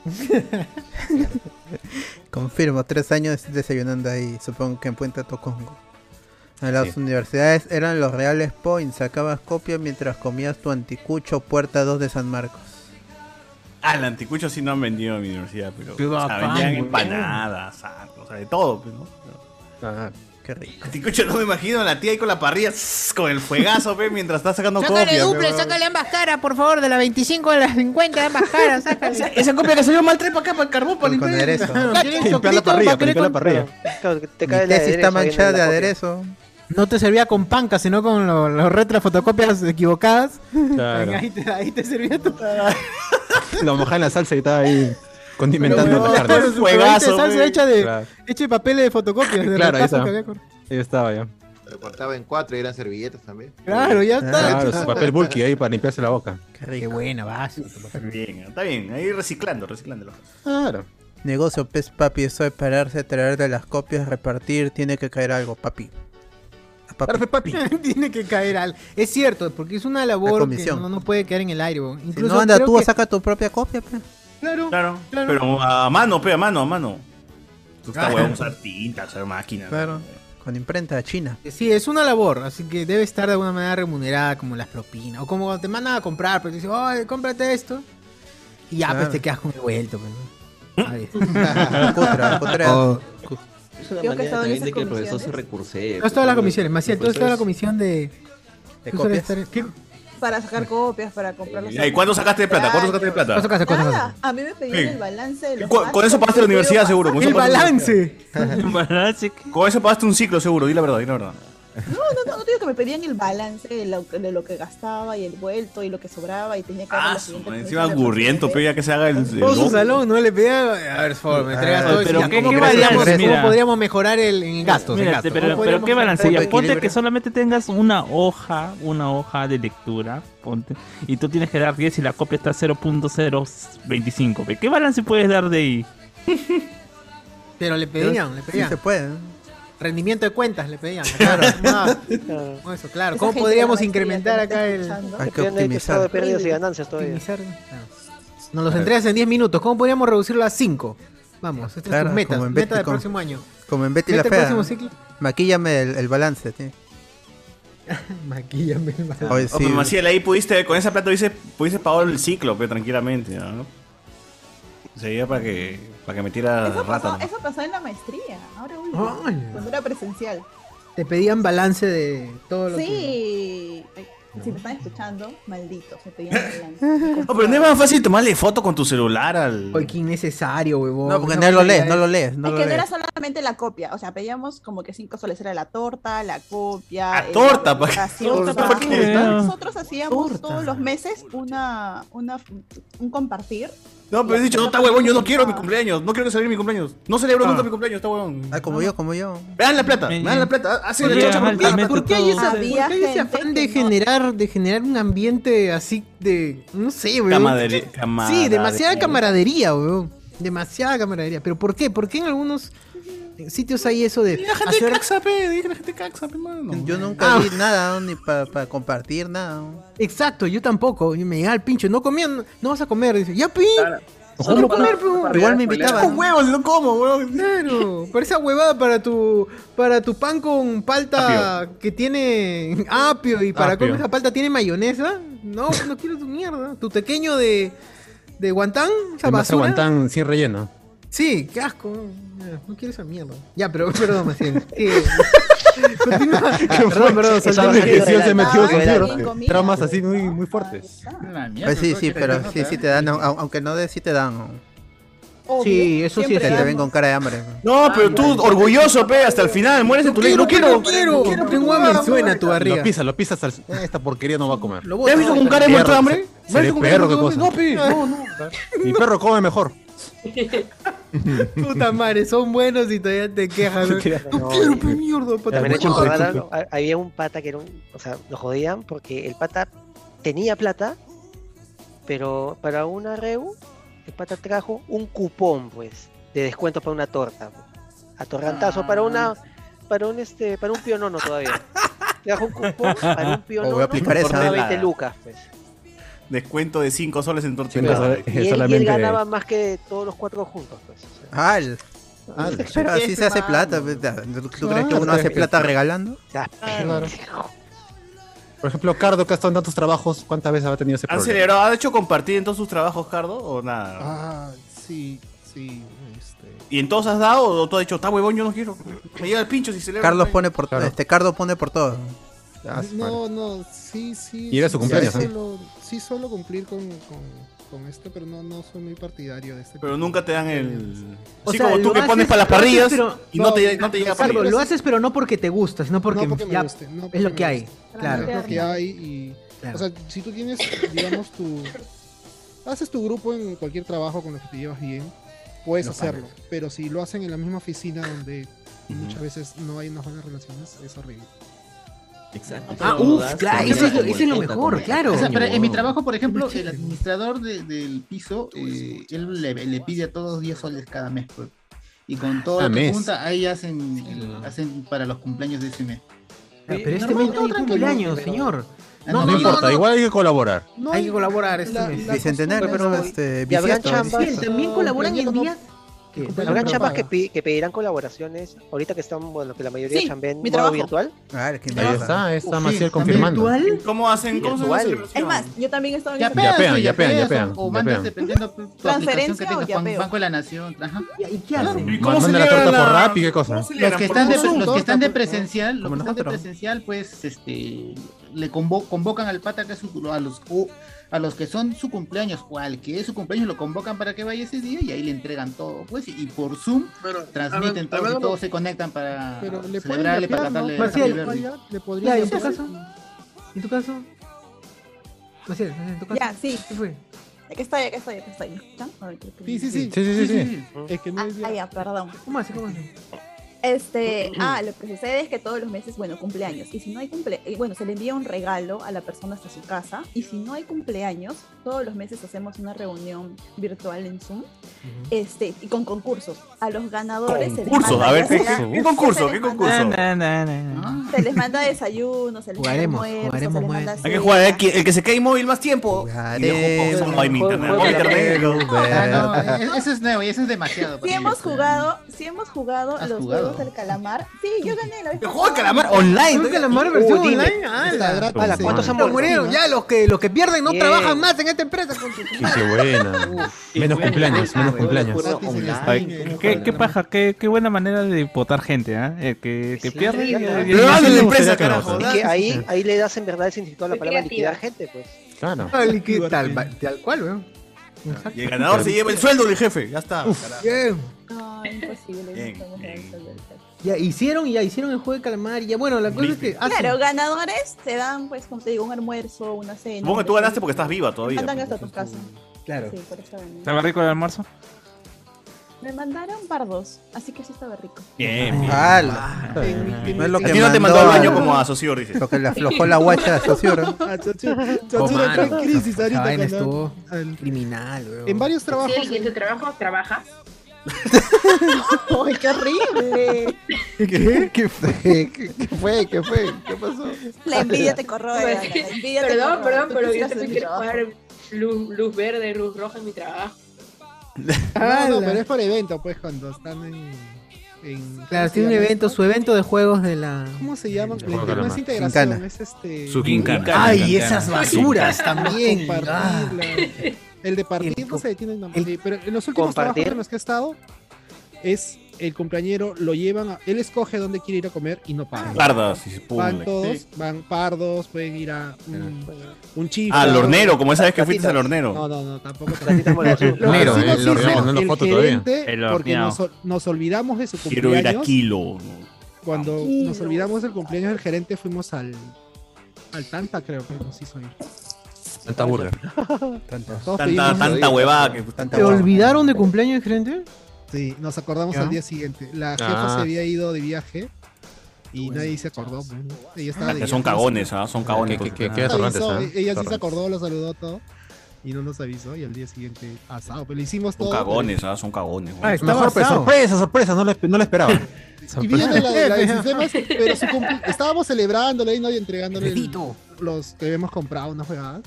Confirmo, tres años desayunando ahí, supongo que en Puente Tocongo. A las universidades eran los reales points, sacabas copia mientras comías tu anticucho puerta 2 de San Marcos.
Ah, el anticucho sí no han vendido en mi universidad, pero.
Qué
o sea,
bacán,
vendían
güey.
empanadas, sacos, o sea, de todo, pues, ¿no?
Ah,
qué rico.
Anticucho no me imagino la tía ahí con la parrilla, sss, con el fuegazo, pe, mientras está sacando
Sácale
copias,
duple,
pe,
sácale ambas caras, por favor, de la 25 a las 50, de ambas caras, sácale.
Esa- esa copia que salió mal, trae para acá, para el carbón,
para
Con aderezo.
Claro, que te
Mi
cae la
tesis está manchada de aderezo.
No te servía con panca, sino con lo- los retras fotocopias equivocadas.
Claro.
Ahí te, ahí te servía tu...
Lo mojaba en la salsa y estaba ahí condimentando
Pero,
la
claro,
carne.
su probadita de salsa
güey.
hecha de,
Claro,
hecha de papeles de fotocopias. De
Claro, ahí
retazos
está.
que había con-
Ahí estaba ya.
Lo cortaba en cuatro y eran servilletas también.
Claro, ya está.
Claro, su papel bulky ahí para limpiarse la boca.
Qué buena, vas.
Bien, está bien, ahí reciclando, reciclándolo.
Claro.
Negocio, pez papi, eso es pararse, traer de las copias, repartir, tiene que caer algo, papi. A papi.
Tiene que caer al. Es cierto, porque es una labor que
comisión.
no, no puede quedar en el aire. weón.
Si
Incluso
no anda
creo
tú,
que-
saca tu propia copia, pe.
Claro,
claro. Pero a mano, pe, a mano, a mano. Tú
Ah.
estás huevón usar tinta, usar máquina.
Claro. Con imprenta china.
Sí, es una labor, así que debe estar de alguna manera remunerada como las propinas. O como cuando te mandan a comprar, pero te dicen, "Oye, cómprate esto. Y ya,
Claro.
pues te quedas con el vuelto. Pues,
¿Mm?
¿no? Ahí.
Cutra, cutra.
Oh.
Es una
Creo que
manera
estaban
también
esas
de que el profesor se
comisiones.
recurse.
No todas las comisiones, Maciel, todo estaba la
profesores-
comisión de.
¿De
¿Qué
copias?
suele estar en- ¿Qué?
Para sacar copias, para comprar los. Ah,
Ya, ¿Y cuánto sacaste de plata? ¿Cuánto sacaste de plata?
¿Cuánto sacaste? ¿Cuánto
Nada, a mí me pedían
Sí.
el balance de los
Cu- Con,
gastos,
eso pagaste la
yo
universidad
digo,
seguro. Con
El
eso pagaste la
balance.
universidad. Con eso pagaste un ciclo seguro, di la verdad, di la verdad.
No, no, no, no digo que me pedían el balance de lo, de lo que gastaba y el vuelto y lo que sobraba y tenía que
Ah,
hacer la siguiente
Encima gurriento, pero ya que se haga el. el
Todo su
loco.
salón, ¿no? Le pedía, a ver, por favor, me entregas
Ah,
todo.
pero
Pero
¿qué-
¿cómo,
qué
podríamos,
balance?
cómo
Mira.
podríamos mejorar el, en gastos? en
Mira, este,
gastos?
pero,
¿Cómo
pero
podríamos
qué balance, ya,
mejorar?
ponte que solamente tengas una hoja, una hoja de lectura, ponte, y tú tienes que dar 10 y la copia está 0.025. ve, ¿Qué balance puedes dar de ahí?
Pero le pedían, le
Sí
pedían.
se puede.
Rendimiento de cuentas le pedían. Claro. Ah, bueno, eso, claro. ¿Cómo podríamos incrementar acá el.
Hay que optimizar.
de pérdidas y ganancias todavía.
Ah. Nos los entregas en 10 minutos. ¿Cómo podríamos reducirlo a 5? Vamos, esta
Claro,
es tu meta.
como en
Meta
Betty,
del
como-
próximo año.
Como en Betty
Meta
la
el
Fea.
próximo
¿no?
ciclo.
Maquíllame el, el balance, tío.
Maquíllame el balance.
Oye,
Oh, pero
sí.
Maciel, ahí pudiste, con esa plata pudiste, pudiste pagar el ciclo, pero tranquilamente, ¿no? Sería para que, para que metiera
Eso
rata.
pasó,
¿no?
eso pasó en la maestría, ahora último,
Ay.
cuando era presencial.
Te pedían balance de todo lo que.
Sí, Ay, si me están escuchando, malditos, me pedían balance.
No, pero no es más fácil tomarle foto con tu celular al.
Oye, qué innecesario, huevón.
No, porque
Una
no lo
buena
lees,
idea
no
es-
lo lees, no
es
lo
que no
lees.
era solamente la copia, o sea, pedíamos como que cinco soles era la torta, la copia.
Ah,
el-
torta,
pues.
pa-
la
torta,
gaseosa.
¿pa' qué?
Nosotros hacíamos todos los meses una, una, un compartir.
No, pero he dicho, no está huevón, yo no quiero mi cumpleaños, no quiero que celebren mi cumpleaños. No celebro
Ah.
nunca mi cumpleaños, está huevón.
Ah, como yo, como yo.
Me dan la plata, me dan la plata. Hace la
Oye,
chocha por mí.
Alta, ¿Por qué hay,
todo.
esa,
Había
por qué hay ese
Ah, gente
afán de generar, de generar un ambiente así de. No sé, weón.
Camadere- camaradería.
Sí, demasiada camaradería, weón. Demasiada camaradería. Pero ¿por qué? ¿Por qué en algunos en sitios hay eso de.
La gente
hacer-
caxa, pe, dile que la gente Este caxa, pe, mano.
Yo nunca
Ah.
vi nada, ni para compartir nada.
Exacto, yo tampoco. y Me llegaba el pincho. No comía, no, no vas a comer. Dice, ya, pi. No
¿Cómo
vas a
para-
comer, pero-
para Igual me spoilear? invitaban.
Con huevos, no como, huevón. Claro. Pero esa huevada para tu, para tu pan con palta que tiene apio y para
Apio.
comer esa palta tiene mayonesa. No, no quiero tu mierda. Tu pequeño de, de guantán, esa
Además,
basura.
aguantan sin relleno.
Sí, qué asco. No, no quiero esa mierda. Ya, pero perdón, Macín. que- Continúa. Perdón, perdón,
Esa
salté.
generación se metió con
Claro.
tierra. Tramas así muy, muy fuertes.
Ah,
Pues sí,
¿eh?
sí, pero sí, sí te dan, au- au- aunque no de sí te dan.
Obvio, Sí, eso sí siempre es
Te
dan.
ven con cara de hambre. Ah,
No, pero tú, orgulloso, pe, hasta el final, mueres en tu ley. No quiero,
quiero, tengo hambre. Suena tu barriga.
Lo pisas, lo pisas. al- Esta porquería no va a comer.
Lo
¿Ya has visto con cara de
Perro,
muerto de hambre?
se-
¿Me has
seré
visto con cara
perro,
de
qué
muerto de hambre?
cosa.
No, pe, no, no.
Mi perro come mejor.
Puta madre, son buenos y todavía te quejas. No, no quiero, pe mierda, pata.
Me han eh, hecho
huevada.
acordar algo. Ha- Había un pata que era un. O sea, lo jodían porque el pata tenía plata, pero para una reu, el pata trajo un cupón, pues, de descuento para una torta. pues. Atorrantazo, para una. Para un este. Para un pionono todavía. Trajo un cupón para un pionono.
voy a aplicar
por
esa.
20 lucas, pues.
Descuento de 5 soles en tortilla.
Cinco soles, Y él, y él ganaba más que todos los cuatro juntos, pues. o sea.
Al.
Ah,
Al.
Ah, Pero así se hace
Mano.
plata. pues, da- ¿Tú tú crees que
Claro.
uno hace plata regalando?
Ya,
Este
Por ejemplo, Cardo, que ha estado en tantos trabajos, ¿cuántas veces ha tenido ese
¿Han
problema?
celebrado? ¿Ha hecho compartir en todos sus trabajos, Cardo? ¿O nada?
Ah, sí, sí.
¿Y en todos has dado o tú has dicho, está huevón, yo no quiero? Me llega el pincho si celebro.
Carlos pone por Este Cardo pone por todo. Ah,
No, no, sí, sí.
Y era su
sí,
cumpleaños,
Sí,
¿eh?
solo, sí suelo cumplir con, con, con esto, pero no, no soy muy partidario de este.
Pero nunca te dan el...
O
Así
sea,
como tú
lo
que pones
haces-
para las
lo haces,
parrillas
pero-
y no te, no te llega
Claro,
parrillas.
Lo haces, pero no porque te gusta, sino porque,
no porque me
ya
guste, no porque
es lo
me
que hay.
guste.
Claro.
Es lo que hay y...
Claro.
O sea, si tú tienes, digamos, tu... Haces tu grupo en cualquier trabajo con los que te llevas bien, puedes
No
hacerlo. Pero si lo hacen en la misma oficina donde muchas veces no hay unas buenas relaciones, es horrible.
Exacto.
Ah, uf, claro, eso es lo-
Como
eso es lo
el teta,
mejor,
como el
claro.
O sea,
teta.
pero en mi trabajo, por ejemplo, el administrador de- del piso, eh, él le, le pide a todos 10 soles cada mes. pues. Y con todo
Ah, Cada
lo que
mes.
junta, ahí hacen, hacen para los cumpleaños de ese mes. Eh,
Pero este mes no hay cumpleaños, señor.
Ah,
No,
no, no,
importa,
no.
igual hay que colaborar.
No hay que colaborar este mes.
Bicentenario,
costumbre,
¿no? este,
y habrá
bisiesto,
chambas.
bisiesto.
También colaboran en días. que-
Habrá chapas que, pi- que pedirán colaboraciones. Ahorita que están, bueno, que la mayoría
Sí,
chambean
mi
modo
trabajo.
virtual.
Ah, el que
Ahí
trabaja.
está, ahí está
Sí,
Maciel
también.
confirmando.
¿Cómo hacen? ¿Cómo se hace?
Es más, yo también estaba en
Ya
esa-
pean,
pean,
sí,
ya pean, ya
peas,
pean,
O, o
ya
mandas
pean.
dependiendo tu tu aplicación que
Transferencia o
tengas, Ban-
yapeo.
Banco de la Nación. Ajá.
¿Y qué
Claro.
hacen?
¿Cómo Mandan la torta por rap y qué cosa.
Los que, están de,
Zoom,
los
todo
que están de
está por Zoom.
presencial, los
Como
que están de
nosotros.
presencial, pues, este, le convo- convocan al pata que es su, a los o a los que son su cumpleaños o al que es su cumpleaños lo convocan para que vaya ese día y ahí le entregan todo, pues, y por Zoom
Pero, a ver,
transmiten todo
a ver,
y todos se conectan para
Pero le pueden
celebrarle, para
yapear, ¿no?
cantarle.
Marcial,
happy birthday.
Le
Ya,
podría
¿y en tu caso? ¿Y en tu caso? Maciel, ¿en tu caso?
Ya, sí.
¿Qué fue?
Aquí estoy, aquí estoy, aquí estoy. ¿Ya? A ver, creo que-
Sí, sí, sí. Es que no
Ah,
es
ah, ya, perdón.
¿Cómo hace? ¿Cómo hace?
Este, ah, lo que sucede es que todos los meses, bueno, cumpleaños. Y si no hay cumpleaños, bueno, se le envía un regalo a la persona hasta su casa. Y si no hay cumpleaños, todos los meses hacemos una reunión virtual en Zoom. Este, y con concursos. A los ganadores se les
Concursos,
manda
a ver,
ya
¿qué,
sea-
qué concurso? ¿Qué concurso?
Na, na, na, na.
Se les manda desayuno, se les
Jugaremos,
manda almuerzo,
jugaremos
se les manda
Hay que
cena.
jugar el que, el que se cae móvil más tiempo. Y pues, dejo-
Jugaremos,
Ay, mi internet.
jugaremos.
mi internet.
Ah, no, e- eso es nuevo y eso es demasiado.
Si
para
hemos
ellos, ¿eh?
jugado, si hemos jugado
¿Has
los
jugado?
juegos del calamar. Sí, yo gané la vez.
juego del
pasada.
calamar online.
¿Juego del calamar versión
Uy, dime.
online? Ah,
Está
la-
gratis,
a la-
Pues sí.
¿Cuántos han
Los
muerto?
murieron,
Ya, los que, los que pierden no
Bien.
trabajan más en esta empresa. con su-
Sí, qué buena. Menos cumpleaños, menos cumpleaños.
Ay, ¿Qué, qué paja, qué, qué buena manera de votar gente, ¿ah? El que, que pierde.
Sí,
eh,
claro.
eh, sí me gustaría que me voten.
Y que ahí, ahí le das en verdad el sentido a la
Soy
palabra
creativa.
liquidar gente, pues.
Claro.
Tal, que- tal, va- tal cual, weón.
Y el ganador se lleva el sueldo del jefe. Ya está. carajo.
Bien.
No, imposible.
Bien,
no podemos
bien.
resolver eso.
Ya hicieron, ya hicieron el juego de calamar. Y ya, bueno, la cosa es que. hacen-
Claro, ganadores te dan, pues, como te digo, un almuerzo, una cena.
Supongo que tú ganaste porque estás viva todavía. pues,
Mandan hasta tu casa.
Claro.
Sí, por eso gané.
¿Estaba rico el almuerzo?
Me mandaron pardos, así que sí estaba rico.
Bien, bien.
Ah,
¡Hala! No es lo
A
que
ti no te mandó al
mandó
baño
al-
como a Socior, dices.
Lo que le aflojó la guacha a Socior.
Ah, Chacho-
Oh,
Chacho está en
mano,
crisis
esa
ahorita.
vaina
con la-
estuvo criminal, weón.
En varios trabajos.
Sí, ¿Y en tu trabajo trabajas? ¡Ay, qué horrible!
¿Qué? ¿Qué fue? ¿Qué, qué fue? ¿Qué fue? ¿Qué pasó?
La envidia te corroe. la envidia te
Pues perdón,
corroe.
perdón,
Tú
pero yo
quisieras
también
un
quiero
trabajo.
jugar luz, luz verde, luz roja en mi trabajo.
Ah, no, pero es por evento, pues, cuando están en. en-
Claro,
¿cómo se
tiene un
llama?
evento, su evento de juegos de la.
¿Cómo se llaman?
Yo
No,
creo
no
que lo
es
llama.
integración,
Quincana.
es este.
Su quincana. Ay,
Quincana.
esas basuras
Quincana.
también. ah.
Compartirla. El de partir no sé, tiene nombre. Pero en los últimos
Compartir.
trabajos en los que he estado, es el compañero, lo llevan, a- él escoge dónde quiere ir a comer y no paga.
Pardas, sí, pum,
Van
le-
todos,
sí.
van pardos, pueden ir a un, un chifa.
Al hornero, como esa vez que fuiste al hornero.
No, no, no, tampoco.
Hornero,
que
el
sí nos
hornero,
hizo
no es la
el
foto todavía.
gerente,
El
porque
horneado.
nos, ol- nos olvidamos de su cumpleaños.
Quiero ir a Kilo.
Cuando nos olvidamos del cumpleaños del gerente, fuimos al, al Tanta, creo que nos hizo ir.
Tanta burger.
Todos
Tanta-
pedimos-
tanta huevada que-
¿Te olvidaron de cumpleaños, gerente?
Sí, nos acordamos
¿Ya?
al día siguiente. La
Ah.
jefa se había ido de viaje y nadie se acordó. pues, ¿no? Ella estaba de
Ah, Son
viaje.
cagones, ¿ah? Son cagones.
Nos
porque-
avisó,
ah,
¿eh?
Ella sí se acordó, lo saludó todo y no nos avisó y al día siguiente asado. Pero le hicimos todo.
Son cagones, ¿ah? Son cagones.
Ah, estaba
Mejor, pues,
asado.
sorpresa, sorpresa, no lo, espe- no lo esperaba.
Y viene la, la de sistemas, pero su cumple- estábamos celebrándole y nadie entregándole el- los que habíamos comprado, unas jugadas.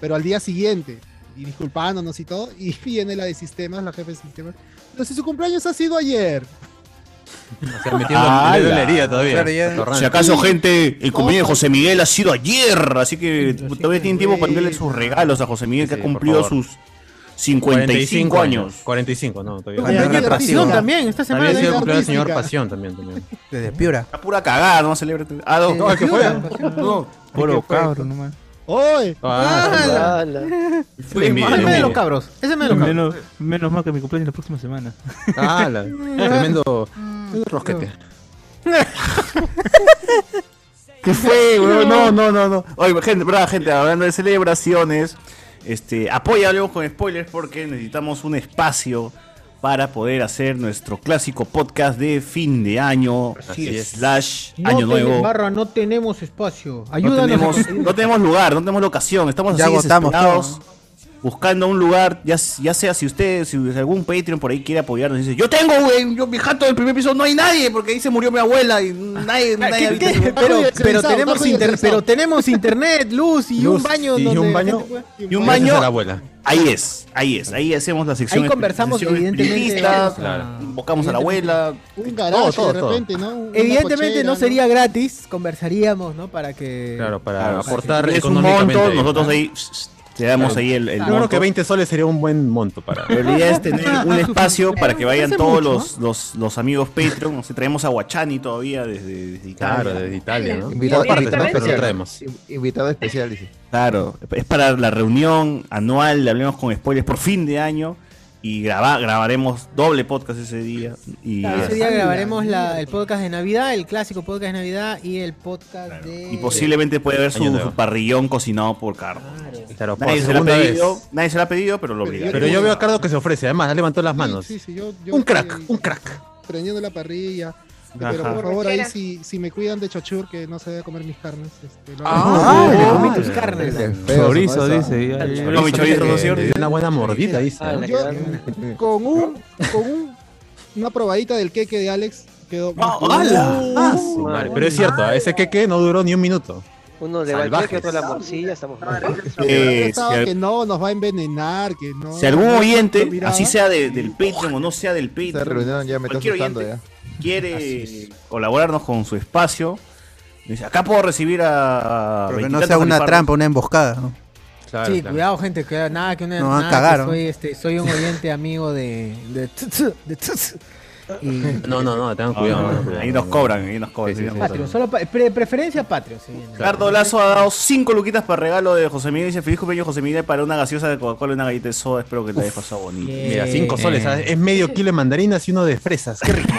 Pero al día siguiente, y disculpándonos y todo, y viene la de sistemas, la jefe de sistemas. Pero si su cumpleaños ha sido ayer.
O sea, metiendo la
¡Hala!
herida todavía. Atorrante.
Si acaso, gente, el cumpleaños de José Miguel ha sido ayer, así que todavía tienen tiempo para darle sus regalos a José Miguel, que ha cumplido
por favor.
sus 55 años.
45, no, todavía.
Oye, hay Pasión también, esta semana
También ha sido
hay
el cumpleaños del señor
artística.
Pasión también. también.
Desde Piura.
La pura cagada, no celebra. Ah, no,
No, el que fue.
No.
Puro cabrón, nomás.
¡Oy!
Ah,
Fue envidia,
Ese
envidia.
de los cabros, ese de los cabros.
menos, menos mal que mi cumpleaños es la próxima semana.
Ah, la- tremendo, tremendo rosquete.
¿Qué fue, weón? No, no, no, no. Oye, gente, verdad, gente, hablando de celebraciones, este, apoya Hablemos con spoilers porque necesitamos un espacio para poder hacer nuestro clásico podcast de fin de año,
Así es.
slash
No
año
ten-
nuevo.
Barra, no tenemos espacio.
No
Ayúdanos. a
tenemos,
conseguir-
no tenemos lugar, no tenemos la ocasión. Estamos
Ya
así
agotamos
desesperados, buscando un lugar. Ya, ya sea si usted, si algún Patreon por ahí quiere apoyarnos, dice: Yo tengo, güey, yo mi jato del primer piso no hay nadie, porque ahí se murió mi abuela y nadie. nadie habita ese lugar".
Pero, pero,
Está
tenemos
judicializado.
inter- pero tenemos internet, luz y un baño.
y
donde
un
la
baño-
gente pueda-
Y un baño. Ahí es, ahí es, ahí hacemos la sección.
Ahí conversamos,
sesiones
evidentemente,
espiritistas,
claro.
Invocamos a la abuela.
Un
Todo,
garage
todo,
de
todo.
repente, ¿no? Una
Evidentemente
cochera,
no sería gratis, conversaríamos, ¿no? Para que.
Claro, para
Claro,
aportar
es un
económicamente.
monto, nosotros ahí, te damos ahí el- el
Yo creo
monto.
que 20 soles sería un buen monto para.
Pero La idea es tener un espacio para que vayan
Hace
todos
mucho,
los, los, los amigos Patreon. O sea, traemos a Guachani todavía desde, desde Italia.
Claro, desde Italia, ¿no?
Invitado
Por partes,
invitado
¿no? Pero lo
especial.
traemos.
In- Invitado especial, dice.
Claro, es para la reunión anual de Hablemos con Spoilers por fin de año. Y graba, grabaremos doble podcast ese día. Y,
Claro, ese día grabaremos la- el podcast de Navidad, el clásico podcast de Navidad y el podcast de.
y posiblemente puede haber su,
Año
su
nuevo.
parrillón cocinado por Carlos.
Claro, por
nadie, se lo ha
segunda
pedido,
vez.
nadie se lo ha pedido, pero lo obligaron.
Pero yo veo a Cardo que se ofrece, además, ya levantó las manos.
Sí, sí, yo, yo
Un
estoy
crack,
ahí
un crack.
Prendiendo la parrilla. Pero
Ajá.
por favor, ahí
Borrachera.
si, si me cuidan de chochur, que no se debe comer mis carnes. Este, lo
Ah,
hago.
le comí tus carnes.
Chorizo,
Feo,
dice.
esa.
ya, ya,
No, mi
ya,
chorizo,
que
¿no es cierto?
le dio Una buena mordida, dice.
Ah,
¿no?
la que Con, un, con un, una probadita del queque de Alex quedó.
Vale, pero es cierto, a ese queque no duró ni un minuto.
Uno le va el que otro la morcilla, estamos mal.
Eh,
Estaba
si al-
que no, nos va a envenenar, que no.
Si algún oyente,
Miraba.
así sea de- del Patreon o no sea del Patreon,
reunión ya me está
cualquier
asustando
oyente quiere colaborarnos con su espacio, dice, acá puedo recibir a...
Pero que no
veintitantos
sea una
alifardos".
trampa, una emboscada. ¿no?
sí, cuidado, gente, que nada que una,
Nos van a
nada que
cagar, ¿no?
soy, este, soy un oyente amigo de. de, tz- de tz- y-
No, no, no, tengan
Ah,
cuidado.
no,
no,
no,
cuidado,
ahí
no,
nos
no.
cobran, ahí nos cobran.
Sí, sí, sí,
Patreon,
sí.
solo pa- pre- preferencia Patreon. sí, bien.
Ricardo Lazo ha dado 5 luquitas para regalo de José Miguel. Dice, feliz cumpleaños José Miguel para una gaseosa de Coca-Cola y una galleta de soda. Espero que te hayas pasado bonito.
Mira, 5 soles, ¿sabes? es medio kilo de mandarinas y uno de fresas. Qué rico.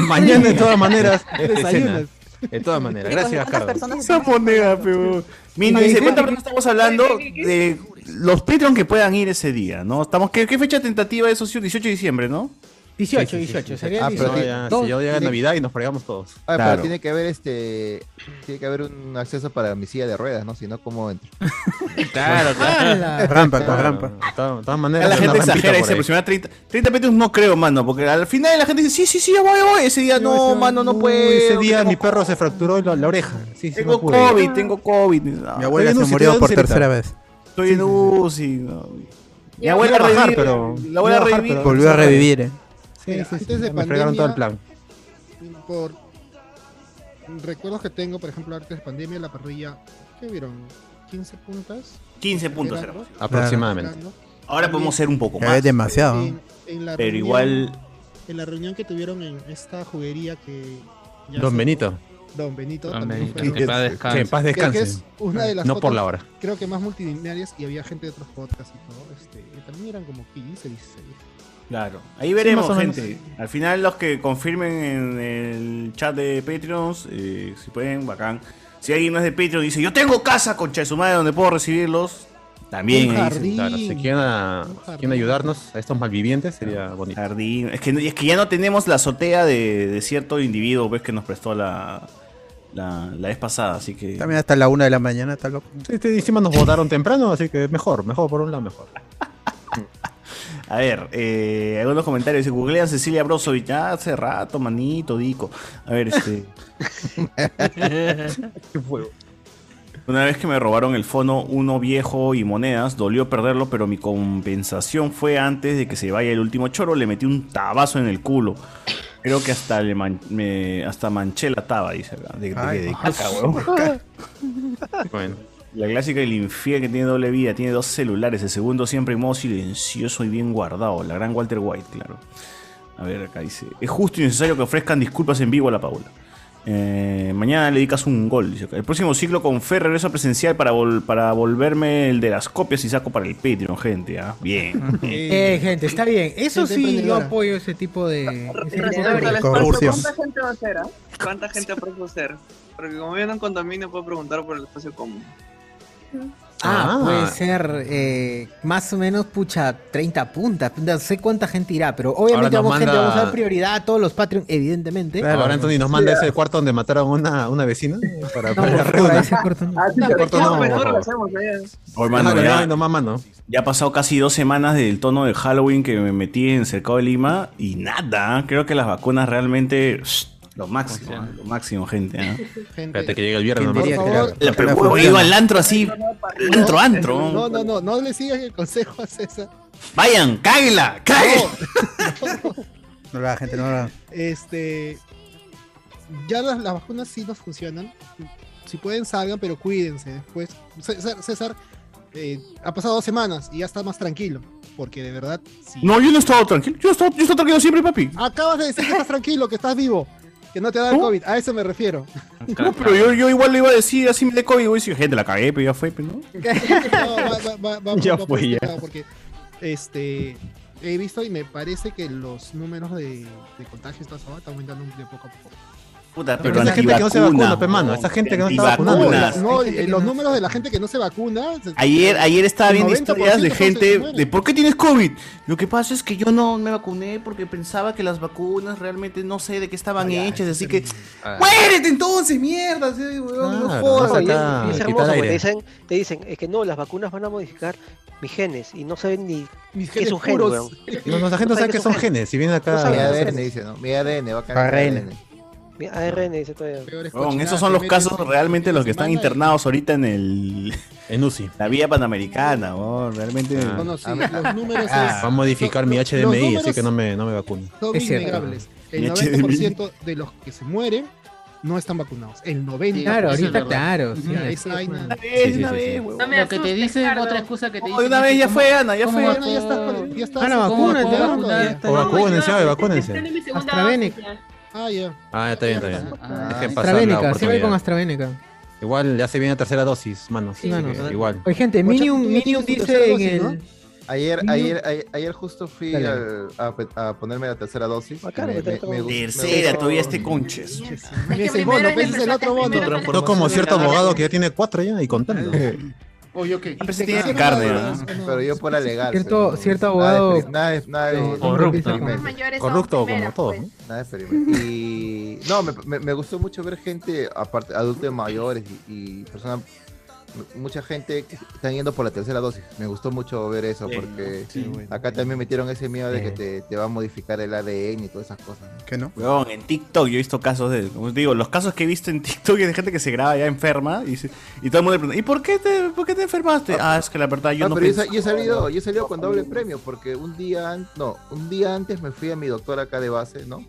Mañana, de todas maneras, es de cena.
Desayunas.
De todas maneras, gracias, Cardo.
Esa moneda, pero. Mira, dice, ¿cuántas personas estamos hablando de los Patreon que puedan ir ese día, no? Estamos, ¿qué, qué fecha tentativa es eso? Sí, 18 de diciembre, ¿no?
18, 18, sería
Ah, pero
18.
ti-
Dos-
si yo llega
tiene-
Navidad y nos fregamos todos.
Ah,
Claro.
pero tiene que haber este. Tiene que haber un acceso para mi silla de ruedas, ¿no? Si no, ¿cómo entro?
Claro, claro.
Rampa, con
Claro.
rampa.
De todas de todas maneras,
la
hay una
gente
rampita
exagera y
por
se
ahí.
aproxima 30, 30 pesos no creo, mano, porque al final la gente dice, sí, sí, sí, ya voy, ya voy. Ese día no, mano, no
Uy,
puedo.
ese día mi perro se fracturó la, la oreja. Sí, sí,
Tengo
me acuerdo.
COVID, tengo COVID. No,
Mi
estoy
abuela
en
se
UCI,
murió
estoy en
por
UCI
tercera
ahorita.
vez.
Estoy en UCI. no. Mi
Ya.
abuela
Iba a bajar,
revive,
pero-
La abuela
iba a bajar,
revive.
pero-
Volvió a revivir, eh.
Mira,
sí, sí,
antes
sí,
de
me fregaron todo el plan.
Por recuerdos que tengo, por ejemplo, antes de pandemia, la parrilla, ¿qué vieron? ¿15 puntas?
15 puntos
Eran, ¿no?
éramos.
Aproximadamente.
Eran, ¿no?
Ahora podemos ser un poco
Ya
más.
es demasiado.
En- en la
Pero
reunión-
igual-
En la reunión que tuvieron en esta juguería que. ya
Don
se-
Benito.
Don Benito.
Don
también
Benito.
fueron-
Que en paz descanse. Que en paz
Creo que es
descanse.
una de las
No por
fotos,
la hora.
Creo que más multitudinarias y había gente de otros podcasts y todo. Este, y también eran como 15, 16.
Claro. Ahí
Sí,
veremos,
más o menos.
gente. Al final, los que confirmen en el chat de Patreon, eh, si pueden, bacán. Si alguien no es de Patreon y dice, yo tengo casa, concha de su madre, donde puedo recibirlos, también. ahí
Un
se-
jardín. Claro, si quieren, a- si quieren ayudarnos a estos malvivientes, sería bonito.
Jardín. Es que, es que ya no tenemos la azotea de, de cierto individuo pues, que nos prestó la, la, la vez pasada, así que...
También hasta la una de la mañana, está loco.
Este, encima nos votaron temprano, así que mejor, mejor, por un lado mejor.
A ver, eh, algunos comentarios. Se googlean Cecilia Brozovic. Ya hace rato, manito, dico. A ver, este... Una vez que me robaron el fono, uno viejo y monedas, dolió perderlo, pero mi compensación fue antes de que se vaya el último choro, le metí un tabazo en el culo. Creo que hasta le man- me- hasta manché la taba, dice acá. De, de-
Ay,
de
ah,
caca,
su-
weón. La clásica del infiel que tiene doble vida, tiene dos celulares, el segundo siempre en modo silencioso y bien guardado. La gran Walter White, claro. A ver, acá dice. Es justo y necesario que ofrezcan disculpas en vivo a la Paula. Eh, mañana le dedicas un gol. dice acá. El próximo ciclo con Fer regreso presencial para, vol- para volverme el de las copias y saco para el Patreon, gente. ¿ah? Bien.
Eh, gente, está bien. Eso
Gente
sí, yo
emprendedora.
apoyo ese tipo de. ese tipo de-
¿Cuánta
Concursos.
gente va a ser? ah? ¿Cuánta gente aprecio hacer? Porque como yo no contamino, puedo preguntar por el espacio común.
Ah,
Ah.
puede ser eh, más o menos, pucha, 30 puntas. No sé cuánta gente irá, pero obviamente
Ahora nos
vamos, gente,
manda-
vamos a dar prioridad a todos los Patreon, evidentemente.
Ahora Anthony nos manda ese cuarto donde mataron a una, una vecina para, para la reunión.
Ah, sí,
No,
pero
corto
no,
no,
mejor
por
lo
favor.
hacemos, eh.
Oye, mano,
Claro,
ya,
Ah, no,
ya ha pasado casi dos semanas del tono de Halloween que me metí en Cercado de Lima y nada. Creo que las vacunas realmente. psh, Lo máximo, ah, lo máximo, gente. ah.
Espérate que llegue el viernes.
Por
nomás.
favor. La- pero, huevo, he ido al antro así. al Antro, antro.
No, no, no, no le sigas el consejo a César.
Vayan, cáguenla, cáguenla.
No lo haga, gente, no lo haga.
Este. Ya las, las vacunas sí nos funcionan. Si pueden, salgan, pero cuídense. Después, César, César, eh, ha pasado dos semanas y ya está más tranquilo. Porque de verdad, si
No, yo no he estado tranquilo. Yo he estado, yo he estado tranquilo siempre, papi.
acabas de decir que estás tranquilo, que estás vivo, que no te da el COVID, a eso me refiero.
No, pero yo, yo igual le iba a decir así me de COVID. Voy a decir, gente, la cagué, pero ya fue, pero no.
No, va- va- va- va-
Ya
va por
fue,
ese
ya.
lado, Porque este, he visto y me parece que los números de, de contagios y todo eso están aumentando de poco a poco.
Puta,
pero esa gente que no se vacuna, pe, mano, esa gente que no está vacunada.
Antivacunas.
No, y- y los números de la gente que no se vacuna. se-
Ayer, ayer estaba
el
viendo
90%
historias de
son- se
gente
mueren.
de ¿por qué tienes COVID? Lo que pasa es que yo no me vacuné porque pensaba que las vacunas realmente no sé de qué
Ah,
estaban hechas, así que ¡Muérete entonces, mierda! sí, weón, no
Claro,
jodas.
vas
Y
acá
es- y es
a quitar
hermoso, güey,
aire.
te dicen, te dicen, es que no, las vacunas van a modificar mis genes y no saben ni qué es un gen,
puros.
weón.
No, no, la gente
saben
sabe
qué
que
es
son
un gen.
genes. Si vienen acá.
No saben
Mi
qué es un
Ah, ADN
gen.
dice, ¿no? Mi ADN va a cambiar.
ARN.
ADN.
Mi ARN dice todavía.
Weón, esos son los casos realmente los que están internados ahorita en el
en UCI.
La vía panamericana, weón, realmente
este,
Ah. Bueno,
sí, los números es-
Ah, va a modificar mi
los
HDMI, así
números-
que no me, no me vacuno.
Son innegables. El
Mi HDMI.
90% de los que se mueren no están vacunados. El 90%.
Claro,
Eso es
ahorita,
verdad.
claro,
Ujú,
sí,
esa vaina.
vez, Sí, una sí, vez, sí.
No me
Lo que te
asustes,
dicen,
Cardo.
otra excusa que te
Oh,
dicen.
una vez
es
ya
que
fue,
¿cómo-
Ana, ya
cómo
fue.
va-
No, ya estás con-
Ya está.
Ah, la
¿Cómo este
vacuna,
puedo
ya.
vacunar?
O vacúnense, ay, vacúnense.
mi segunda
AstraZeneca.
dosis ya.
Ah, ya.
Ah, está bien, está bien. Dejen pasar la
AstraZeneca, se ve
oportunidad.
con AstraZeneca.
Igual le hace bien la tercera dosis, mano.
Sí, mano.
Eh, Igual.
Oye, gente,
Guacha,
Minium,
tú ya tienes
Minium
tu
dice en
tercera dosis,
el.
Ayer,
Niño.
ayer, ayer, ayer justo fui
Dale.
al- a, pe- a ponerme la tercera dosis.
Bacano,
Me-
te
me-
tomo.
me gustó-
Tercera,
me-
todavía este conches.
Ese bono, pues, ese es el otro bono.
No como cierto abogado que ya tiene cuatro ya y contando.
Oye, ¿qué?
pero
Pues,
sí tiene carne, ¿no?
Pero yo por alegar.
Cierto, cierto
Nada de
abogado.
exper- nada de- nada de-
Corrupto.
experimento.
Corrupto como todos, ¿no?
Nada de experimento. Y no, me, me- me gustó mucho ver gente, aparte, adultos mayores y, y personas, mucha gente que están yendo por la tercera dosis. Me gustó mucho ver eso
Sí,
porque
sí, bueno.
acá también metieron ese miedo de que
Sí.
te, te va a modificar el ADN y todas esas cosas. ¿no?
¿Qué no?
Weón, en TikTok yo he visto casos de, como te digo, los casos que he visto en TikTok es de gente que se graba ya enferma y, se- y todo el mundo le pregunta, ¿y por qué te, por qué te enfermaste? Ah, es que la verdad yo
Ah,
no
pero yo,
pensé.
sa- yo he salido, yo he salido con doble premio porque un día, an- no, un día antes me fui a mi doctor acá de base, ¿no?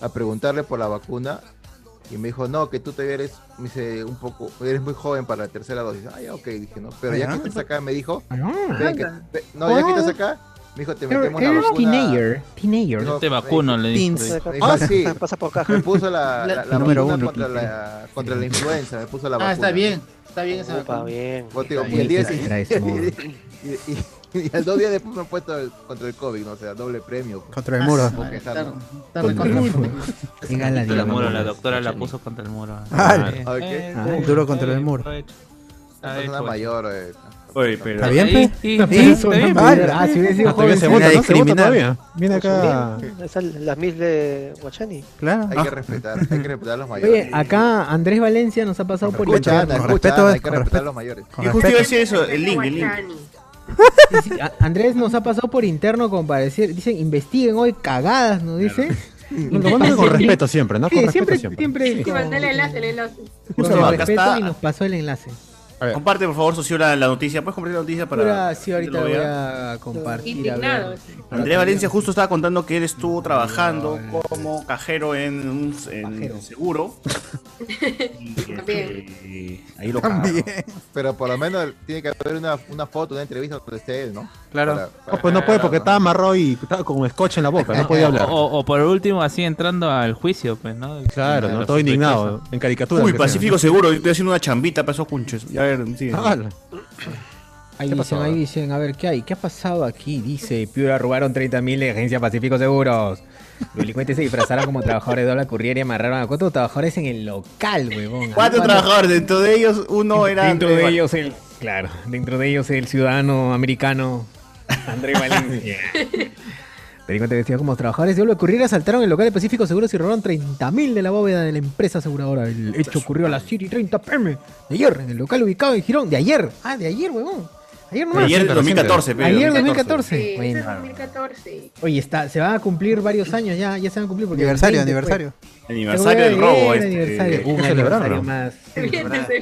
A preguntarle por la vacuna y me dijo, no, que tú todavía eres, me dice, un poco, eres muy joven para la tercera dosis. Ah, ya, ok, dije, ¿no? Pero ya
Ah,
que estás acá, me dijo, "Ve que- ve- no, ya que estás acá, me dijo, te metemos la
Eres
vacuna.
teenager. Teenager.
No,
Te vacuno, le dijo.
Me dijo,
Ah,
sí,
pasa por
me puso la, la, la
Número
vacuna
uno,
contra
Quintero.
la, contra la influenza, me puso la
Ah,
vacuna.
está bien. Está bien esa
Opa,
vacuna.
bien.
Como te digo,
Está
y
bien.
el día
Está bien.
siguiente- y, y- y al dos días después me han puesto el- contra el COVID, ¿no? O sea, doble premio. pues.
Contra el muro.
Como que está-
Claro, está
Contra el
recontra-
muro.
Llega
Contra el
diabla.
muro, la doctora la puso contra el muro.
Ah,
Eh,
ah, ok.
eh,
Ah,
eh,
duro contra
eh,
el muro.
lo he hecho.
Una
Ah,
persona
hecho,
mayor. eh.
Oye, pero...
¿Está bien, pe?
Sí,
¿Está
sí,
bien?
está bien,
Ah,
pe.
ah, si hubiera sido
Ah, todavía
joven, era
se vota, ¿no? Se vota
discriminado.
todavía. Viene acá.
Bien. Esas las mil de Guachani.
Claro.
Hay que respetar, hay que respetar a los mayores.
Oye, acá Andrés Valencia nos ha pasado por el
Escucha,
chat.
Ana,
con
escucha,
respeto,
Ana, hay que respetar
con
a
respeto.
los mayores.
Con
Yo justo iba a decir eso, el link, el link.
Sí, sí, a- Andrés nos ha pasado por interno como para decir, dicen, investiguen hoy cagadas, nos dice.
Lo mandan con respeto siempre, ¿no? Con
Sí,
respeto
siempre,
siempre.
siempre.
Sí,
con-
mandé el enlace, el enlace.
con
Justo acá
respeto
está.
y nos pasó el enlace.
Comparte, por favor, socio, la, la noticia. ¿Puedes compartir la noticia para...?
Ahora sí, ahorita
lo
voy
vea?
a compartir. a ver.
Indignado.
Andrea Valencia justo estaba contando que él estuvo trabajando como cajero en un en seguro. Y,
También.
este, ahí lo cagaron.
Pero por lo menos tiene que haber una, una foto, una entrevista donde esté él, ¿no?
Claro.
Para- para-
No, pues no puede porque estaba amarrado y estaba con un scotch en la boca, no podía hablar.
O, o por último, así entrando al juicio, pues, ¿no?
Claro, no, todo indignado, en caricatura.
Uy, Pacífico Seguro, yo estoy haciendo una chambita para esos cunches. Ya a ver, sigue.
Ahí
¿Qué
dicen,
pasó?
ahí dicen, a ver, ¿qué hay? ¿Qué ha pasado aquí? Dice, Piura robaron 30.000 de Agencia Pacífico Seguros. Los delincuentes se disfrazaron como trabajadores de la courier y amarraron a cuatro trabajadores en el local, huevón. ¿A
Cuatro
cuántos-
trabajadores, dentro de ellos uno era.
Dentro
Andrés
de
Val-
ellos el, claro, dentro de ellos el ciudadano americano André Valencia. Delincuentes vestidos como trabajadores de la Courier asaltaron el local de Pacífico Seguros y robaron 30.000 de la bóveda de la empresa aseguradora. El hecho ocurrió a las 7 y 30 pm de ayer, en el local ubicado en Girón. De ayer, ah, de ayer, huevón. Ayer nomás.
Ayer
Reciente,
2014, pero
Ayer
2014.
2014.
Sí, ese es
Bueno.
2014.
Oye, está, se van a cumplir varios años ya, ya se van a cumplir. Porque
Aniversario,
el pues. 20 fue.
aniversario.
Aniversario del
Bien,
robo. este.
aniversario. Un
que celebrarlo.
aniversario más.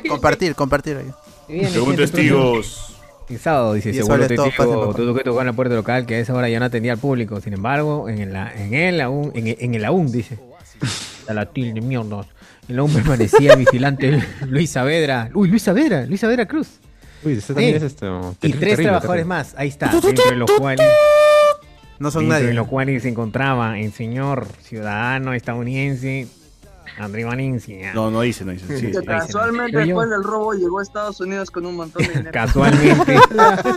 Compartir, compartir. ahí.
Bien,
Según
gente,
testigos.
El sábado, dice,
Y eso
seguro
vale todo, pásenlo,
testigo,
por
todo que tocó en la puerta local, que a esa hora ya no atendía al público. Sin embargo, en el, en el aún, en, el- en el aún, dice. A la tilde, mierda. El aún permanecía vigilante Luis Saavedra. Uy, Luis Saavedra, Luis Saavedra Cruz.
Uy, ese también
Eh,
es este. oh,
Y
terrible,
tres
terrible,
trabajadores
terrible.
más, ahí está, dentro de los cuales,
No son
dentro de
nadie.
los cuales se encontraba el señor ciudadano estadounidense André Valencia.
No, no dice, no dice. Sí,
Que
sí.
casualmente
Pero yo-
después del robo llegó a Estados Unidos con un montón de dinero.
Casualmente.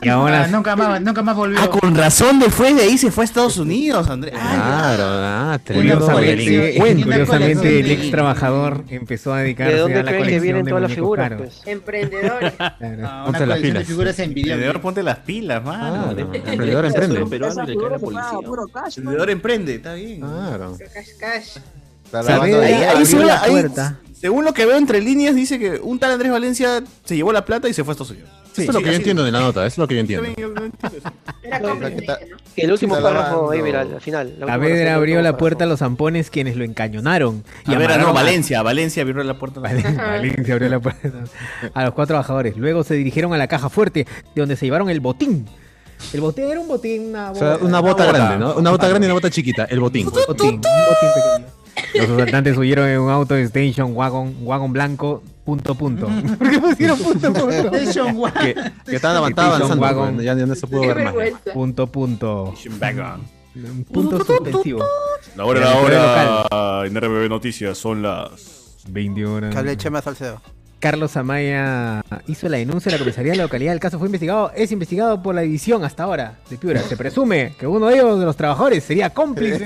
y ahora
Ah, nunca más, nunca más volvió.
Ah, con razón, después de ahí se fue a Estados Unidos, Andrés.
Claro, ah, tremendo
Eh, Curiosamente,
delincuente.
curiosamente, el ex
Sí.
trabajador empezó a dedicarse
¿De dónde
a la
creen que
colección
vienen
de
todas las
muñecos
figuras?
caros.
pues?
Emprendedores.
Claro.
Ah,
Ponte
una
las
colección de
pilas.
figuras envidiables.
Emprendedor, ponte las pilas, mano.
Ah,
Claro, emprendedor emprende.
peruano y le cae la
Ah,
policía.
puro cash, ¿no?
Emprendedor emprende, está bien.
Claro.
Cash, cash.
Está
Saavedra
lavando
Ahí-
dinero.
ahí
abrió
se ve
la
la- ahí-
puerta.
según lo que veo entre líneas, dice que un tal Andrés Valencia se llevó la plata y se fue a Estados Unidos.
Eso es lo que yo entiendo de la nota, eso es lo que yo entiendo.
Era cómplice. ¿no?
El último
Está
párrafo,
lavando.
ahí mira, al final. la última frase,
Saavedra
el
abrió
último
la puerta a
párrafo.
los zampones quienes lo encañonaron.
A ver, ah,
amarraron
no, Valencia, Valencia abrió la puerta.
Valen-
Ajá.
Valencia abrió la puerta a los cuatro trabajadores. Luego se dirigieron a la caja fuerte, de donde se llevaron el botín. El botín era un botín, una
O sea,
bola-
una bota
bota.
grande, ¿no? Una bota grande y una bota chiquita, el botín.
botín, un botín pequeño. Los asaltantes huyeron en un auto de station wagon, wagon blanco, punto punto. ¿Por qué pusieron punto punto?
Station One.
Que, que estaban avanzando, avanzando,
Station wagon.
pues, ya, ya no se pudo
Qué
ver más.
vergüenza.
Punto punto.
Background.
Punto suspensivo.
La hora,
Mira,
la
la hora
hora en RBB Noticias son las
20 horas.
Que hable Chema Salcedo.
Mm. Carlos Amaya hizo la denuncia a la comisaría de la localidad. El caso fue investigado, es investigado por la división hasta ahora de Piura. Se presume que uno de ellos, de los trabajadores, sería cómplice.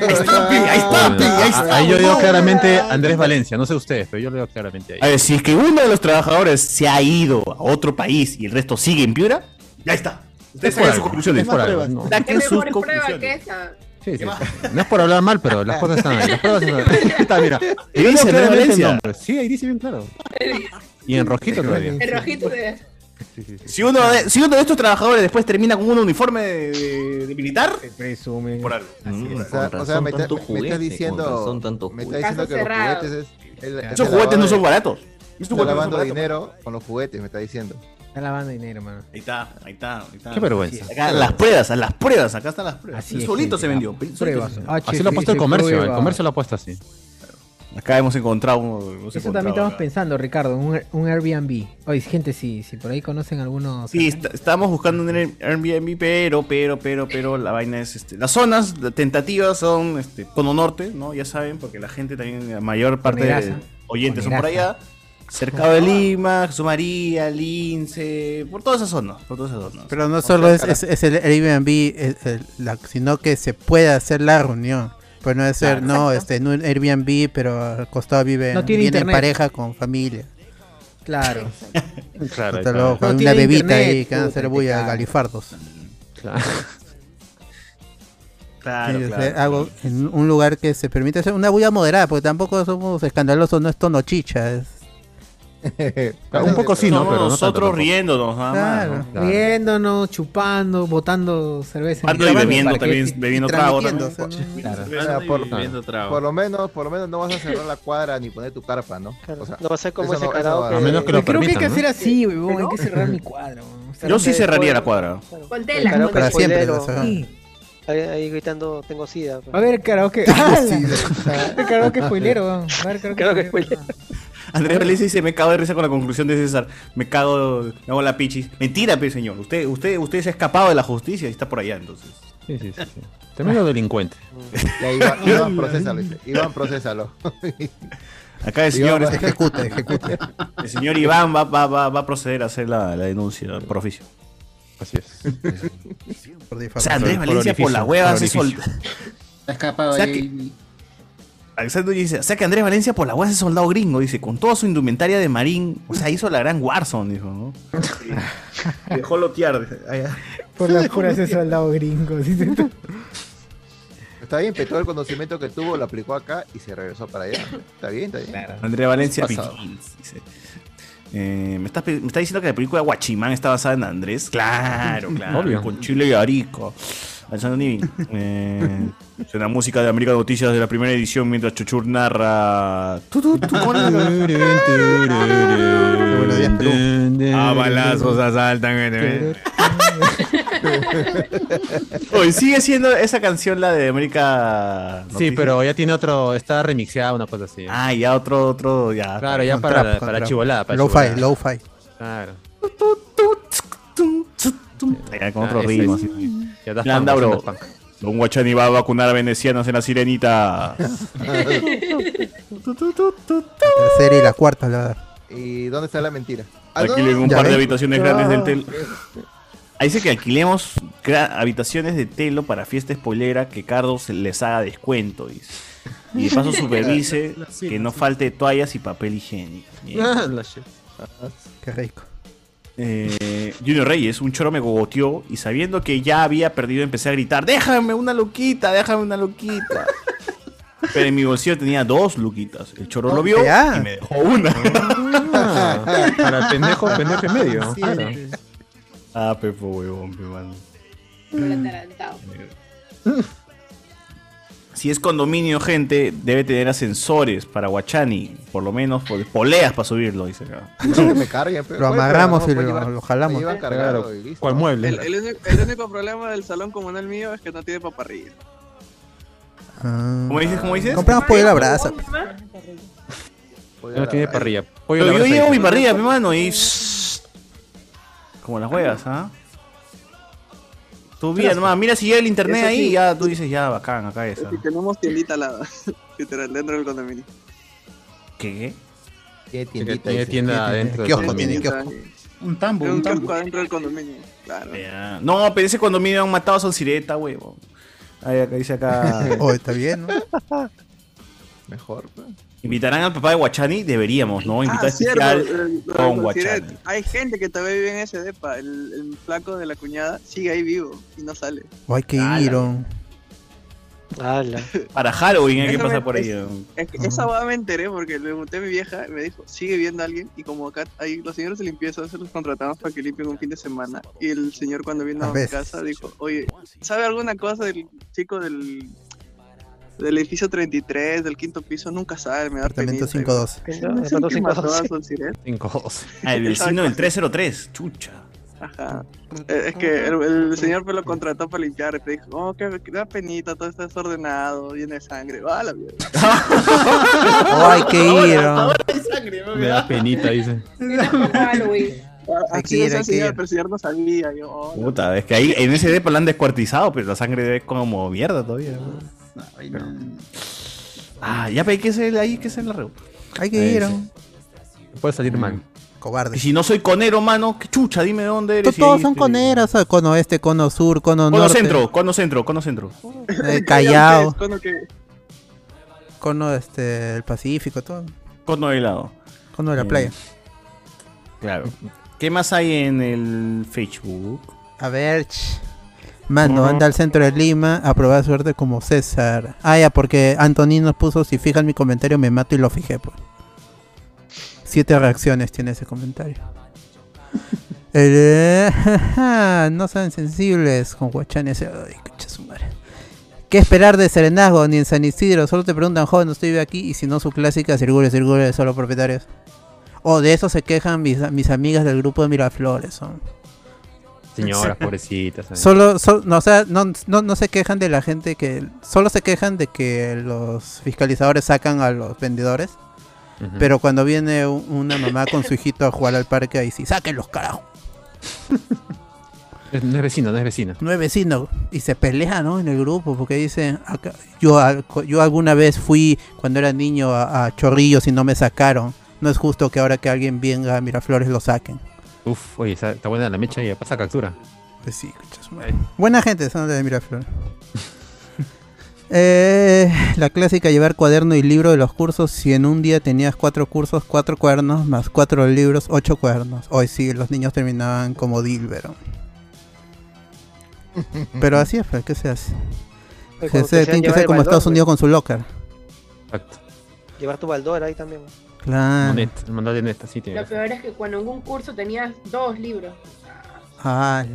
Ahí yo digo claramente Andrés Valencia, no sé ustedes, pero yo lo digo claramente ahí.
A ver, si es que uno de los trabajadores se ha ido a otro país y el resto sigue en Piura, ya está. Ustedes
Es
saquen
por
sus
algo,
conclusiones.
es por algo, no.
La que
Saquen sus
mejor prueba que
conclusiones.
esa.
Sí, sí, sí. No es por hablar mal, pero las cosas están ahí. Las pruebas están ahí. Está, mira.
Y dice
Yo digo
Andrés
claramente el
Valencia.
nombre. Sí, ahí dice bien claro. Y en rojito todavía.
El rojito de.
Si uno, de, si uno de estos trabajadores después termina con un uniforme de, de- de militar,
presume.
por algo.
O sea, o sea, me, está- me estás diciendo. me estás diciendo que los juguetes es. el-
Esos
es
juguetes
el
no
lavado
son
de-
baratos. Esos
Está
juguetes no son
lavando
baratos,
dinero con los juguetes, me está diciendo.
Está lavando dinero, mano.
Ahí está, ahí está, ahí está.
Qué vergüenza.
Ah, Acá las pruebas, las pruebas, acá están las pruebas.
Así
El
es,
solito
gente,
se vendió.
pruebas. Ah,
solito se vendió.
Así lo ha puesto el comercio. El comercio lo ha puesto así.
Acá hemos encontrado. Hemos
Eso también
encontrado
estamos
acá.
pensando, Ricardo, un, un Airbnb. Oye, gente, si, si por ahí conocen algunos...
Sí, está- estábamos buscando en el Airbnb, pero, pero, pero, pero la vaina es este. Las zonas de- tentativas son este, Cono Norte, ¿no? Ya saben, porque la gente también, la mayor parte de
Coneraza.
oyentes son por
Coneraza.
allá. Cercado de Lima, Jesús María, Lince, por todas esas zonas, por todas esas zonas.
Pero no
O
solo
sea,
es, es, es el Airbnb, es el- la- sino que se puede hacer la reunión. Pero no es ser,
Claro.
no, este, en un Airbnb, pero al costado vive
No tiene
viene en
internet.
pareja con familia.
Claro.
Claro,
Puta
ahí
loco,
está.
hay una
No tiene
bebita
internet,
ahí que van a
puta,
hacer
te
bulla a
cagas.
galifardos.
Claro.
Claro,
Tiene que
claro.
ser algo en un lugar que se permite hacer una bulla moderada, porque tampoco somos escandalosos, no es tono chicha. es-
ah, Un poco sí, ¿no?
Somos
Pero no tanto
nosotros
tampoco.
riéndonos nada más. ¿no?
Claro. Riéndonos, chupando, botando cerveza.
Ando y bebiendo también, bebiendo trago
transmitiendo,
también.
o sea, no-
O sea,
Claro.
por,
Bebiendo trago.
por lo menos, por lo menos no vas a cerrar la cuadra ni poner tu carpa, ¿no? O sea,
no va a ser como
eso
ese
eso
carajo
va a-
que- A menos que lo
Creo que hay que hacer así, huevón, hay que cerrar mi cuadro.
Yo sí cerraría la cuadra.
Con
El
tela.
carajo
con
que
tela.
se polero.
las hagan. Sí.
Ahí, ahí gritando, tengo sida. pues.
Va a haber karaoke. ¡Hala! karaoke spoilero, weón. Va a haber karaoke
Creo que
spoilero.
spoilero.
Andrés Valencia dice, me cago de risa con la conclusión de César. Me cago, me hago la pichis. Mentira, pe señor. Usted, usted, usted se ha escapado de la justicia y está por allá entonces. Ah.
Sí, sí, sí. sí. Tremendo delincuente.
Ya, Iván, Iván, procésalo. dice. Iván, procésalo.
Acá el
Iván,
señor. este-
ejecuta, ejecuta.
El señor Iván va, va, va, va a proceder a hacer la, la denuncia por oficio.
Así es.
O sea, Andrés
Por
Valencia por
orificio,
las huevas
por
se
orificio.
soldó.
Está escapado
O sea
ahí.
Alexander dice, o sea que Andrés Valencia por la huevas es soldado gringo, dice, con toda su indumentaria de marín, o sea, hizo la gran Warzone, dijo, ¿no? Y Dejó lotear. dice, ah, ya.
Por las puras de soldado gringo. dice.
Está bien, pero todo el conocimiento que tuvo lo aplicó acá y se regresó para allá. Está bien, está bien.
Andrés Valencia
Pasado.
Piquins, dice. Eh, ¿me, estás, pe- me estás diciendo que la película Guachimán está basada en Andrés. Claro, claro.
Obvio.
Con Chile y Arico. Alessandro Nivin. Eh, suena música de América Noticias de la primera edición mientras Chuchur narra. Tu, tu, tu, con la-
Ah,
A Ah, balazos asaltan. eh, Hoy sigue siendo esa canción la de América.
Sí,
Noticias?
pero ya tiene otro, está remixeada una cosa así.
Ah, ya otro, otro, ya.
Claro, ya
Con
para,
trap, con
para
trap.
chivolada. Para
Lo-fi,
chivolada.
lo-fi.
Claro.
Ya con
Ah,
otro
ese
ritmo.
es.
así.
Ya Daft
Landa,
Punk,
bro.
Daft Punk.
Don Guachani va a vacunar a venecianos en la sirenita.
La tercera y la cuarta, la verdad.
¿Y dónde está la mentira?
Alquilen un
Ya
par de
ven.
habitaciones
Ah.
grandes del Telo. Ahí dice que alquilemos gra- habitaciones de Telo para fiesta spoilera que Cardo se les haga descuento. dice. Y de paso supervise
La- la- sí,
que
la-
no
sí.
falte toallas y papel higiénico. Bien.
Ah, la shit.
Qué rico.
Eh, Junior Reyes, un choro me gogoteó y sabiendo que ya había perdido empecé a gritar, déjame una luquita, déjame una luquita. Pero en mi bolsillo tenía dos luquitas. El choro lo vio
Ya.
y me dejó una.
Ah, para pendejo, pendejo y medio.
Sí.
claro.
Ah, pepo, huevón, pe, mano.
Un atarantado.
Si es condominio, gente, debe tener ascensores para Guachani. Por lo menos por- poleas para subirlo, dice acá.
me carguen, pero-
Lo
Oye,
amarramos
pero
y
pues
lo-
llevan-
lo jalamos.
me llevan
Claro.
cargado y listo.
¿Cuál mueble?
El, el único, el único problema del salón comunal mío es que no tiene paparrilla.
¿Cómo dices? ¿Cómo dices?
Ah.
Ah,
Compramos pollo a la brasa.
No tiene parrilla. Pollo
Pero
a la
yo
brasa
llevo
ahí.
mi parrilla, mi mano, y. Como las huevas, ¿ah? Tú mira nomás, mira si llega el internet
Eso
ahí
sí.
y ya tú dices, ya bacán, acá
Es
esa.
que tenemos tiendita al lado, literal, dentro del condominio.
¿Qué?
Tiene tiendita.
Tiene
dice.
tienda adentro del
Kiosco,
condominio.
tiene kiosco.
Un tambo,
un
un
kiosco
tambo.
adentro del condominio. Claro.
Ya. No, pero ese condominio han matado a Solcireta, huevo. Ahí acá dice acá.
Oh, está bien,
¿no? Mejor, pues.
¿Invitarán al papá de Guachani? Deberíamos, ¿no? Invitar
Ah, cierto,
especial
el- el-
con
el-
Guachani.
Hay gente que todavía vive en ese depa. El, el flaco de la cuñada sigue ahí vivo y no sale.
Ay, qué iron.
Para Halloween hay que
Eso me-
pasar por ahí.
es-
¿no?
es que esa boda me enteré porque le pregunté a mi vieja, me dijo, sigue viendo a alguien, y como acá hay los señores de limpieza, se los contratamos para que limpien un fin de semana, y el señor cuando vino
A
a, mi
veces.
casa dijo, oye, ¿sabe alguna cosa del chico del, del edificio 33, del quinto piso? Nunca sabe, me da
Apartamento
penita".
512.
Ese no es el que mató a Sol Siret.
5-2.
Ah, el vecino del 303. Chucha.
Ajá. Eh, Es que el, el señor pues lo contrató para limpiar y te dijo, oh, qué, qué da penita, todo está desordenado, lleno de sangre. ¡Ah, la mierda!
Ay, qué
Ahora-
iron.
ahora hay sangre, ¿no?
Me da penita, dice.
Ah,
que
Así
ir,
es el
hay que
señor,
ir.
pero el señor no sabía. Yo, oh,
Puta, es que ahí en ese depa la han descuartizado, pero la sangre debe como mierda todavía. ¿no? Pero- Ah, ya, pero hay que ser ahí, hay que ser la reunión.
Hay
que ir,
sí.
Puede salir mal.
Cobarde.
Y si no soy conero, mano, qué chucha, dime dónde eres.
To-
y
Todos
ahí
son
te-
coneras, ¿sabes? cono este, cono sur, cono
Cono
norte.
centro, cono centro, cono centro.
Eh, Callao,
cuando que
cono este, el Pacífico, todo.
Cono de helado.
Cono de la
Eh,
playa.
Claro. ¿Qué más hay en el Facebook?
A ver. ch. Mano, anda al centro de Lima a probar suerte como César. Ah, ya, porque Antonín nos puso, si fijan mi comentario me mato y lo fijé. Pues. Siete reacciones tiene ese comentario. El- eh, no saben sensibles con guachanes. Ay, concha su madre. ¿Qué esperar de Serenazgo ni en San Isidro? Solo te preguntan, joven, usted vive aquí. Y si no, su clásica, circule, circule de solo propietarios. O de eso se quejan mis, mis amigas del grupo de Miraflores. son.
Señoras, pobrecitas. ahí.
Solo, sol- no, o sea, no, no, no se quejan de la gente que... Solo se quejan de que los fiscalizadores sacan a los vendedores.
Ujú.
Pero cuando viene u- una mamá con su hijito a jugar al parque, ahí sí, saquen los carajos.
Es- No es vecino, no es vecino.
No es vecino. Y se pelea, ¿no? En el grupo, porque dicen, acá- yo, al- yo alguna vez fui cuando era niño a, a Chorrillos y no me sacaron. No es justo que ahora que alguien venga a Miraflores lo saquen.
Uf, oye, está, está buena la mecha y pasa captura.
Pues sí, Buena gente, son de Miraflores. Eh, la clásica llevar cuaderno y libro de los cursos. Si en un día tenías cuatro cursos, cuatro cuadernos, más cuatro libros, ocho cuadernos. Hoy sí, los niños terminaban como Dilbero. Pero así es, pues, ¿qué se hace?
Oye,
Se,
cuando
se-
te
tienen que
llevar
ser
el
como
baldor,
Estados
güey.
Unidos con su locker.
Llevar tu baldor ahí también.
Claro.
Monet, el mandado de Nesta, sí tiene.
Lo peor es que cuando en un curso tenías dos libros.
Ah,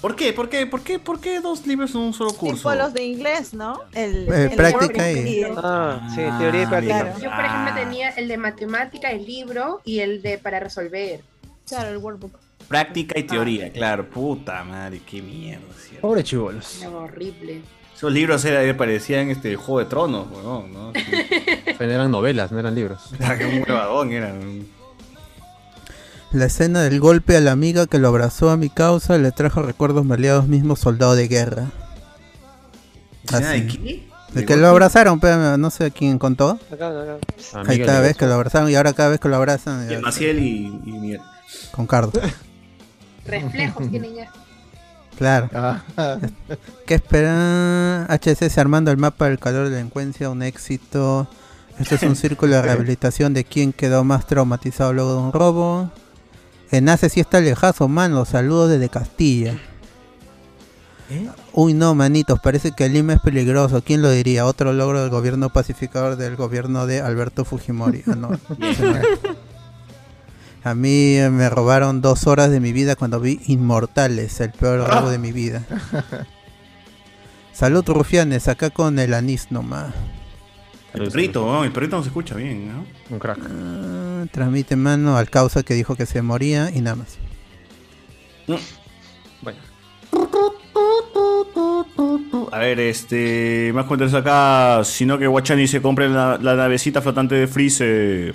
¿Por qué? ¿Por qué? ¿Por qué? ¿Por qué dos libros en un solo curso?
Tipo los de inglés, ¿no? El,
Eh,
el-
práctica
el-
y-
Ah, sí, teoría y práctica.
Claro.
Yo, por ejemplo, tenía el de matemática, el libro y el de para resolver.
Claro, el workbook.
Práctica y teoría, claro. Puta madre, qué mierda. ¿cierto?
Pobre chivolos.
Era horrible.
Esos libros era, parecían este Juego de Tronos, weón, ¿no?
Eran novelas, no eran libros.
Era un huevadón, eran.
La escena del golpe a la amiga que lo abrazó a mi causa le trajo recuerdos maleados mismo soldado de guerra.
¿Escena de
Así.
qué?
Ah,
¿De
De que
golpe?
lo abrazaron, pero no sé quién contó.
Acá, acá.
Ah,
Ahí está, ves que lo abrazaron y ahora cada vez que lo abrazan
Y
ya,
el Maciel y, y Miguel.
con cardo.
Reflejos tienen ya.
Claro.
Ah.
¿Qué espera? HCS armando el mapa del calor de la delincuencia, un éxito. Esto es un círculo de rehabilitación de quien quedó más traumatizado luego de un robo. En Ace sí está lejazo, mano. Saludos desde Castilla. Uy, no, manitos, parece que Lima es peligroso. ¿Quién lo diría? Otro logro del gobierno pacificador del gobierno de Alberto Fujimori. Ah, no. A mí eh, me robaron dos horas de mi vida cuando vi Inmortales, el peor robo de mi vida. Salud, rufianes, acá con el anís nomás.
El perrito, weón, el perrito no se escucha bien, ¿no?
Un crack.
Ah, Transmite mano al causa que dijo que se moría y nada más.
Bueno.
A ver, este. Más contenidos acá. Sino que Guachani se compre la, la navecita flotante de Freezer.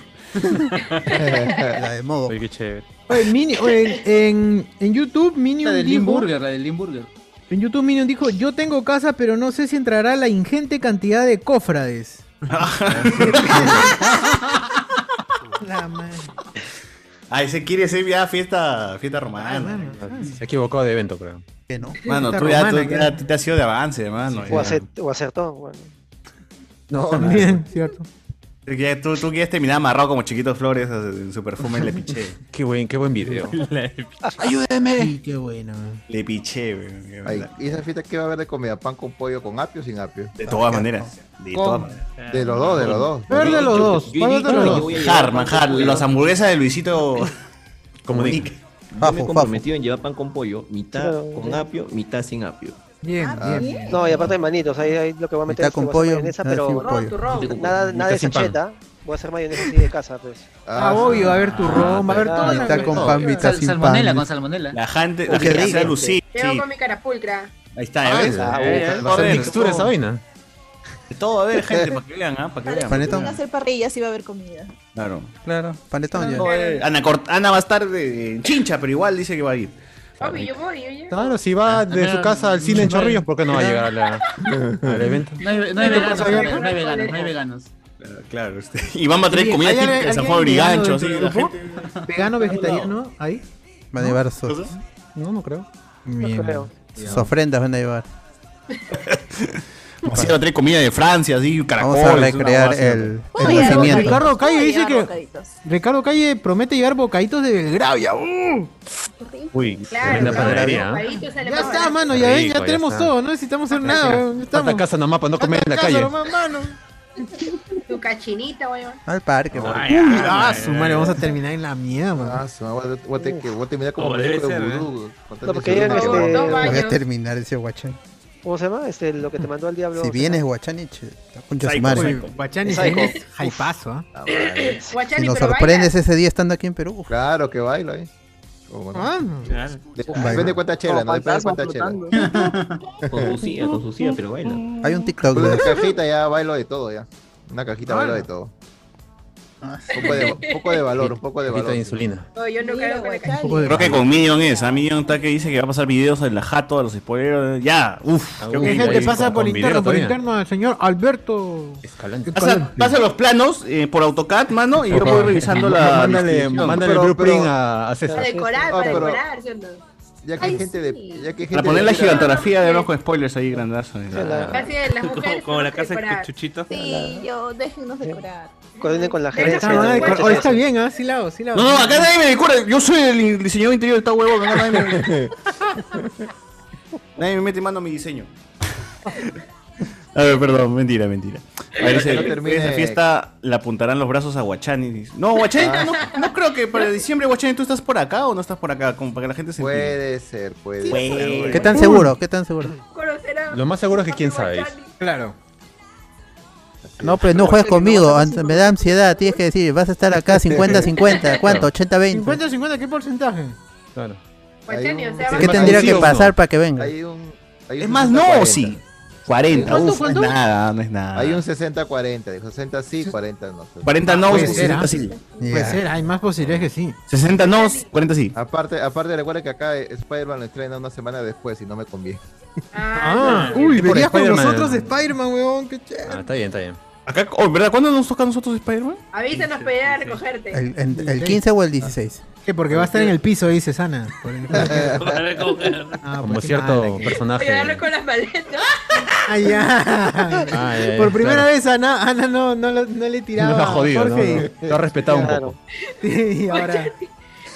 la de modo.
Oye, qué chévere.
Oye, Mini- oye, en, en YouTube, Minion
La del
dijo-
Limburger, la del Limburger.
En YouTube, Minion dijo: Yo tengo casa, pero no sé si entrará la ingente cantidad de cofrades. La madre.
Ah, ese quiere ser ya fiesta, fiesta romana.
Se equivocó de evento, creo.
Ah, Que no.
Mano,
Fiesta
tú ya
romana,
tú-
que-
ya- te has ido de avance, mano.
O,
ya.
acer- o acertó, bueno.
No,
También, cierto.
Tú quieres- Tú, tú quieres terminar amarrado como Chiquito Flores en su perfume Le Piché.
qué buen, qué buen video.
Ayúdeme. Sí, qué bueno.
Le Piché, weón. qué
Ay,
verdad.
¿Y esa fiesta que va a haber de comida? ¿Pan con pollo con apio o sin apio?
De todas maneras. De
Con-
todas maneras.
De los dos, de los dos.
Ver de los dos,
Yo- yo- ver de los yo- dos. yo voy a
Manjar,
llevar
manjar.
pan con
Las hamburguesas de Luisito Comunica.
Yo me he comprometido en llevar pan con pollo, mitad
Claro.
con apio, mitad sin apio.
Bien,
Ah, bien. bien.
No, y aparte de manitos, ahí, ahí lo que va a meter
Mitad
es que
con
voy a hacer
pollo,
mayonesa,
mitad
pero
sin pollo. Turrón, turrón.
nada, nada
Mitad
de
sin pan.
sacheta. Voy a hacer mayonesa así de casa, pues.
Ah, obvio, va a haber turrón, va a haber todo.
Mitad con pan, mitad
Sal-
sin pan.
salmonela,
con
salmonela.
La gente,
Oh,
la
qué
gente hace
rico.
lucir.
Llevo con mi carapulcra.
Ahí está, ¿ya ves?
Ah,
Eh,
va a
eh,
ser
va a haber
mixtura esa vaina.
De todo, a ver, gente, para que vean, ¿ah? Para que vean.
Van a hacer parrillas y va a haber comida.
Claro.
Claro. Panetón
No, eh, Ana, Cort- Ana va a estar eh, chincha, pero igual dice que va a ir.
Papi, yo voy, yo llego.
Claro, si
Ah,
va de su casa al cine en Chorrillos, ¿por qué no va a llegar a la- al evento?
No hay, no hay
¿Qué
veganos,
pasa,
no hay
Diego?
no hay veganos, no hay veganos.
Claro, Claro, este. Y vamos a traer
Oye,
comida
¿hay
típica
alguien-
de San Juan de
alguien vegano
Brigancho, así,
dentro del
la
grupo?
gente.
¿Vegano, vegetariano? ¿Ahí?
Van a llevar sus,
No, no creo.
Bien.
creo.
sus ofrendas, van a llevar.
Así va a traer comida de Francia, así,
Vamos
caracoles.
a
una
recrear
hueá así.
el, el
Oye,
nacimiento.
Ricardo Calle
Voy a
dice
llevar
que.
bocaditos.
Ricardo Calle promete llevar bocaditos de Belgravia. ¡Uh!
Uy,
Claro,
tremenda
claro.
panadería. ¿eh?
Ahí tú sales
Ya
más
está,
barato.
mano, ya ven,
Rico,
ya
ya
tenemos
está.
todo, no necesitamos hacer nada. weón, Estamos
Falta casa nomás para no comer en la
casa,
calle.
nomás, mano.
Tu cachinita, voy a
Al parque,
Ay,
por-
ay,
Uy,
ay,
ah,
ay,
su madre,
ay,
vamos a
ay.
terminar en la mierda. man.
Ah, su madre, voy a te- que- voy a terminar como
Como
un
debe
grupo de
ser, ¿eh?
vudú, con
No,
tanta
porque llegan,
inseguridad.
este, No, no,
Voy
baños.
a terminar ese guachán.
¿Cómo se llama? Este, lo que te mandó al diablo.
Si
¿se
vienes
llama?
guachaniche, la concha de su
Psycho,
madre.
psycho.
Guachani,
Psycho. Eh,
vienes jaipazo, ¿ah?
Si nos sorprendes ese día estando aquí en Perú.
Claro, que bailo ahí. ¿Cómo no?
Ah.
De- Depende de cuánta chela, no depende de cuánta chela.
Con sucia, con sucia, pero baila.
Hay un TikTok.
Con
de-
una cajita ya bailo de todo ya. Una cajita
Ah.
bailo de todo. Un poco de, un poco de valor, un poco de
Cajita
valor.
de insulina.
No, yo no creo que
Un poco de- Creo que con Minion es, a Minion está que dice que va a pasar videos de la jato, de los spoilers, Ah, ya, uff.
¿Qué gente pasa por interno, por interno al señor Alberto?
Pasa, pasa los planos eh, por AutoCAD, mano, y yo
Por
voy
favor.
revisando la.
Mándale-
descripción.
mándale el
Pero-
blueprint
pero-
a- a César.
Para decorar,
Ah,
para
pero-
decorar, ¿sí o no?
Ya que hay gente de. Ya que hay gente
Para poner la
de-
gigantografía de unos con spoilers ahí grandazo.
Gracias, las mujeres.
Como la
tenemos que
casa de
decorar.
Chuchito.
Sí, yo, déjenos decorar.
Coordinen con la
Está,
gerencia.
madre, cor- oh, está bien, ¿ah? Sí la hago, sí la hago.
No, no, acá nadie me decora. Yo soy el diseñador interior de esta huevo. Acá nadie me. nadie me mete mano a mi diseño. A ver, perdón, mentira, mentira. A ver,
Que
dice,
no termine-
esa fiesta le apuntarán los brazos a Guachani. Dice, No, Guachani,
Ah.
no, no creo que para diciembre, Guachani, ¿tú estás por acá o no estás por acá? Como para que la gente se entere.
Puede ser, puede
Puede.
ser.
¿Qué tan seguro? ¿Qué tan seguro?
Lo más seguro es que quién sabe.
Claro.
No, pues no juegues conmigo, an- me da ansiedad, tienes que decir, vas a estar acá 50-50, ¿cuánto? 80-20.
50-50, ¿qué porcentaje?
Claro.
Guachani, o sea,
¿Qué
vas-
tendría
¿Sí
que
o no?
pasar para que venga?
Es más, no, sí. 40,
¿Cuánto,
uf,
cuánto?
no es nada, no es nada.
Hay un 60-40, dijo 60 sí, 40 no.
40 no,
Puede ser, ¿ah?
60 sí.
Puede ser, hay más posibilidades que sí.
60 no, 40 sí.
Aparte, aparte recuerda que acá eh, Spider-Man lo estrena una semana después y no me conviene.
Ah, uy, venías con nosotros de Spider-Man, weón, qué chévere.
Ah, está bien, está bien.
Acá, oh, ¿verdad? ¿Cuándo nos toca a nosotros Spider-Man?
Avísanos para ir a recogerte.
El, en- el 15 o el 16.
¿Qué? Porque va a estar en el piso, dice Sana. Por el-
pues
Ah,
Como
pues, qué
cierto
mala que-
Voy a
personaje.
darle con las maletas.
Ay, ya.
Ay, ay,
Por primera
Ah, claro.
vez Ana, Ana no, no, lo- no le tiraba
No lo ha jodido,
a
¿no?
Jorge.
No, Lo ha respetado un
Claro.
poco.
y ahora...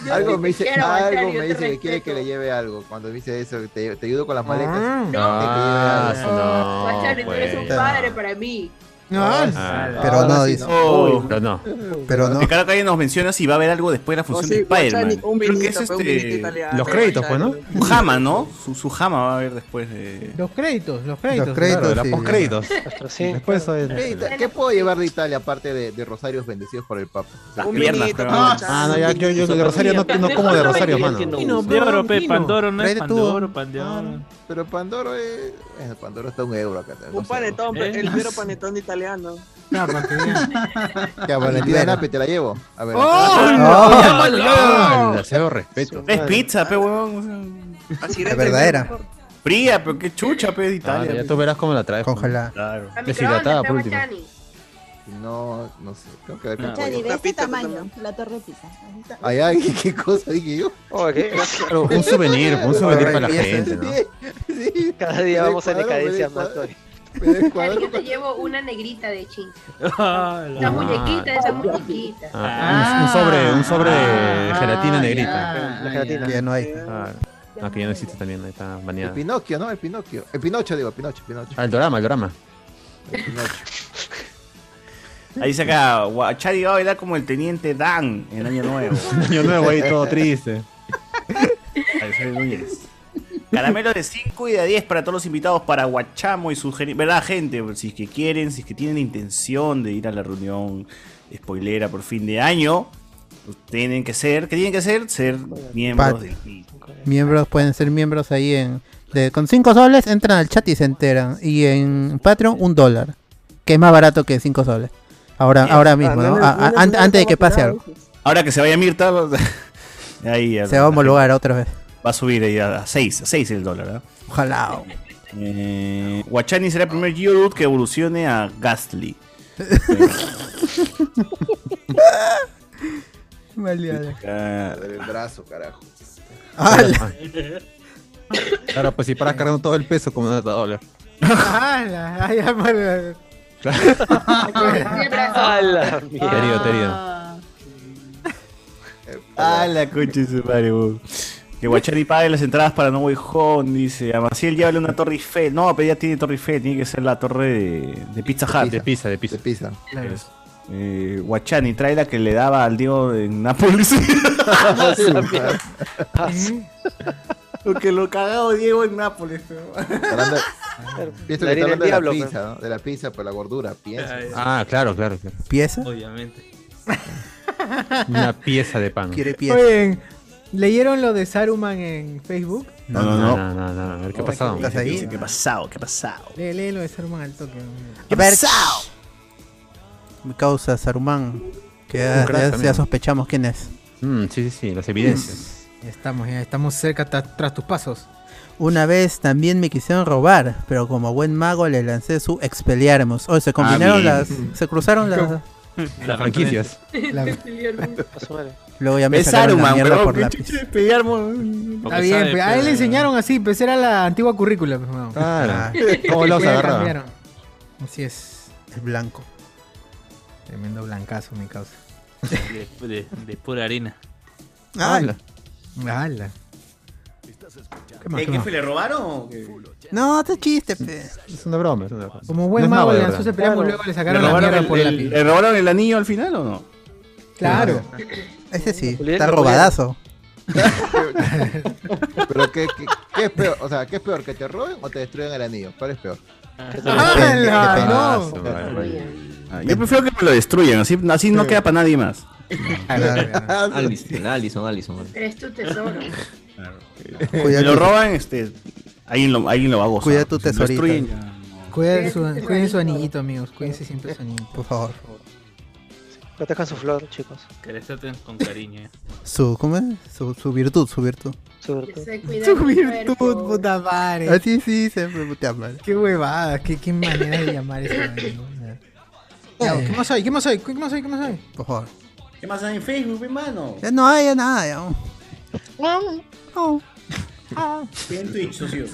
Yo
Algo
sí
me
te
dice,
quiero, Guachani,
algo
yo
me
te
dice que quiere que
respeto.
le lleve algo. Cuando dice eso, te, te ayudo con las maletas.
Ah.
Ah,
Sí,
sí,
que lleve algo.
no.
Guachani, tú eres un
Ah,
pues.
padre para mí.
No,
pues.
Ah,
Pero
ahora
no,
sí,
dice.
Oh.
Pero no.
Pero no.
Que cada calle nos menciona si va a haber algo después de la función
Oh, sí,
de Spider-Man.
Guachani, un
Creo que
vinito,
es
pues, un vinito
este.
italiano, Los créditos, pues, ¿no?
Su jama, ¿no? Su, su jama va a haber después de.
Los créditos, los créditos.
Claro, de la
sí.
postcréditos.
Sí.
Después soy-
¿Qué, qué puedo llevar de Italia aparte de, de Rosarios bendecidos por el Papa?
Las piernas, creo.
Ah, no, ya, yo, yo de Rosario no, no como de Rosario, mano.
Vino,
De oro,
weón,
pe,
vino.
Pandoro, no es
Tráete tú.
Pandoro, Pandoro.
Pero Pandoro es. bueno, Pandoro está un euro acá. no
Un
sé.
panetón, pe,
Eh.
el mero panetón italiano.
Claro,
pues,
para que vean.
Ya, Valentina Napi, te la llevo. A ver.
¡Oh, no!
Ah, Demasiado respeto.
Es pizza, pe, huevón. o sea,
Así
La verdadera.
Fría, pero qué chucha, pe, de
Ah,
Italia.
ya
pues.
pe.
tú verás cómo la traes.
Congelada.
Claro.
A microondas,
Deshidratada,
pe,
por último. Ah,
Guachani.
Si no, no sé. Tengo que ver con
Chani, de este tamaño, la torre pizza. Así está.
Ay, ay, qué, qué cosa dije yo.
Claro, un souvenir, un souvenir para la gente, ¿no?
Cada día
Me
vamos en
descuadro, me
decadencia más
descuadro.
todavía.
Claro, yo te llevo una negrita de chin.
Ah,
Esa muñequita, esa muñequita.
Ah, un, un sobre, un sobre de gelatina
Ah,
negrita.
ya, La gelatina.
Ya no hay. Ah, que ya no existe también, ahí está
El
baneada.
Pinocchio, ¿no? El Pinocchio. El Pinocho, digo, el Pinocho, Pinocho.
Ah, el drama, el drama.
El Pinocho.
Ahí saca, Guachari va a bailar como el teniente Dan en Año Nuevo.
Año Nuevo ahí todo triste.
Alfredo Núñez. Caramelo de 5 y de 10 para todos los invitados para Guachamo y su geni- ¿Verdad, gente? Si es que quieren, si es que tienen la intención de ir a la reunión spoilera por fin de año, pues tienen que ser, ¿qué tienen que ser? Ser miembros
Pat-
del
Miembros pueden ser miembros ahí en. de- con 5 soles entran al chat y se enteran. Y en Patreon, un dólar. Que es más barato que 5 soles. Ahora, ahora mismo, Ah, ¿no? A- a- an- antes de que pase algo.
Ahora que se vaya Mirta, ahí ya-
Se va a homologar otra vez.
va a subir ahí a 6, a 6 el dólar, ¿verdad?
Ojalá.
Eh, Guachani será el primer Geodude que evolucione a Gastly.
Maleada.
El brazo, carajo.
¡Hala! Claro, pues si paras cargando todo el peso como una doble.
¡Hala! Ay, ay, mal-
A la mierda.
Te herido, te herido.
A Ah, la concha de su madre, weón. Que Guachani pague las entradas para No Way Home, dice. A Maciel llévale una Torre Eiffel. No, pero ya tiene Torre Eiffel, tiene que ser la torre de, de Pizza Hut.
De pizza, de pizza.
Claro. Eh, Guachani, trae la que le daba al Diego en Nápoles. Porque lo cagado Diego en Nápoles,
Hablando- Pienso que
La
está
harina
hablando
del
de la
diablo,
pizza, ¿no? De la pizza, por la gordura, pienso.
Ah, claro, claro, claro.
¿Pieza?
Obviamente.
Una pieza de pan.
Oigan, ¿leyeron lo de Saruman en Facebook?
No, no, no. no, no, no, A ver, ¿qué ha pasado?
¿Estás ahí?
¿Qué pasado? ¿Qué pasado?
Lee, lee lo de Saruman al toque.
A ver, Mi causa Saruman. Que
Un
ya,
crack
ya- ya
también.
sospechamos quién es.
Mm, sí, sí, sí, las evidencias.
Ya Estamos, ya estamos cerca tra- tras tus pasos.
Una vez también me quisieron robar, pero como buen mago le lancé su expeliarmos. Hoy se combinaron
bien.
las. Se cruzaron las.
Las franquicias.
Luego ya me
Es
sacaron la
Saruman,
mierda
weón,
por
qué
la
chucha.
Está bien, pe- a él le enseñaron así, pues era la antigua currícula. pues, weón.
Claro.
Ah.
¿Cómo los
Ya
agarraba?
cambiaron. Así es. El blanco. Tremendo blancazo, mi causa.
De, de- de pura harina.
Ah,
¡Hala! ¡Hala! ¿Qué más,
¿Qué,
qué
qué
más?
fue? ¿Le robaron? o qué?
No, este chiste, pe.
Es una broma, es una broma.
Como buen
No es
mago
nada de
le lanzó
verdad.
ese preámbulo,
Claro.
luego le
¿Le
sacaron la
robaron
mierda
el-
por la
el-
pi-
¿Le robaron el anillo al final o no?
Claro.
Ese sí,
Julián,
está
Julián.
robadazo.
Pero ¿qué, qué, qué es peor? O sea, ¿qué es peor? ¿Que te roben o te destruyan el anillo? ¿Cuál es peor?
¡Hala! ¡No!
Ah, Yo prefiero que me lo destruyan, así, así no queda para nadie más. Ah,
Allison, Allison, Allison.
Es tu tesoro.
Si lo roban, este, alguien lo, alguien lo va a gozar.
Cuida tu
Si lo
tesorito.
destruyen,
Cuiden su, cuiden su anillito, amigos. Cuídense siempre su anillito.
Por favor.
Protejan su flor, chicos.
Que les traten con cariño. ¿eh?
Su, ¿cómo es? Su, su virtud, su virtud.
Sobre todo.
Su virtud, puta madre.
Así sí, siempre putea madre.
Qué huevada, qué, qué manera de llamar eso. ¿Qué más hay? ¿Qué más hay? ¿Qué más hay? ¿Qué más hay?
Por favor.
¿Qué más hay en Facebook, hermano?
Ya no hay ya nada, ya.
Ah,
En Twitch, socio.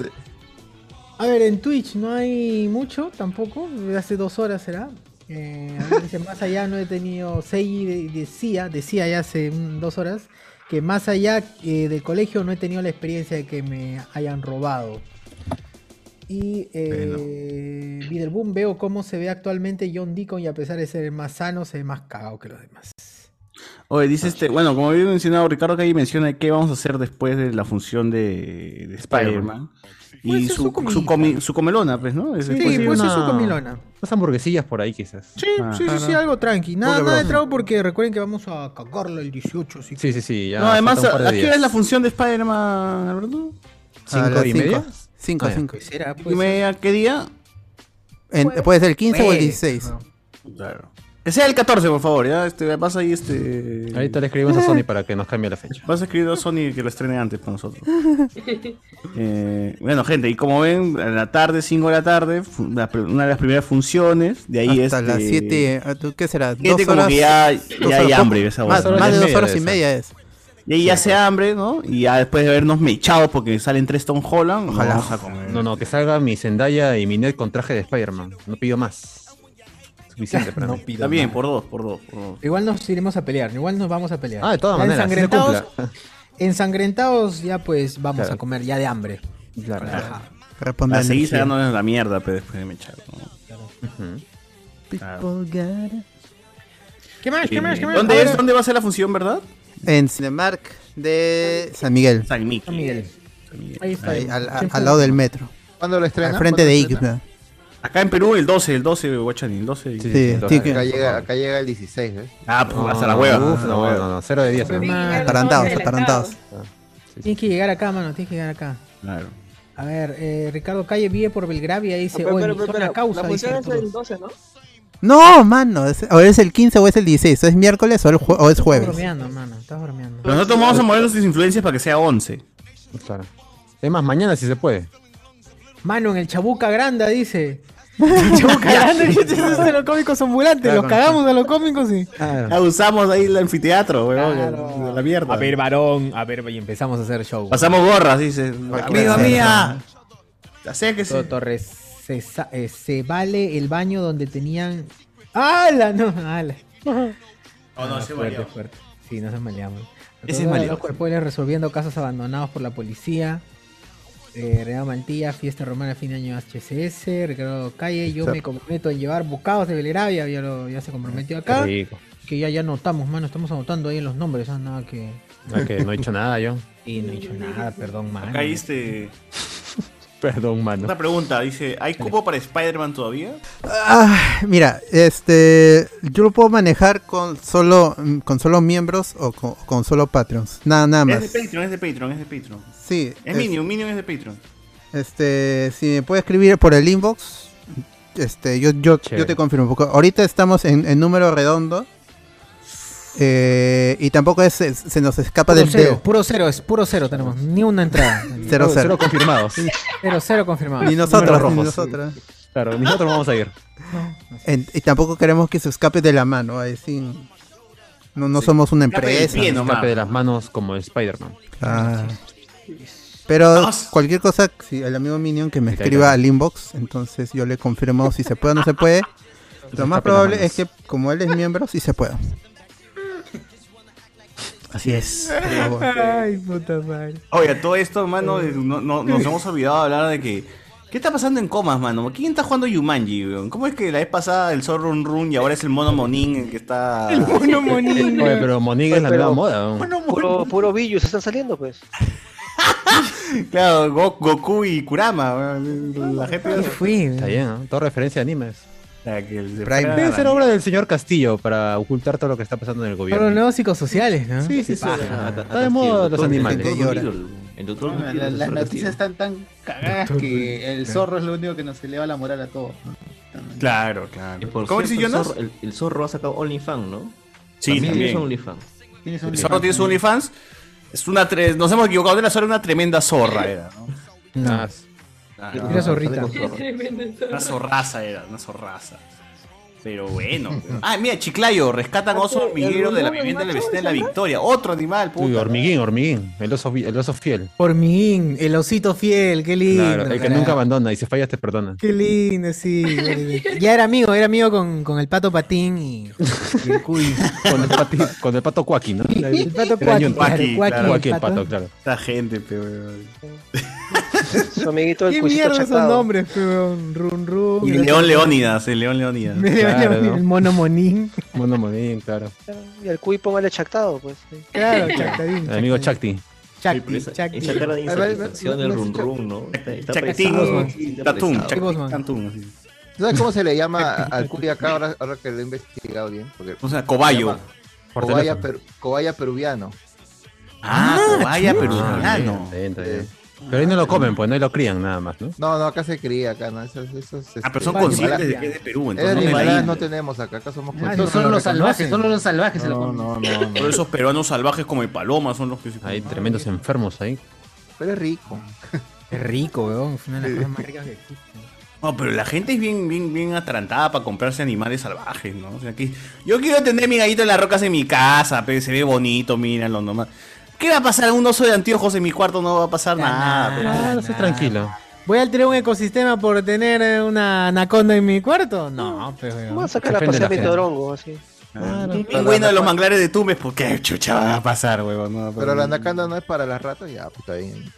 A ver, en Twitch no hay mucho tampoco. Hace dos horas será. Eh, a ver, dice, más allá no he tenido. Sei de- decía, decía ya hace mm, dos horas que más allá eh, del colegio no he tenido la experiencia de que me hayan robado. Y eh, Boom veo cómo se ve actualmente John Deacon y a pesar de ser el más sano, se ve más cagado que los demás.
Oye, dice este, bueno, como había mencionado Ricardo, que ahí menciona qué vamos a hacer después de la función de, de Spider-Man.
Puede
Y
ser
su,
su comidita.
su, comi- su comelona, pues, ¿no?
Sí, puede ser su comilona.
Unas hamburguesillas por ahí, quizás.
Sí,
Ah.
sí, sí, sí, algo tranqui. Nada,
Pobre
nada de
broma.
trago porque recuerden que vamos a cagarlo el 18. Así que...
Sí, sí, sí. Ya
no, además,
falta un par de
¿a qué hora
días.
es la función de Spider-Man, Alberto?
¿Cinco y media?
Cinco,
Ah, ya.
cinco.
Será,
¿Y media? ¿Qué día?
En- puede ser el 15 o el
Jueves.
16.
Claro. Que sea el 14, por favor, ya. Este, vas ahí, este.
Ahorita le escribimos a Sony para que nos cambie la fecha.
Vas a escribir a Sony que la estrene antes para nosotros. Eh, bueno, gente, y como ven, en la tarde, 5 de la tarde, fu- la pr- una de las primeras funciones. De ahí este, es.
Hasta las 7, ¿qué será?
Siete como que ya- ya
dos
hay
horas
hambre
poco.
esa
Más,
hora.
más de dos
Media
horas
de
y
esa.
media es.
Y ahí ya se hambre, ¿no? Y ya después de habernos mechado porque salen tres Tom Holland,
Ojalá.
vamos a comer.
No, no, que salga mi Zendaya y mi Ned con traje de Spider-Man. No pido más. Suficiente para mí.
Está bien, por dos, por dos, por dos.
Igual nos iremos a pelear, igual nos vamos a pelear.
Ah, de todas
Ya
maneras, así se
Ensangrentados,
cumpla.
ensangrentados ya pues vamos
Claro.
a comer ya de hambre. Relajado.
Para seguir
energía.
sacándonos la mierda pero después de mechar, ¿no? Ujú. Claro.
¿Qué más? ¿Qué
Eh,
más? ¿Qué más?
¿Dónde,
A
es,
ver.
¿Dónde va a ser la función, verdad?
En Cinemark de San Miguel.
San Miguel. San
Miguel. Ahí está.
Ahí, al, a- al lado del metro.
¿Cuándo lo
Al
estrenan?
frente
¿Cuándo
de
lo
Iquipa.
Acá en Perú, el 12, el 12, Guachani, el 12.
Sí, sí,
estrenan?
sí, que-
acá, llega, acá llega el 16, ¿eh?
Ah, pues,
No,
hasta la hueva.
no,
hasta la
no,
hueva.
no, no, cero de diez,
Pero hermano. man,
Atarantados,
estamos
atarantados.
Ah,
Tienes que llegar acá, mano, tienes que llegar acá.
Claro.
A ver, eh, Ricardo Calle vive por Belgravia y dice,
Ah, pero,
oye,
pero,
mi
pero,
zona
pero,
causa.
la
dice
función es
Arturo.
el 12, ¿no?
No, mano. es- o es el 15 o es el 16. ¿O es miércoles o, el jue- o es
Estás
jueves?
bromeando, mano, estás bromeando.
Pero Nosotros vamos a mover nuestras influencias para que sea 11.
Claro. Es más, mañana si se puede.
Mano, en el Chabuca Granda dice. El Chabuca Granda dice, esos son los cómicos ambulantes,
Claro.
los cagamos a los cómicos y...
Ah, Usamos ahí el anfiteatro, weón. La mierda.
A ver, varón, a ver, y empezamos a hacer show.
Pasamos gorras, dice. Amiga mía. Acérquese.
Todo Torres, se, sa- eh, se vale el baño donde tenían. ¡Hala! No, ¡hala!
Oh, no,
Ah,
ese
fuerte,
maleado.
fuerte. Sí, no se maleamos.
Ese es
Nosotros,
maleado.
Los cuerpoiles resolviendo casos abandonados por la policía. Eh, Real Mantilla, fiesta romana fin de año HCS, Ricardo Calle, yo
Sep.
me comprometo en llevar bocados de Belgravia, ya, lo, ya se comprometió acá. Que ya, ya anotamos, mano, estamos anotando ahí los nombres, ah, nada que...
No, que no he hecho nada yo.
Y no he hecho nada, perdón, mano.
Acá hay este-
Ah, Perdón, mano.
Una pregunta, dice, ¿hay cupo para Spider-Man todavía?
Ah, mira, este, yo lo puedo manejar con solo, con solo miembros o con, con solo Patreons, nada, nada más.
Es de Patreon, es de Patreon, es de Patreon.
Sí.
Es, Minion, Minion es de Patreon.
Este, si me puede escribir por el inbox, este, yo, yo, yo te confirmo, porque ahorita estamos en, en número redondo eh, y tampoco es, es- se nos escapa
Puro
del
cero,
dedo.
puro cero, es puro cero tenemos, ni una entrada.
Cero, cero. Cero
confirmados.
Cero, cero confirmados.
Ni nosotros,
Números
ni
rojos.
nosotros.
Claro, ni nosotros vamos a ir.
En- y tampoco queremos que se escape de la mano, ahí sí. No, no somos una empresa.
Escape de las manos como Spider-Man.
Ah. Pero cualquier cosa, si el amigo Minion que me
Sí,
escriba
claro.
al inbox, entonces yo le confirmo si se puede o no se puede. Lo más
las
probable
manos.
es que como él es miembro, sí se pueda. Así es. por favor.
Ay, puta madre.
Oye, a todo esto, mano, eh, no, no- nos hemos olvidado de hablar de que... ¿Qué está pasando en comas, mano? ¿Quién está jugando Yumanji, weón? ¿Cómo es que la vez pasada el zorro Run Run y ahora es el mono Monin el que está... El
mono
Monin.
Oye, pero Monique es la
Pero-
nueva moda. ¿no?
Puro, puro Villus están saliendo, pues.
Claro, Go- Goku y Kurama, weón. La gente...
Está bien, ¿no? Todo referencia a animes.
fuera
Debe
la
ser obra del señor Castillo para ocultar todo lo que está pasando en el
Son los
gobierno.
nuevos psicosociales, ¿no?
Sí, sí, sí.
Paja.
Está de moda los animales.
El
No,
Ah,
la- la- las noticias están tan cagadas que el zorro es lo único que nos eleva la moral a todos. ¿no?
Claro, claro.
Y por
¿Cómo dice
cierto, el
Jonas?
zorro, el, el zorro ha sacado OnlyFans, ¿no?
Sí, también.
es OnlyFans.
Tienes
El
un-
zorro tiene su OnlyFans. Es una tre- Nos hemos equivocado de la zorra, era una tremenda zorra era. ¿no? Ah,
No.
Claro.
Mira zorrita.
Una zorraza era, una zorraza. Pero bueno. pero- Ah, mira, Chiclayo, rescatan oso hormiguero de la vivienda de la vecindad de la Victoria. Otro animal,
Uy,
puta.
hormiguín, hormiguín. El oso, vi- el oso fiel.
Hormiguín, el osito fiel, qué lindo.
Claro, el que
carajo.
nunca abandona y si fallas te perdona.
Qué lindo, sí. ya era amigo, era amigo con, con el pato patín y, y el cuy.
Con el, pati- con el pato cuaqui, ¿no?
El pato
Era
cuaqui,
ñon-
claro, cuaqui, el
Cuaqui, el
pato.
pato, claro.
Esta gente, pero.
Su amiguito el
¿Qué
cuisito
mierda esos
chacado.
nombres, peón? Run Run.
Y
el
León
otro-
Leónidas, el León Leónidas.
Me-
Claro,
el
¿no?
mono monín.
Mono Monín, claro.
Y el cuy póngale chactado, pues. sí.
Claro,
El
chactadín.
amigo Chacti.
Chacti,
pues.
Esa,
chacti.
esa cara de
Ay, ay,
insatisfacción
ay,
del
ay,
rum
ay,
rum, ¿no? Está, está
Chactín,
pesado, está
Tatum,
pesado.
Chactín, Tatum. así.
¿Tú ¿Sabes cómo se le llama a- al cuy acá ahora, ahora que lo he investigado bien? Porque
O sea, cobayo.
se llama
Por
Cobaya,
teléfono.
per- cobaya peruviano.
Ah, vaya, pero
Ah,
ah,
bien, está bien, está bien. Pero ahí no lo comen, pues, no ahí lo crían nada más, ¿no?
No, no, acá se cría, acá no. Esos, esos,
Ah, pero
este,
son conscientes de que es de Perú, entonces.
Esos
no de la
animales
India.
no tenemos acá, acá somos
Ah, esos son los salvajes, solo los salvajes se lo
No,
comen.
no, no.
Todos esos peruanos salvajes como el paloma son los que
Hay tremendos enfermos ahí.
Pero es rico.
Es rico, weón. Es una de las cosas más ricas que
No, pero la gente es bien, bien, bien atrantada para comprarse animales salvajes, ¿no? O sea, que yo quiero tener mi gallito en las rocas en mi casa, pe, se ve bonito, míralo nomás. ¿Qué va a pasar? Un oso de anteojos en mi cuarto no va a pasar nada. pe.
nada,
sé tranquilo.
¿Voy a alterar un ecosistema por tener eh, una anaconda en mi cuarto? No, pero.
Vamos a sacar la pasea de Torongo, así.
Qué bueno de los manglares de Tumbes, porque chucha va a pasar, huevón. No,
Pero la anaconda no es para las ratas, ya, pues está bien.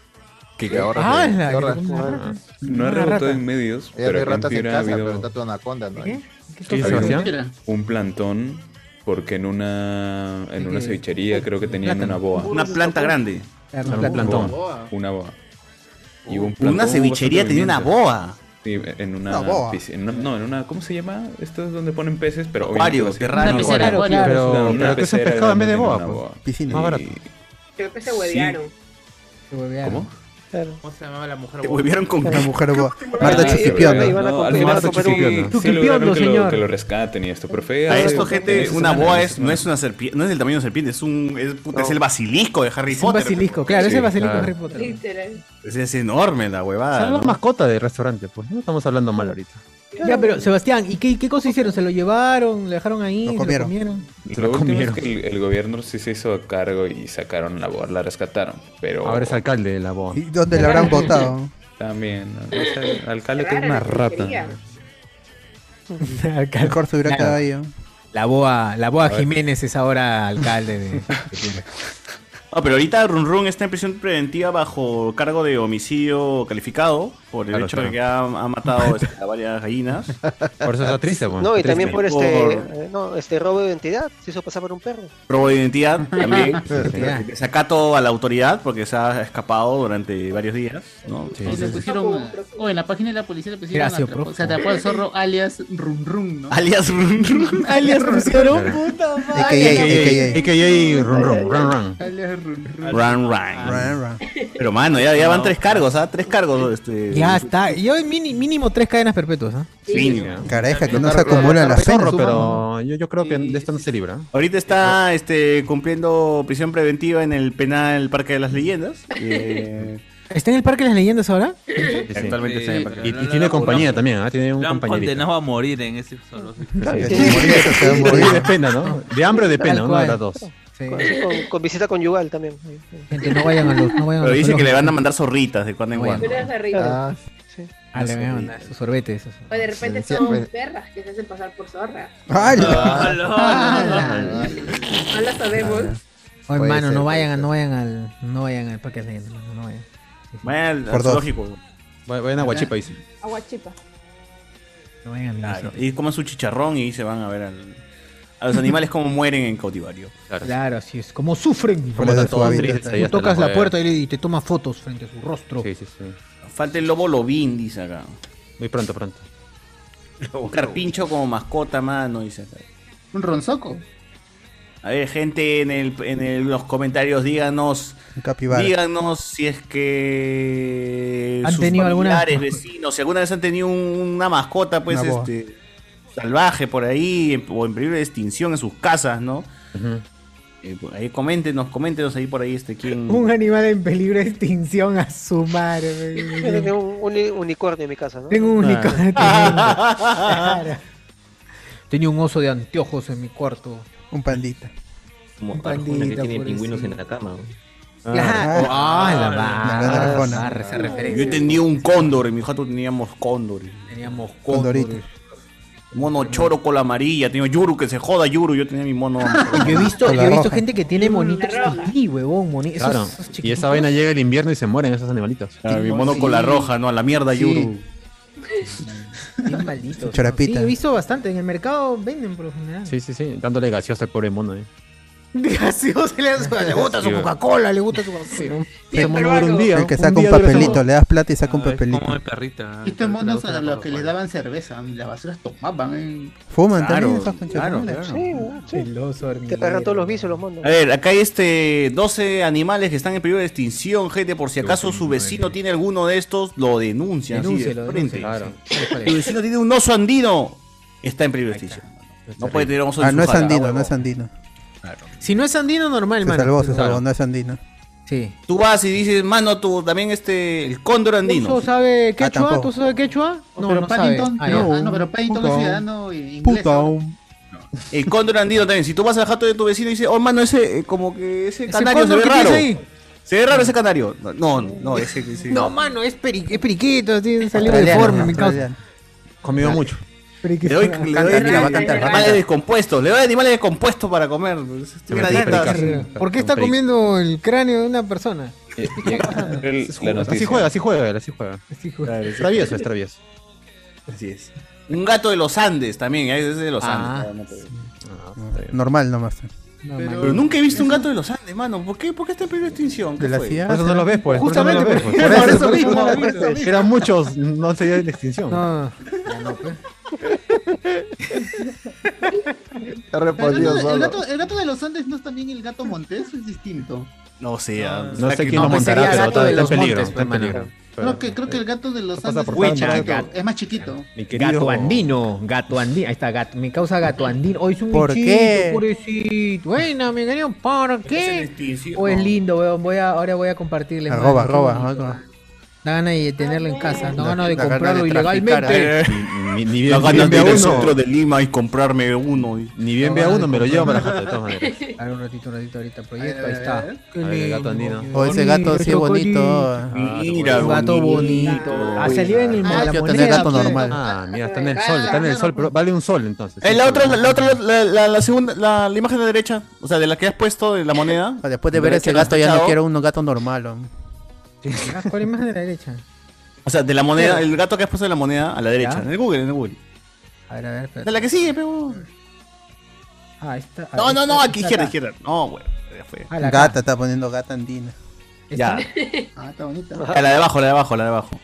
Que-
Que ahorras,
Ah,
que
la-
ahorras.
que una rata.
No ha
Una
rebotado
rata.
en medios,
Ya no
pero
hay
acá en
ratas en
Piura ha
casa,
habido-
pero está tu anaconda, ¿no? hay.
Ha habido
Mira.
Un plantón, porque en una, en una cevichería creo que tenían
Plátano.
una boa.
Una planta grande.
Claro,
Un
una
plantón.
boa. Una boa. Y
Una cevichería tenía una boa.
Sí, en una,
Una boa.
pisci- en una- no, en una, ¿cómo se llama? Esto es donde ponen peces, pero
Acuario,
obviamente
terrario. Una
no,
pecera,
acuario.
acuario. Pero-
Una
pero que es un
pecera
pescado en vez de
donde
boa,
tienen una
pues. Piscina. Más barato.
Creo que se huevearon.
¿Cómo?
¿Cómo se llamaba la mujer?
Te volvieron con
La mujer boa. Marta
Ah,
Chiquipiona.
no, al final sí- sí
Tuquipiondo,
lograron que lo,
señor.
que lo rescaten y esto, pero Este, fue
A
hace-
esto, gente,
hace
una
semana,
boa
hace
es,
semana.
no es una serpiente, no es del tamaño de una serpiente, es un es, puta,
No.
es el basilisco de Harry
Es un
Potter.
basilisco, claro, es
Sí,
el basilisco de
claro.
Harry Potter.
Literal.
Es, es enorme la huevada.
Son las
¿no?
mascotas de restaurante, pues. No estamos hablando mal ahorita.
Ya, pero Sebastián, ¿y qué, qué cosa hicieron? ¿Se lo llevaron? ¿Le dejaron ahí? ¿Se
comieron.
¿Lo comieron?
Lo último es que el, el gobierno sí se hizo cargo y sacaron la boa, la rescataron, pero...
Ahora es alcalde de la BOA.
¿Y dónde la habrán votado?
También, ¿no? O sea, el alcalde que es una rata.
Mejor se hubiera
Claro.
quedado ahí. ¿eh?
La boa, la boa
A ver.
Jiménez es ahora alcalde de.
Ah, pero ahorita Run Run está en prisión preventiva bajo cargo de homicidio calificado por el
Claro,
hecho
claro.
de que ha, ha matado este, a varias gallinas.
Por eso está triste, pues.
No, y también por este,
Por
eh, no, este robo de identidad, se hizo pasar por un perro.
robo de identidad también. Eh,
Sí, sí.
Desacato a la autoridad porque se ha escapado durante varios días, ¿no?
Y le pusieron, o en la página de la policía le pusieron,
Gracias,
atrapó-
profe.
se atrapó al zorro alias Rum Rum, ¿no?
Alias Rum Rum.
alias
Rum
puta
AKA, AKA, run, run, run, run.
Alias Rum Rum.
Run, run. Pero mano, ya, ya van tres cargos, ¿ah? Tres cargos. Este,
Ya está. Yo mini- mínimo tres cadenas perpetuas. ¿ah?
Caraja, que no se
Claro,
acumulan las penas.
Zorro, pero yo, yo creo que de esto no se libra.
Ahorita está este, cumpliendo prisión preventiva en el penal Parque de las Leyendas. eh,
¿Está en el Parque de las Leyendas ahora?
Actualmente está en el Parque de
Y,
las
y tiene compañía también, ¿ah? tiene un
Lo han
compañerito.
condenado a morir en ese zoológico.
Sí, sí, morir- morir de pena, ¿no? De hambre o de pena,
Tal
una de
cual.
las dos.
Con, con- con visita conyugal también.
Gente, no vayan a los. No vayan a
Pero
los
dice que le
zoológicos.
van a mandar zorritas de cuando en cuando.
Pero es horrible.
Ah,
Ah, le van a mandar sus sorbetes. esos.
O de repente
Sí, pues.
son
pero-
perras que se hacen pasar por zorras.
¡Hala!
¡Hala! No la sabemos.
Oye,
Puede
mano,
ser,
no vayan, a- no vayan al, no vayan al Parque de las Leyendas, mano, no vayan. Sí, sí.
Vayan al-
Por
al
dos.
zoológico.
Vayan a Huachipa, dice.
Aguachipa.
No vayan al
Claro, y coman su chicharrón y se van a ver al- a los animales cómo mueren en cautivario.
Claro, así es. Como sufren.
Como Fuera de tanto su hambre. hábitat, ahí
Tú
hasta
tocas
la
la puerta y le- y te tomas fotos frente a su rostro.
Sí, sí, sí.
Falta el lobo lobín, dice acá.
Muy pronto, pronto.
Buscar pincho como mascota, mano, dice acá.
Un ronzoco.
A ver, gente, en, el, en el- los comentarios díganos.
capibara.
Díganos si es que.
¿Han
sus
tenido alguna-
familiares, vecinos, si alguna vez han tenido un- una mascota, pues,
Una boa.
este. Salvaje por ahí, en- o en peligro de extinción en sus casas, ¿no? Eh, por ahí coméntenos, coméntenos ahí por ahí, este, quién.
Un animal en peligro de extinción a su madre.
Tengo un, uni- unicornio en mi casa, ¿no?
Tengo un unicornio.
Ah.
Claro. Tenía un oso de anteojos en mi cuarto.
Un pandita.
Como
Un
Arjona que tiene
pandita, pobrecito.
pingüinos en la cama. ¿no?
Claro. Ah, la
Ah,
barra,
la
barra,
barra,
esa referencia.
Yo tenía un cóndor, en mi jato teníamos cóndores.
Teníamos
Condorito.
cóndores. Mono choro con la amarilla, tenía Yuru, que se joda Yuru, yo tenía mi mono.
Yo he visto, yo he visto gente que
Mm,
tiene monitos y huevón, moni- esos-
Claro.
esos
Y esa vaina llega el invierno y se mueren esos animalitos.
Claro, Ah, mi mono con la roja, ¿no? A la mierda, Yuru.
Bien malditos.
Chorapita.
Sí, he visto bastante. En el mercado venden por lo general.
Sí, sí, sí. Dándole gaseosa al pobre mono, eh.
Gaseosa le dan su- le gusta su Coca-Cola, le gusta su gaseosa.
El
peruano.
el que saca un papelito, le das plata y
Ah,
saca un papelito.
Estos monos a los que les daban cerveza, las basuras tomaban. eh.
Fuman
Claro,
también esas conchas.
claro,
madre.
claro.
Celoso,
Te agarran todos los vicios los monos.
A ver, acá hay este 12 animales que están en peligro de extinción, gente. Por si acaso su vecino tiene alguno de estos, lo denuncian. así de
Denúncielo,
frente.
denúncielo.
Tu vecino tiene un oso andino, está en peligro de extinción. No puede tener un oso
Ah,
en
no
su
es
jaula,
andino,
huevón.
no es andino.
Si no es andino, normal,
Se
mano.
salvó, se
Claro.
salvó, no es andino.
Sí.
Tú vas y dices, mano, tú también este, el cóndor andino.
¿Tú sabe quechua?
tampoco.
¿Tú sabes quechua? No,
pero
no sabe.
Paddington,
Ah,
no,
ya.
ah, no, pero Paddington
Puta.
es ciudadano i- inglés. ¿no?
El cóndor andino también. Si tú vas al jato de tu vecino y dices, oh, mano, ese, eh, como que ese
Ese
canario se
cóndor
ve
que
raro.
tienes
Se ve raro ese canario. No, no, no, ese, ese-
No, mano, es, peri- es periquito, así, salió
Australiano,
deforme, me causa.
australiano. Comido mucho. Le doy, le doy
Canta, mira, va a cantar.
animales descompuestos, le doy animales descompuestos para comer. Es una dieta.
¿Por qué está comiendo el cráneo de una persona?
Eh,
Así juega, así juega, él, así juega. Es travieso, es travieso.
Así es. Un gato de los Andes también, ahí es de los
Ah,
Andes.
Normal nomás.
Pero, nunca he visto un gato de los Andes, mano. ¿Por qué, ¿Por qué está en peligro de extinción? ¿Qué
De la
fue?
CIA. Por eso no los ves, pues, por eso no
Justamente
los ves,
por,
pues.
por eso
Por eso
mismo.
no los
por eso
ves.
mismo.
Eran muchos, no se dio la extinción. pues.
No.
Te
Pero el,
respondió
gato, el,
solo.
gato, el gato de los Andes no es también el gato montés, es distinto.
No sé, ah,
No sé
que-
quién lo
pues
montará,
sería
pero
gato
está-
de
está en
los
peligro,
montes,
está en
pues, mano.
peligro.
Creo que, creo que el gato de los
pasa
Andes
por
es,
tanto,
más chiquito,
gato.
es más chiquito.
Gato andino, gato andino, ahí está, gato, me causa gato andino. Hoy es un
¿Por
bichito,
qué?
pobrecito. Bueno, mi querido, ¿por qué? O es lindo, weón. Voy a, ahora voy a compartirle. mano,
Arroba,
qué
arroba,
bonito.
arroba.
Da ganas de tenerlo en casa, no
La-
ganas de
la gana
comprarlo
de ¿eh?
ilegalmente.
traficar,
Ni, ni
La
bien,
ganas de
ve
ir
a
al
uno.
centro
de Lima y comprarme uno.
Ni bien
No,
ve a
ganas
uno,
de
me lo llevo para la
comprar.
jato, de todas maneras.
A ver, un ratito, un ratito, ahorita,
A
proyecto,
ver,
ahí
a
está.
ver,
Qué
A ver, el
lindo,
gato andino. Ah,
qué
O Oh, ese gato sí es
chocolín.
bonito.
Mira,
Un gato bonito. Ah, salió en el
Ah,
la
yo
moneda,
tenía gato
pues.
normal.
Ah, mira, está en el sol, está en el sol, pero vale un sol entonces.
Eh, la otra, la otra, la, la- la segunda, la, la imagen de la derecha, o sea, de la que has puesto de la moneda.
Ah, Después de ver ese gato ya no quiero un gato normal. hombre.
Ah, ¿Cuál imagen de la derecha?
O sea, de la moneda, el gato que has puesto de la moneda a la derecha, en el Google, en el Google.
A ver, a ver, espérate.
De la que sigue, pero.
Ah, ahí está.
No,
ahí
no,
está,
no,
ahí
aquí
está,
izquierda,
acá.
izquierda. No, güey, ya fue.
A la Este
Gata, está poniendo gata andina.
Ya.
Ah, está bonito.
A la de abajo, la de abajo, la de abajo.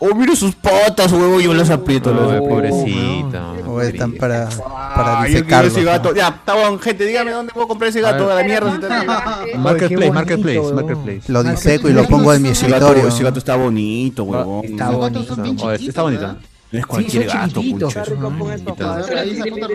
Oh, mira sus patas, huevo, yo las aprieto.
Oh,
las
Ay,
aprieto.
pobrecito.
O están para, para
Ah, yo quiero
disecarlos,
ese gato.
¿no?
Ya, está bueno, gente, dígame dónde puedo comprar ese gato, a la mierda. si está-
Marketplace, marketplace,
weón.
marketplace.
Lo diseco y lo pongo en mi
Ese gato,
escritorio.
ese gato está bonito, huevón.
Está
No
bonito.
Oh, este está bonito.
es cualquier
son
gato,
chiquititos,
pucho.
pero son
A ver, ahí se apunta-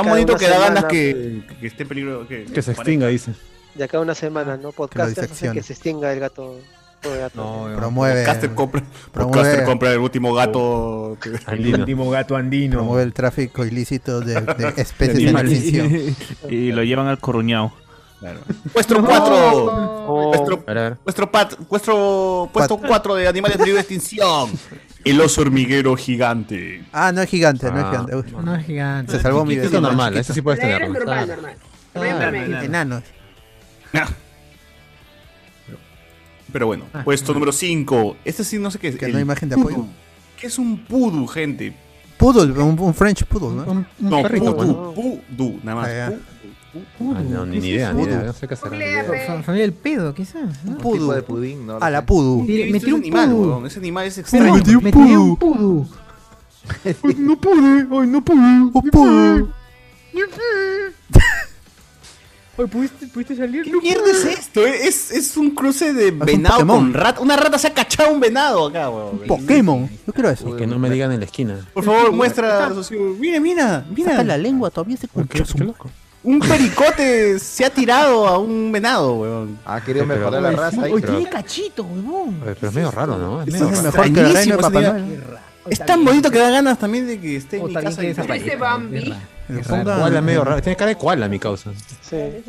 Tan bonito que da ganas que, que esté en peligro. Que,
Que se extinga, dice.
De acá a una semana, ¿no? Podcast hacen que se extinga el gato. todo el gato.
Promueve.
Podcaster compra,
Promueve.
podcaster compra el último gato.
El último gato andino.
Promueve el tráfico ilícito de, de especies en
Animales.
extinción.
Y lo llevan al coruñao.
Vuestro 4.
Oh,
Vuestro,
A ver, a ver.
vuestro pat- vuestro puesto 4 de animales en peligro de extinción. El oso hormiguero gigante.
Ah, no es gigante, no es
Ah,
gigante. Uy,
No es gigante.
Se salvó mi
Chiquito
vecino.
normal,
chiquito.
ese sí puedes
Era
tenerlo.
normal, normal.
Ah, Enanos.
Pero bueno,
Ah.
puesto número 5. Este sí no sé qué es.
Que
el
no hay imagen de apoyo.
pudu. ¿Qué es un pudu, gente?
Poodle, un, un French Poodle, ¿no?
No,
perrito,
pudu, pudu, nada más.
Ah, ya.
Pudu.
Ah, no, ni, ni idea, ni idea. No sé qué hacer.
Fa- Familia del pedo, quizás. ¿no?
Un tipo de pudín, ¿no?
A la Pudu.
Mire,
¿Qué
Me
es
tiró un
ese animal,
pudu.
huevón? Ese animal es
Perdón,
extraño.
Me tiró un pudu.
Ay, no pude, ay, no pude.
Un Poodle.
Ay, ¿pudiste, ¿pudiste salir?
¿Qué mierda es esto? Es, es un cruce de venado
Pokémon.
con rata. Una rata se ha cachado un venado acá, huevón.
Pokémon. Yo quiero eso.
Que no me digan en la esquina.
Pues, Por favor, muestra. socio. Mira, mira,
Saca la
mira.
lengua, todavía se escucha su moco.
Un pericote se ha tirado a un venado, weón.
Ha Ah, querido
Pero-
mejorar la raza ahí.
Oye,
pero-
tiene cachito, huevón.
Oye, Pero es medio raro, ¿no? Es
Es
medio
Es
raro.
mejor que el reino
extrañísimo
de Papá
ese
Noel.
Es tan bonito que da ganas también de que esté en mi casa. y-
Ese Bambi.
Que
Koala
pongan,
medio raro. Tiene cara de koala, mi causa.
sí.
que-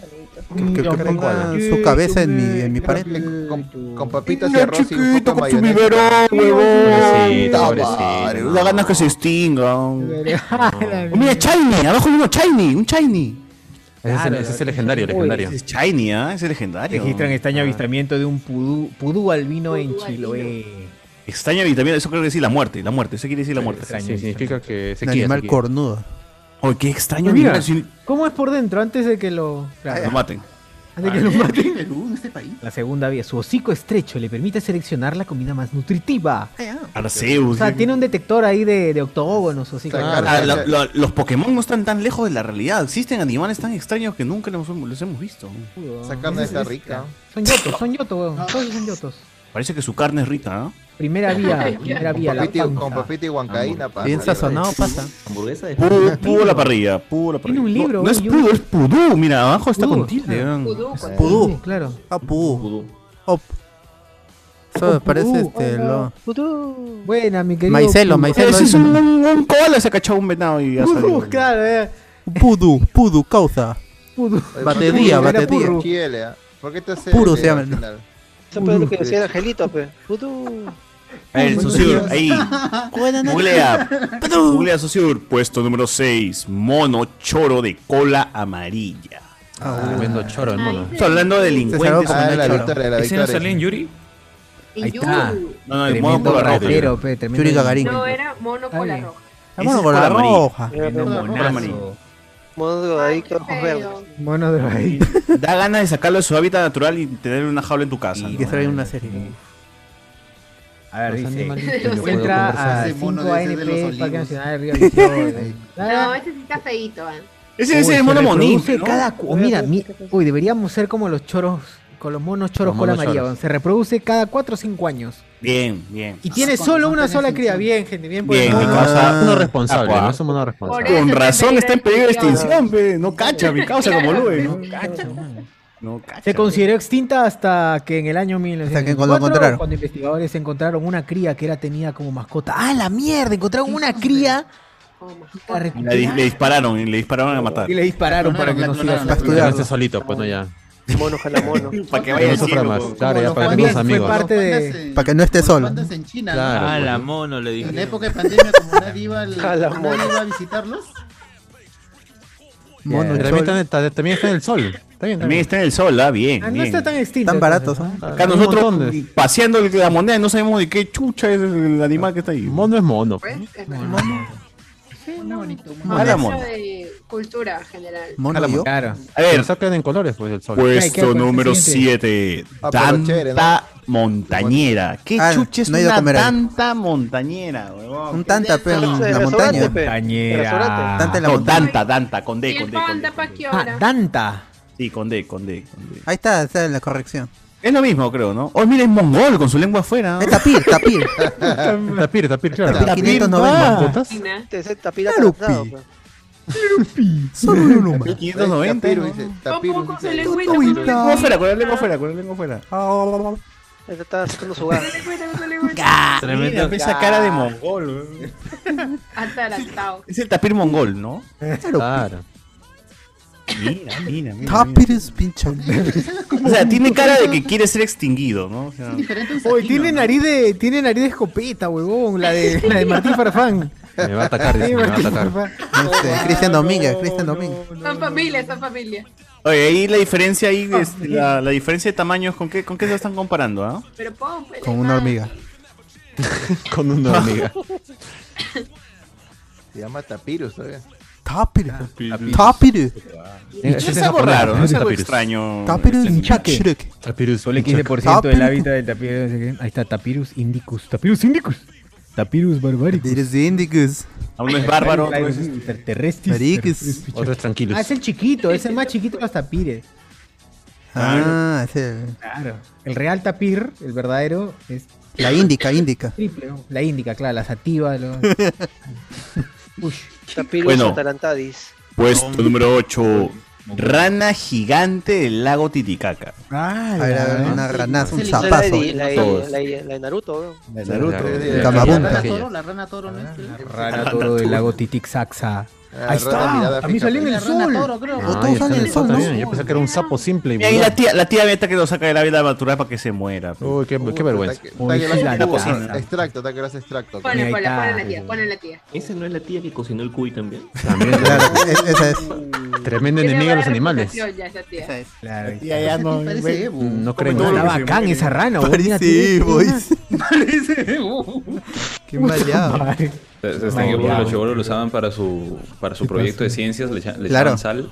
que eh, pongan
Ah,
su cabeza en mi, en mi pared.
Con, con papitas y arroz y un poco de mayonesa.
Pobrecito,
Madre,
pobrecito.
Da ganas que se extinga. Oh, mira, Shiny. Abajo hay uno Shiny. Un Shiny.
Ese es el- ese es el legendario, legendario.
Ese Es Shiny, ¿ah? Ese legendario.
Registran
Ah.
extraño avistamiento de un pudú, pudú albino en Chiloé.
Extraña y también eso creo que sí, la muerte. La muerte. Eso quiere decir la muerte.
Extraño.
Sí, significa que se
Un
quiere.
animal cornudo.
Oye, qué extraño
Pues Mira,
animal, sí.
¿Cómo es por dentro antes de que lo, claro,
Lo maten.
antes de que lo maten?
este
La segunda vía, su hocico estrecho le permite seleccionar la comida más nutritiva.
ah. Arceus.
O sea, tiene un detector ahí de, de octógonos, hocico.
Ah, la- la- los Pokémon no están tan lejos de la realidad. Existen animales tan extraños que nunca los, hemos- los hemos visto.
Esa carne está rica. Son yotos, son yotos, weón. Todos son yotos.
Parece que su carne es rica, ¿ah? ¿no?
Primera vía, primera vía, la
Papita-
panza.
con papita y huancaína pasa.
Bien sazonado,
pasa.
Hamburguesa de
Pudo, pudo la parrilla, pudo la parrilla.
Tiene un libro,
no, no es
güey, yo-
pudo, es pudú. Mira, abajo está con tilde. vean.
Pudú.
Sí, claro.
Ah, pudú.
Op.
Eso me parece este. Lo...
Uh, Buena, mi querido.
Maicelo,
Pudú.
maicelo.
Ese es un, un, un koala, se ha cachado un venado y ya salió.
Pudú, claro, eh.
Pudú, pudú, causa.
Pudú.
Batería,
Era
batería.
purru. Chile, ¿ah? ¿Por qué te hace
Puro
el-
se llama,
al
¿no?
final?
Eso fue lo que decía el Angelito, pues. pe. Pudú.
El Sosur, ahí. Googlea. Googlea Sosur, puesto número 6. Mono choro de cola amarilla.
Ah,
Tremendo choro el mono.
Estoy hablando de delincuentes.
Ah, la victoria, la
¿Ese no
victoria.
salió en Yuri?
Y yo-
No, no, el mono
Tremendo
cola roja.
ratero, pe, tremendo.
Yuri Gagarin.
No, era mono con la roja.
Ah, bueno, con la roja.
Mono drogadicto, ojos verdes.
Mono de ahí.
Da ganas de sacarlo de su hábitat natural y tenerle una jaula en tu casa.
Y
¿no?
que trae una serie.
A ver, dice.
Los
Encuentra a
Ese mono
5
debe ser de los
ANP, Parque
olivos.
Nacional de Río Victoria.
No, ese sí está feíto. ah.
Ese ese es el mono
monín.
monito. ¿no?
Cada cu- mira, mi- uy, deberíamos ser como los choros, con los monos choros
Los
cola
monos
amarilla.
choros.
Se reproduce cada 4 o 5 años.
Bien, bien.
Y tiene solo una sola cría. Bien, gente, bien. pues, por
Bien,
el-
mi
Ah.
causa.
Mono responsable,
Aqua.
no es un mono
Por
responsable.
eso
Con
está en
razón
peligro
está en
de
peligro de
extinción.
extinción, pe. No cacha, mi causa como
Claro.
lube. No cacha, man. No cacha.
Se consideró extinta hasta que en el año
que cuando
1994,
encontraron.
cuando investigadores encontraron una cría que era tenida como mascota. ¡Ah, la mierda! Encontraron una cría la
Le, di- le dispararon, le dispararon a matar.
y le dispararon para que no siga
Para
su-
estudiarse solito, pues no ya.
Mono, jala mono.
Para que vaya
No
pues, al
sufra
cielo,
más.
po.
Claro, ya
los
para que
También
seamos
fue
amigos.
parte de...
Para que no esté solo.
Pandas en China, ¿no?
Claro,
Ah,
pues.
la mono le
En
dije.
la época de pandemia, como nadie iba, al-
Jala
como nadie iba a visitarlos,
Mono,
Pero
cholo.
También está, está- también está en el sol. Está bien, está
También
bien.
está en el sol, ah, bien.
Ah, no
bien.
está tan extinta.
Tan
entonces,
baratos,
¿no?
¿ah?
Acá
Hay un
nosotros
montón de-
paseando la moneda y no sabemos de qué chucha es el animal que está ahí.
Mono es mono. pues.
este Una bonito, una-
Jala
Un
mono.
maestro de cultura general.
Mono yo.
Claro.
A
Pero
ver,
sacan en colores, pues el sol.
Ya, ¿qué? ¿Cuál
puesto
es el
número
siguiente?
7.
Ah, pero chévere, ¿no?
Tanta montañera. ¿Qué
Ah,
chucha es
no he ido a
una
comer ahí.
tanta montañera, huevón?
Un tanta, pe, en
Entonces,
la
restaurante,
montaña.
pe.
Montañera.
Tanta en la
No,
montaña.
tanta, tanta, con D,
¿Y
con
el
D, con D.
panda
con
para
D.
qué
Ah,
hora?
Danta.
Sí, con D, con D, con D.
Ahí está, está en la corrección.
Es lo mismo, creo, ¿no? Oh, mira, es mongol con su lengua afuera.
Es tapir, tapir.
Tapir, tapir, claro.
Tapir 590.
¿Botas?
China.
Te se tapira
Claro,
adaptado,
pe.
pe.
Solo un humano.
Tapiru,
1590.
dice,
Tampoco
tapiru,
con
dice.
su lengüita, con su
Lengua
lengüita.
afuera, con la
Ah.
lengua afuera, con la lengua afuera.
Él Está haciendo su hogar.
Lengüita, con su lengüita.
Mira,
Tremendo.
esa cara de mongol. weón.
Atarantado.
Es el tapir mongol, ¿no?
pues.
Claro.
Mira, mira, mira.
Tapir es pincho.
O sea, tiene cara de que quiere ser extinguido, ¿no? O sea,
diferente a un
Oye,
satino,
tiene
¿no?
nariz de, tiene nariz de escopeta, huevón, la de, la de Martín Farfán.
Me va a atacar, dice,
Sí,
me va a
Martín
atacar.
Farfán.
Este,
Oh,
Cristian Domínguez, Cristian Domínguez.
Son familia, son familia.
Oye, ahí la diferencia ahí, este, la, la diferencia de tamaños, ¿con qué, con qué se están comparando, ah?
Pero pon, pues,
Con una
nada.
hormiga.
Con una hormiga.
Se llama tapirus todavía.
Tapir. Tapir.
Este
Es algo raro, ¿no? es algo extraño.
Tapir es un
Chaque.
Shrek.
Tapirus.
Solo el 15% del hábitat del tapirus. Ahí está, Tapirus indicus. Tapirus indicus. Tapirus barbaricus.
Eres indicus.
A uno es bárbaro, otro es este,
extraterrestres.
Mariques.
Otro es tranquilo.
Ah, es el chiquito, es el más chiquito de los tapires.
Ah, ese.
Claro. El real tapir, el verdadero, es
La índica, índica.
triple. ¿no? La índica, claro, la sativa. Los... Ush.
Tapirus
Bueno.
atarantadis.
Puesto número 8. Rana gigante del lago Titicaca.
Ah,
A ver, a ver,
la-
una ranaza, un
Esa es la de-
zapazo.
la de-
Todos.
la de la de Naruto, weón.
Camabunta.
La rana toro, la rana toro, ¿no?
Ah.
Rana todo del lago Titixaxa.
Ah,
Ahí
rana mirada
está. A mí
fija,
salió en
pues.
el
La rana
sol.
toro, creo.
todos salen del sol, ¿no?
Yo pensé que era un sapo simple. y
Y ahí
vulgar.
la tía, la tía Beta que lo saca de la vida natural para que se muera. pe.
Uy, qué, qué vergüenza.
Taque-
Uy,
taque
sí,
las
la
uvas,
taza.
Extracto, taque las extracto.
Ahí
Ponle, ponle,
está.
ponle la tía, ponle la tía.
Esa no es la tía que cocinó el cuy también.
También,
Claro, es- esa es.
Tremendo
Tiene
enemigo a los
buena
animales.
reputación ya esa tía.
Claro.
Ya, ya, no,
Parece
ve-
Evo.
No creo en
Está
nada.
bacán esa rana,
Parece,
güey.
boys.
Parece Evo.
Qué maleado.
Qué
Se- se- hasta que los chibolos lo usaban para su, para su proyecto de ciencias, le, echa- le
Claro.
echaban sal.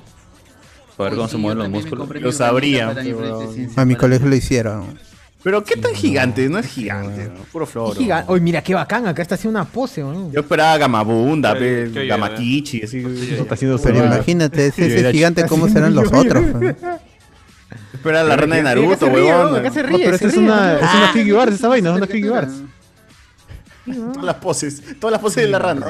Para ver cómo se mueven los músculos.
Lo sabría.
Este,
A mi colegio lo hicieron.
Pero qué tan gigante, no es gigante, ¿no? puro flor.
Hoy mira qué bacán, acá está haciendo una pose, ¿no?
Yo esperaba Gamabunda,
Qué
pe,
oye,
Gamakichi, así.
oye.
está haciendo
Pero
huevada.
imagínate, ese,
Sí,
ese
era
gigante,
chico.
¿cómo serán los otros? fe?
Espera la reina de
Acá se
Naruto,
ríe,
huevón.
acá se
No, pero esa es una, es una Figgy Bars,
Ah,
esa vaina, es una Figgy Bars.
Todas las poses, todas las poses de la rana.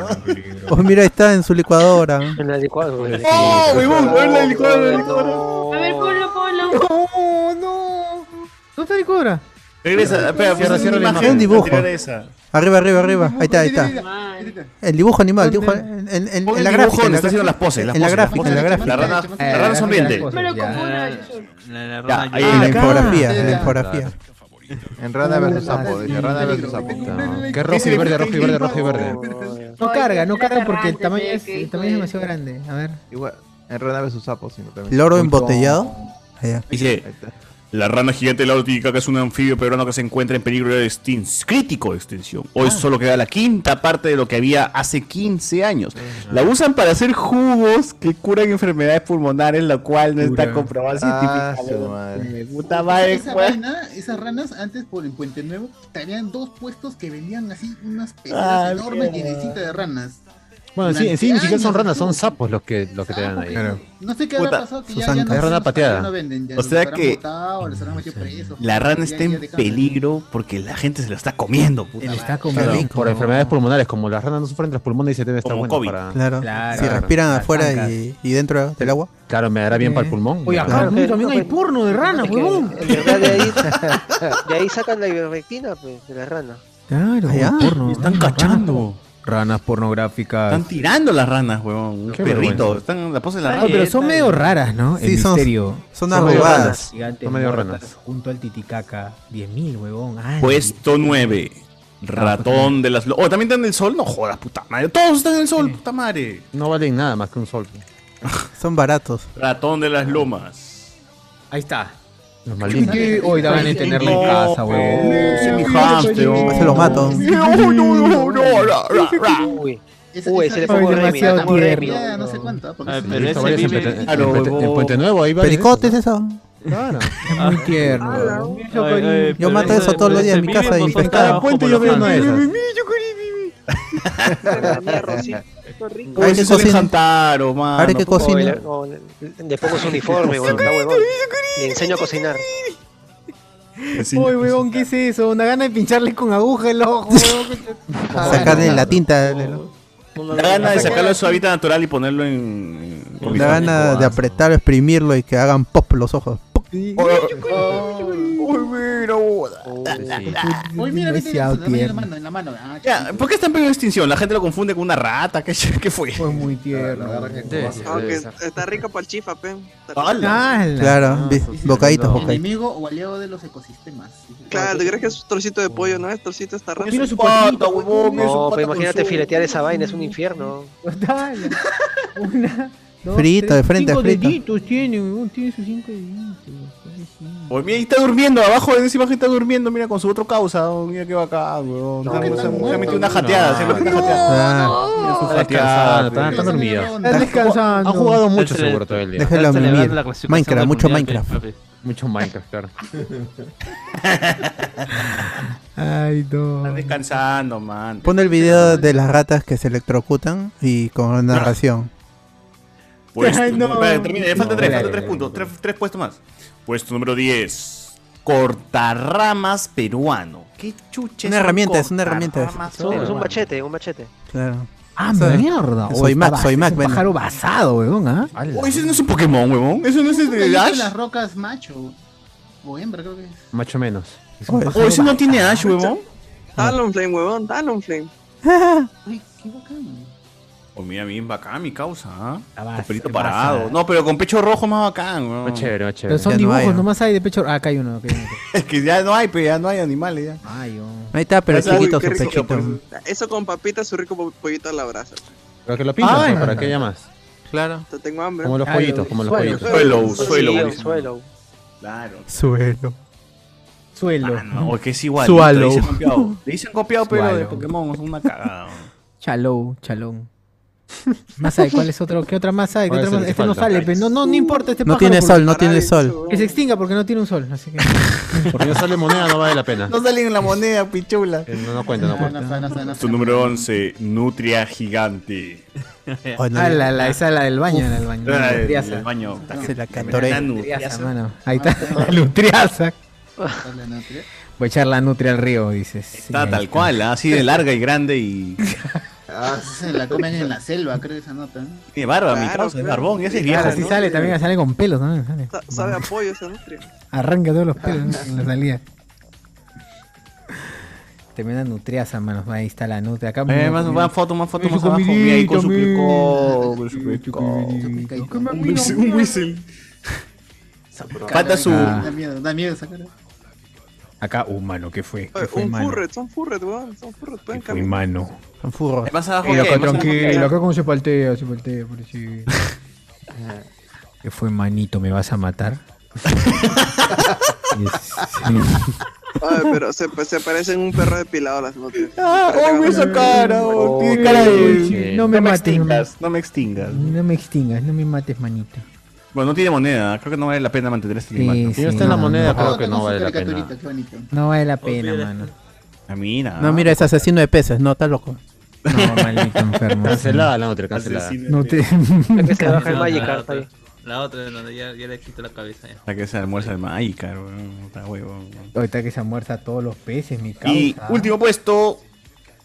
Oh, mira, está en su licuadora.
En la licuadora.
¡Oh, huevón! ¡Huevón la licuadora, la
A ver, ponlo, ponlo.
No, no. ¿Dónde está la cobra?
Regresa, espera,
Cierra,
pues,
cierra
una
la
imagen
imagen. Un dibujo.
anterior a esa.
Arriba, arriba, arriba. Ahí está, ahí está. El dibujo animal, el dibujo
¿Dónde?
en, en- en
Pon el dibujo
la gráfica. en
donde
la
está haciendo las poses, las
En la
poses, las
gráfica, en la
poses.
gráfica.
La rana- la Eh, rana sonriente.
Me lo como una
Ya,
ahí
en
está.
la infografía, en
Claro.
la infografía.
En rana versus
ah,
sapo, dice rana versus sapo.
Que rojo y verde, rojo y verde, rojo y verde.
No carga, no carga porque el tamaño es, el tamaño es demasiado grande. A ver.
Igual, en rana versus sapo, sino también.
Loro
Uy,
embotellado. Eh,
Dice, la rana gigante de la Ortiga, que es un anfibio peruano que se encuentra en peligro de extin- crítico de extinción. Hoy solo queda la quinta parte de lo que había hace 15 años. La usan para hacer jugos que curan enfermedades pulmonares, lo cual no está comprobado
Ah, su
científicamente.
madre.
Puta madre,
Esa
pues.
vaina, esas ranas, antes por el Puente Nuevo, tenían dos puestos que vendían así unas
Ah,
pesadas enormes
mierda.
llenecitas de ranas.
Bueno, sí, en sí, ni
Durante
siquiera son
años,
ranas, son
así.
sapos los que, los que te dan ahí.
No sé qué
Puta,
habrá pasado que ya,
Susanca.
ya no
Es rana
ya no
pateada.
venden, ya
O
los
sea
habrán
que-
botado, los habrán metido presos.
La rana
Ya-
está
ya
en
dejaron de-
peligro porque la gente se lo está comiendo, puta madre.
Claro, por enfermedades pulmonares, como las ranas no sufren de los pulmones y se debe estar
Como
bueno
COVID.
para...
Claro. Si respiran afuera y, y dentro del agua.
Claro, me dará bien para el pulmón.
Oye, acá,
Claro.
mira,
Uy, también hay porno de rana,
Es que,
huevón.
En verdad, de ahí, de ahí sacan la ivermectina pues, de la rana.
Claro,
Allá.
porno.
Están cachando.
Ranas pornográficas.
Están tirando las ranas, huevón. Los
Qué
perritos.
vergüenza.
Están la pose de la
Ah,
rana.
pero son medio raras, ¿no?
Sí,
El
son-
misterio.
son
medio
arrugadas.
ranas gigantes
Son medio
muertas
ranas.
Junto al Titicaca. 10.000, huevón. Ay,
Puesto 9. Ratón de las... lo- Oh, ¿también están en el sol? No jodas, puta madre. Todos están en el sol, puta madre.
No valen nada más que un sol.
Son baratos.
Ratón de las lomas.
Ahí está.
Los
malditos. Que hoy daban a tenerlo en casa, huevón.
Sí, mi hamster,
Se lo mato.
No, no, no, no, ra, ra, ra.
Uy,
Esa-
uy,
esa-
se le
esa-
pongo
esa-
Remy,
esa-
le pongo
esa-
Remy.
esa- no sé cuánta, porque
Ah,
sí.
pero ese varios en vive- Puente-
Claro,
en Puente-
huevón.
en Puente Nuevo hay varios de
Pericotes esos.
Claro.
Muy tierno.
Ah,
Yo mato eso todos los días en mi casa de pescado.
puente yo veo una de esas.
Hay
Uy,
que
sí sale
cocinar.
Jantaro, mano.
Ahora que
Puta
cocina.
madre.
O le, o le pongo su uniforme, huevón, está huevón. Le enseño a cocinar.
Uy, huevón, ¿qué es eso? Una gana de pincharle con aguja el ojo,
Ah,
Sacarle la tinta. le-
Pues
La gana de sacarlo de su hábitat natural y ponerlo en... en-
La gana
ah,
de apretarlo, exprimirlo y que hagan pop los ojos. Pop.
Uy, mira, boda.
Uy, mira, vete,
Demasiado
dame la
tierno.
mano, en la mano. Ah,
Ya, ¿Por qué está en peligro de extinción? La gente lo confunde con una rata. ¿Qué, qué fue?
Fue muy tierno.
Aunque está rico para el chifa, pe.
Claro, vi- bocaditos, bocaditos.
Enemigo o aliado de los ecosistemas.
Claro, ¿te crees que es trocito de pollo, no es trocito esta rana?
Mira su patita, huevón, mira
No, pues imagínate filetear esa vaina, es un infierno.
Dale. Una, dos,
Frito, de frente,
cinco
frito.
deditos tiene, huevón. Tiene sus cinco deditos.
Uy, mira, ahí está durmiendo. Abajo de esa imagen está durmiendo. Mira, con su otro causa. oh, Mira qué bacán, weón. se ha metido- se ha metido una jateada. Se ha metido una jateada. Mira su
Está
jateada,
descansando, está-
pe.
está dormida.
Están descansando.
Han jugado mucho
Está-
seguro todo el día.
Déjalo
Está
mimir.
celebrando la clasificación
Minecraft,
del
mucho
mundial,
Minecraft.
pe, papi. Mucho Minecraft, claro.
Ah. Ay, no.
Están descansando, man.
Pon el video de las ratas que se electrocutan y con narración.
Ah.
Pues,
Ay, no.
espera, termina, ya faltan
No,
tres,
dale,
faltan tres puntos, tres, tres puestos más. Puesto número 10. Cortarramas peruano. ¿Qué chuches?
Una
son
herramienta, es una herramienta.
cortarramas
Es un- es un
peruanas?
machete, un machete.
Claro.
Ah,
Soy-
mierda.
Soy Mac, soy Mac,
Un
bueno.
pájaro basado, huevón, ¿ah?
Oh, ese no es un Pokémon, huevón. Eso no es
Eso
de
que
Dash.
dice las rocas macho o hembra, creo que es.
Macho menos.
Oh, ese no tiene Dash, huevón.
Talonflame, huevón, Talonflame.
Ay, qué bacán.
Oh, mira, bien bacán mi causa. ¿ah? Con
vas,
pelito
te
parado.
vas a-
No, pero con pecho rojo más bacán, huevón.
Más chévere, más
Pero
chévere.
son dibujos, nomás hay de pecho. Ah, acá hay uno. acá hay uno.
Es que ya no hay, pero ya no hay animales. Ya.
Ay, oh.
Ahí está, pero
Ahí está.
chiquito
Uy, qué
su
rico,
pechito.
Eso con papita, su rico po- pollito a la brasa.
Pero que lo pintan,
Ay,
pues, ¿para
no.
qué llamas?
Claro.
Te tengo hambre.
Como los
Claro.
pollitos, como los
Suelo,
pollitos.
Suelo,
Sí,
suelo.
sí,
buenísimo.
Suelo.
Claro.
Suelo.
Suelo.
Ah, No, que es igual.
Sualo.
Le dicen copiado, pero de
Sualo.
Pokémon es una cagada.
Chalou, chalón. Masa, ¿y ¿cuál es otro? ¿Qué otra masa hay? ¿Qué
¿Cuál
otra
es el
masa?
que
Este no
falta?
sale, pero no, no,
Uh,
no importa. Este
No
pájaro
tiene
porque-
sol, no tiene sol.
Que se extinga porque no tiene un sol, así que.
Porque no sale moneda, no vale la pena.
No sale en la moneda, pichula.
Eh, No, no cuenta, no cuenta.
Su número 11, Nutria Gigante.
Ah, la, la, esa es la del baño, la del baño.
Ah,
La
el-
nutriaza.
el baño.
Se la
cantoré.
cantoré. La nutriaza, mano.
Ah,
Ahí está. La nutriaza. Voy a echar la nutria al río, dices.
Está tal cual, ¿ah? así de larga y grande y.
Ah, Se la comen en la selva, creo esa nota. ¿no?
Tiene barba, mi
Claro,
causa, es
claro.
barbón, ese es
Claro,
viejo.
Así
¿no?
sale también, sale con pelos también. Sale.
Sabe a pollo esa nutria.
Arranca todos los pelos ¿no? en la salida. Tremenda nutriaza, mano. Ahí está la nutria. Acá
Eh, más, más foto, más foto,
Su
más abajo. Mira ahí con su
comidita,
plicó, con su plicó. Un whistle, un whistle. Falta su.
Ah.
Da miedo, da miedo esa cara.
Acá, uh, mano, ¿qué fue? ¿Qué
Eh,
Oye,
fue,
Un
mano?
furret, son furret, weón. Son furret, pueden
Fue,
caminar.
mano.
Más abajo,
Y
¿qué?
acá
Más abajo,
tranquilo,
¿qué?
acá como se paltea, se paltea, por así. ¿Qué fue, manito? ¿Me vas a matar?
Ay, pero se, se parecen un perro depilado las nutrias.
Ah, oh, esa cara, oh, tiene cara de.
No me mates,
extingas, no me extingas.
No me extingas, no me mates, manito.
Bueno, no tiene moneda, creo que no vale la pena mantener este animal.
Sí,
¿no?
sí, no, no, no.
qué bonito.
No vale la pena, mano.
Ah, mira.
No, mira, es asesino de peces, no, está loco.
No, maldito enfermo.
Cancelada la otra, cancelada.
No te.
que se baja el
Cancela.
Magic,
Claro,
está bien.
La otra, de donde ya, ya le quito la cabeza. ya.
La que se almuerza el Magicar, weón. Puta huevo.
Ahorita que se han muerto a todos los peces, mi causa.
Y último puesto.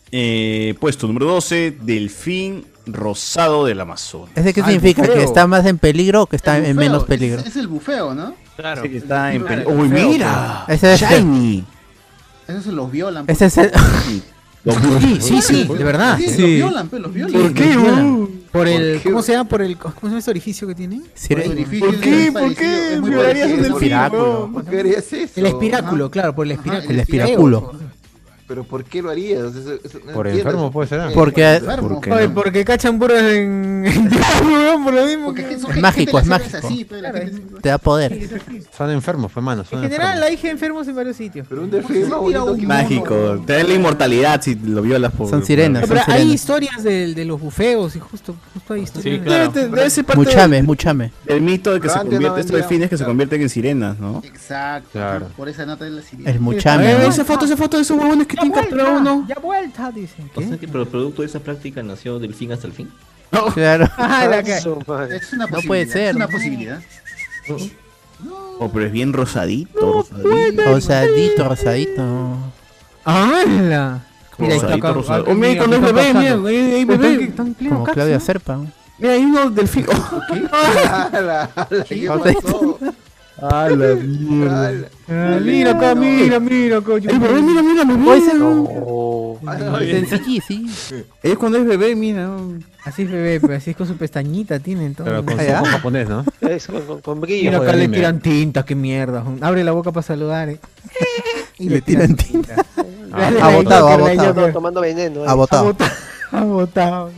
eh, puesto número 12, Delfín Rosado del Amazonas.
¿Ese qué
Ah, el
significa? ¿Que
bufeo.
está más en peligro o que está
El
en
bufeo,
menos
es-
peligro?
Es, el bufeo, ¿no?
Claro.
Sí, que está en peli-
Claro,
¡Uy,
feo,
mira!
pero-
Ese es el-
¡Shiny!
Esos se los violan.
Ese es el-
Sí, sí, sí, de verdad.
Sí, los violan, pe, los violan.
¿Por qué,
Los violan.
weón? Por el. ¿Cómo se llama? Por el. ¿Cómo se llama ese orificio que tiene?
Sire-
¿Por qué? ¿Por qué?
violarías un delfín,
weón? ¿Por qué harías eso?
El espiráculo, claro, por el
Ajá,
espiráculo.
el
espiráculo.
Pero ¿por qué lo harías? Eso- eso- no
Por
entiendo.
enfermo puede ser. ah.
Eh,
Porque-
¿Por qué
Oye,
no?
porque cachan puros en. en Diablo, weón, por lo mismo. que-
Es mágico, es mágico.
pues,
Te da poder.
Son enfermos, pues, mano.
En
Son enfermos.
general, Ah, la dije enfermos en varios sitios. Pero
un
Mágico. Te da la inmortalidad si lo violas por.
Son sirenas,
por-
son
Pero hay
sirenas.
historias de, de los bufeos y justo, justo hay historias. de-
claro.
Debe- debe ser parte
Muchame, muchame.
El mito de que
Pero
se
antes no
convierte estos
vendían.
delfines que se convierten en sirenas, ¿no?
Exacto.
Claro.
Por esa nota de la sirena.
El
A
muchame.
ver,
¿no?
esa foto, esa foto de esos huevones que tienen capturado uno. Ya vuelta, dicen.
O sea que, pero producto de esa práctica nació del fin hasta el fin.
Claro.
Ah, la que-
Es una
No
posibilidad.
puede ser.
Es una posibilidad.
Oh, pero es bien rosadito. rosadito.
Rosadito, rosadito.
¡Hala! Mira, ahí está
Rosadito,
acá-
rosadito.
acá-
Oh, mira, cuando es
acá
bebé,
pasando.
mira, ahí- ahí
Pues
Pero
bebé.
están- están pleno
Como
cápsula.
Claudia Serpa. ¿no?
Mira, hay unos delfín.
Ah,
¿Qué
pasó?
A la mierda.
Ah,
mira acá, mira, mira, coño. bebé, mira, mira, bebé.
Sí, sí.
Es cuando es bebé, mira.
Así es bebé, pero así es con su pestañita tiene entonces.
Claro, con
Ah, ya.
su ojo japonés, ¿no?
Es con, con- con brillo.
Mira, acá
joder,
le
dime.
tiran tintas, qué mierda. Abre la boca para saludar, eh. y
Le tiran
tinta.
Ah, ha botado, ha botado.
Tomando veneno. eh.
Ha
Ha
botado.
botado. Ha botado.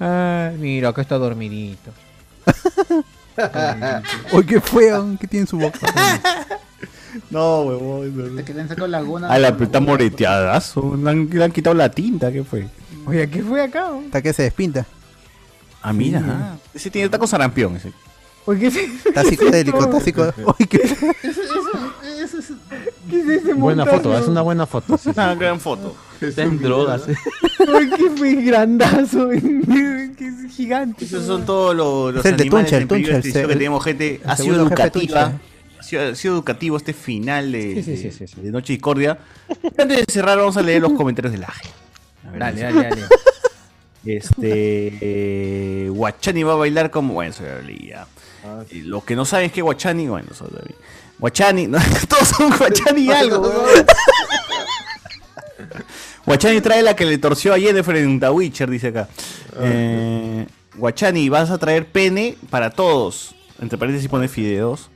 Ay, mira, acá está dormidito.
Oye, qué feo que tiene en su boca.
No, huevón.
Te quedan sacar la gona.
A la pero está moreteadazo. Le han, le han quitado la tinta, ¿qué fue?
Oye, ¿qué fue acá? oh?
Hasta que se despinta.
Ah, mira. ah. Ese tiene taco sarampión. Ese.
Oye, ¿qué es
Está psicodélico, está psicodélico. Oye, qué
Eso, eso, eso, eso.
¿Qué es ese
Buena
montaje,
foto, es
oh?
una buena foto. sí, sí.
Una gran foto.
Está en drogas.
Oye, qué fue grandazo. que es gigante.
Esos son todos los, los
Es el de
animales
Tuncha, el
en peligro
Tuncha,
de
el
extinción
se-
que tenemos, gente.
el
Ha sido
segundo jefe
educativa.
Tuncha.
Ha sido, ha sido educativo este final de,
Sí, sí, sí, sí, sí.
de Noche Discordia. Antes de cerrar, vamos a leer los comentarios de la gente. A ver,
Dale,
dice-
dale, dale.
Este. eh, Guachani va a bailar como. Bueno, eso ya lo leí, ya.
Ah,
Y Lo que no saben es que Guachani. Bueno, eso lo leí. Guachani. no, todos son Guachani y algo, weón. Guachani trae la que le torció a Jennifer en The Witcher, dice acá. Eh, Guachani, vas a traer pene para todos. Entre paréntesis pone fideos.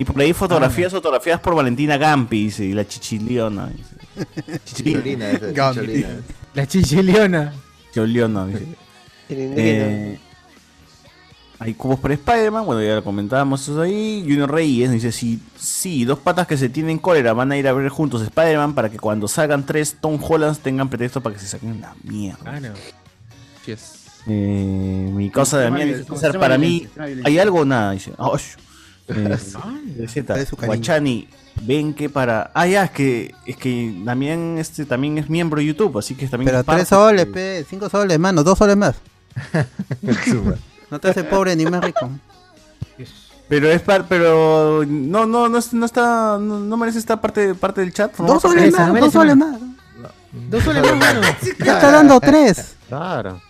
Y por ahí fotografías, fotografías por Valentina Gampi, dice, y la chichiliona. dice.
Chicholina, esa,
Gampi.
chicholina.
La chichiliona.
Chichiliona, dice.
Tirin, tirin,
Eh, Hay cubos para Spider-Man, bueno, ya lo comentábamos eso ahí. Junior Reyes dice, si, si dos patas que se tienen cólera van a ir a ver juntos Spider-Man para que cuando salgan tres Tom Hollands tengan pretexto para que se saquen la mierda. Eh, mi cosa de
Extrema
mí
violencia,
César,
extrema
para
violencia,
mí,
extrema violencia.
¿hay algo o nada? Dice, "Osh". Eh, Z,
Dale su cariño.
Guachani, ven que para... Ah, ya, es que, es que también, este, también es miembro de YouTube, así que también...
Pero
es parte-
3 soles, pe, 5 soles, mano, 2 soles más. no te hace pobre ni más rico.
Pero es par, pero no, no, no, es- no está, no, no merece estar parte, parte del chat.
Dos soles más, dos soles más.
Dos soles más, mano.
Ya está dando 3.
Claro.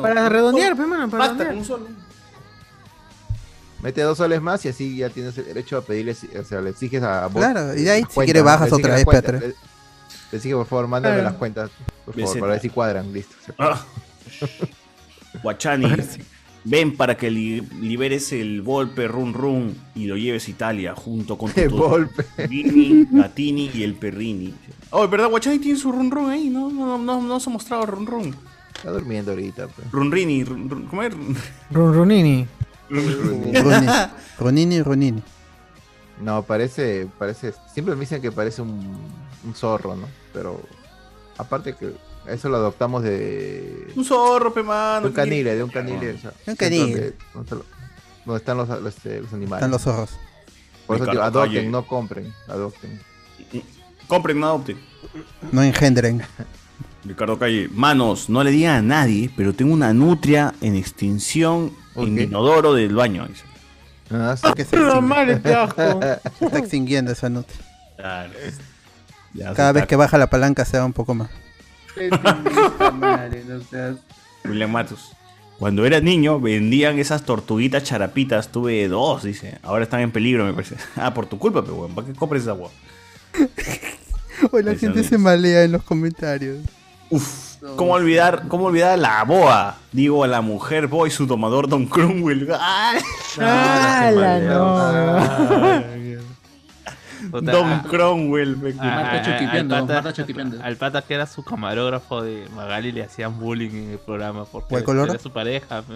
Para redondear, pues, mano, para redondear.
Mete dos soles más y así ya tienes el derecho a pedirle, o sea, le exiges a vos.
Claro, y de ahí,
las
si
cuentas,
quiere,
¿no?
bajas
Le exiges
otra
las
vez,
cuentas,
Petre.
Le le exiges, por favor, mándame
Claro.
las cuentas, por favor,
Vicente.
para ver si cuadran, listo. se-
Ah. Guachani, ven para que li- liberes el Volpe Run Run y lo lleves a Italia junto con
El Volpe.
Gatini, Gatini y el Perrini. Oh, ¿verdad? Guachani tiene su Run Run ahí, no, no, no, no, no se ha mostrado Run Run.
Está durmiendo ahorita. pues. pe.
Runrini, run, run, ¿cómo es?
Runrunini.
Runini. Runini, Runini.
No, parece, parece, siempre me dicen que parece un, un zorro, ¿no? Pero aparte que eso lo adoptamos de...
Un zorro, pe mano.
De un
¿qué
canile,
quiere?
de un canile. o sea,
Un
siempre
canile.
Donde, donde están los- donde están los, los, este, los animales.
Están los zorros.
Por eso,
Ricardo
digo, adopten,
Calle.
no compren, adopten.
Compren, no adopten.
No engendren.
Ricardo Calle, manos, no le digan a nadie, pero tengo una nutria en extinción en inodoro del baño. Dice.
Ah,
sí, que se
Puta
extingue.
madre, qué asco.
Se está extinguiendo esa nota.
Claro. Ya
Cada
se
vez
está-
que baja la palanca se va un poco más.
William Matus. Cuando era niño vendían esas tortuguitas charapitas, tuve dos, dice. Ahora están en peligro, me parece. Ah, por tu culpa, pero weón, ¿para qué compres esa agua?
Hoy la gente se malea en los comentarios.
Uf, ¿Cómo olvidar, cómo olvidar a la boa? Digo, a la mujer boa y su tomador Don Cromwell. ¡Ah!
Ah, la
Ah. Don
Ah,
Cromwell. me-
ah,
Marta
ah,
chotipeando,
al pata-
Marta chotipeando.
Al pata que era su camarógrafo de Magali le hacían bullying en el programa porque
¿Cuál color?
era su pareja. pe.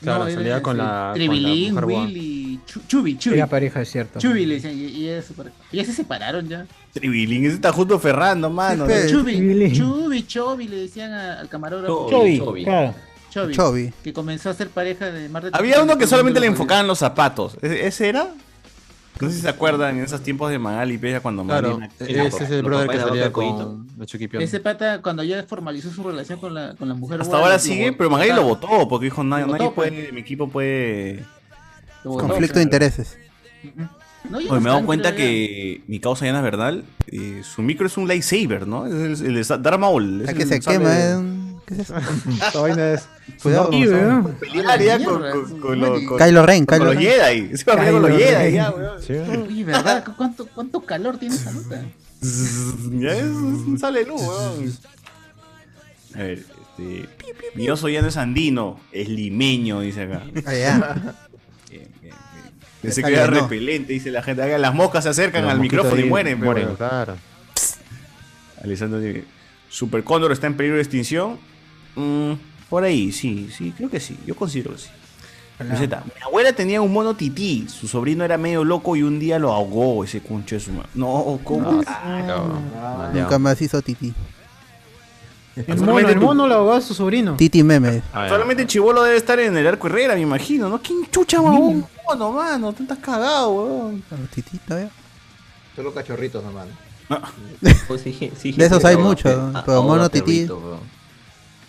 No, era- sí, Tribilín, Willy, Chu- Chubi, Chubi.
Era pareja, es cierto.
Chubi le decían, y, y era su pareja. Y ya se separaron ya.
Tribilín, ese está junto a Ferrando, mano.
Chubi, Chubi, Chobi le decían a- al camarógrafo.
Chobi, Chobi. claro.
Chobi,
Chobi.
Que comenzó a ser pareja de Marta
Había
Chotipeando,
uno que
todo el mundo
solamente le
lo
enfocaban los zapatos. ¿Ese ese era? No sé si se acuerdan en esos tiempos de Magali Pella cuando
Claro, e-,
Magali-
ese es el
Los
brother que
papás de
salía
Boca Collito.
con la
conocía.
Chuquipión.
Ese pata, cuando ya formalizó su relación con la, con la mujer.
Hasta
guarda,
ahora
lo
sigue,
botó.
pero Magali lo votó porque dijo: Nadie,
Lo votó, pues.
nadie puede, mi equipo puede.
Lo botó,
Conflicto de intereses.
No,
Oye, me he
ya
dado
bastante,
cuenta
ya.
que mi causa Yana Verdal, eh, su micro es un lightsaber, ¿no? Es el, el, el Darth Maul. Es
Es que
el
se
sable
quema, ¿eh?
de-
es un- ¿Qué es eso?
Esta vaina es.
Cuidado con los
Sí,
hombres.
weón.
Pelear ya con, con, con lo- con-
Kylo Ren,
con
Kylo
los
Ren.
Jedi. Se va a pelear con los
Kylo
Jedi,
Ren.
ya, weón.
Sí.
Oye, ¿verdad? ¿Cu- ¿Cuánto, cuánto calor tiene esa nota?
Ya es, es un sale de luz, weón. A ver, este. Mi oso ya no es andino, es limeño, dice acá.
Ah, ya.
Bien, bien, bien. Pensé
Está
que era
bien, ¿no?
repelente, dice la gente. Acá las moscas se acercan
Los
al
mosquitos
micrófono y
ahí
mueren, pero
mueren,
bueno. Alessandro dice, ¿Super Cóndor está en peligro de extinción? Mm, por ahí, sí, sí, creo que sí. Yo considero que sí. Luceta, mi abuela tenía un mono tití, su sobrino era medio loco y un día lo ahogó ese conche de su madre. No, ¿cómo? Ah.
Nunca más hizo Titi.
El mono, el mono lo ahogó a su sobrino.
Titi meme.
Solamente el chivolo debe estar en el arco Herrera, me imagino, ¿no? ¿Quién chucha, huevón? Mono, mano, tú estás cagado, huevón.
Titi, todavía.
Solo cachorritos nomás. ¿no?
Ah.
De esos hay muchos, pero mono tití.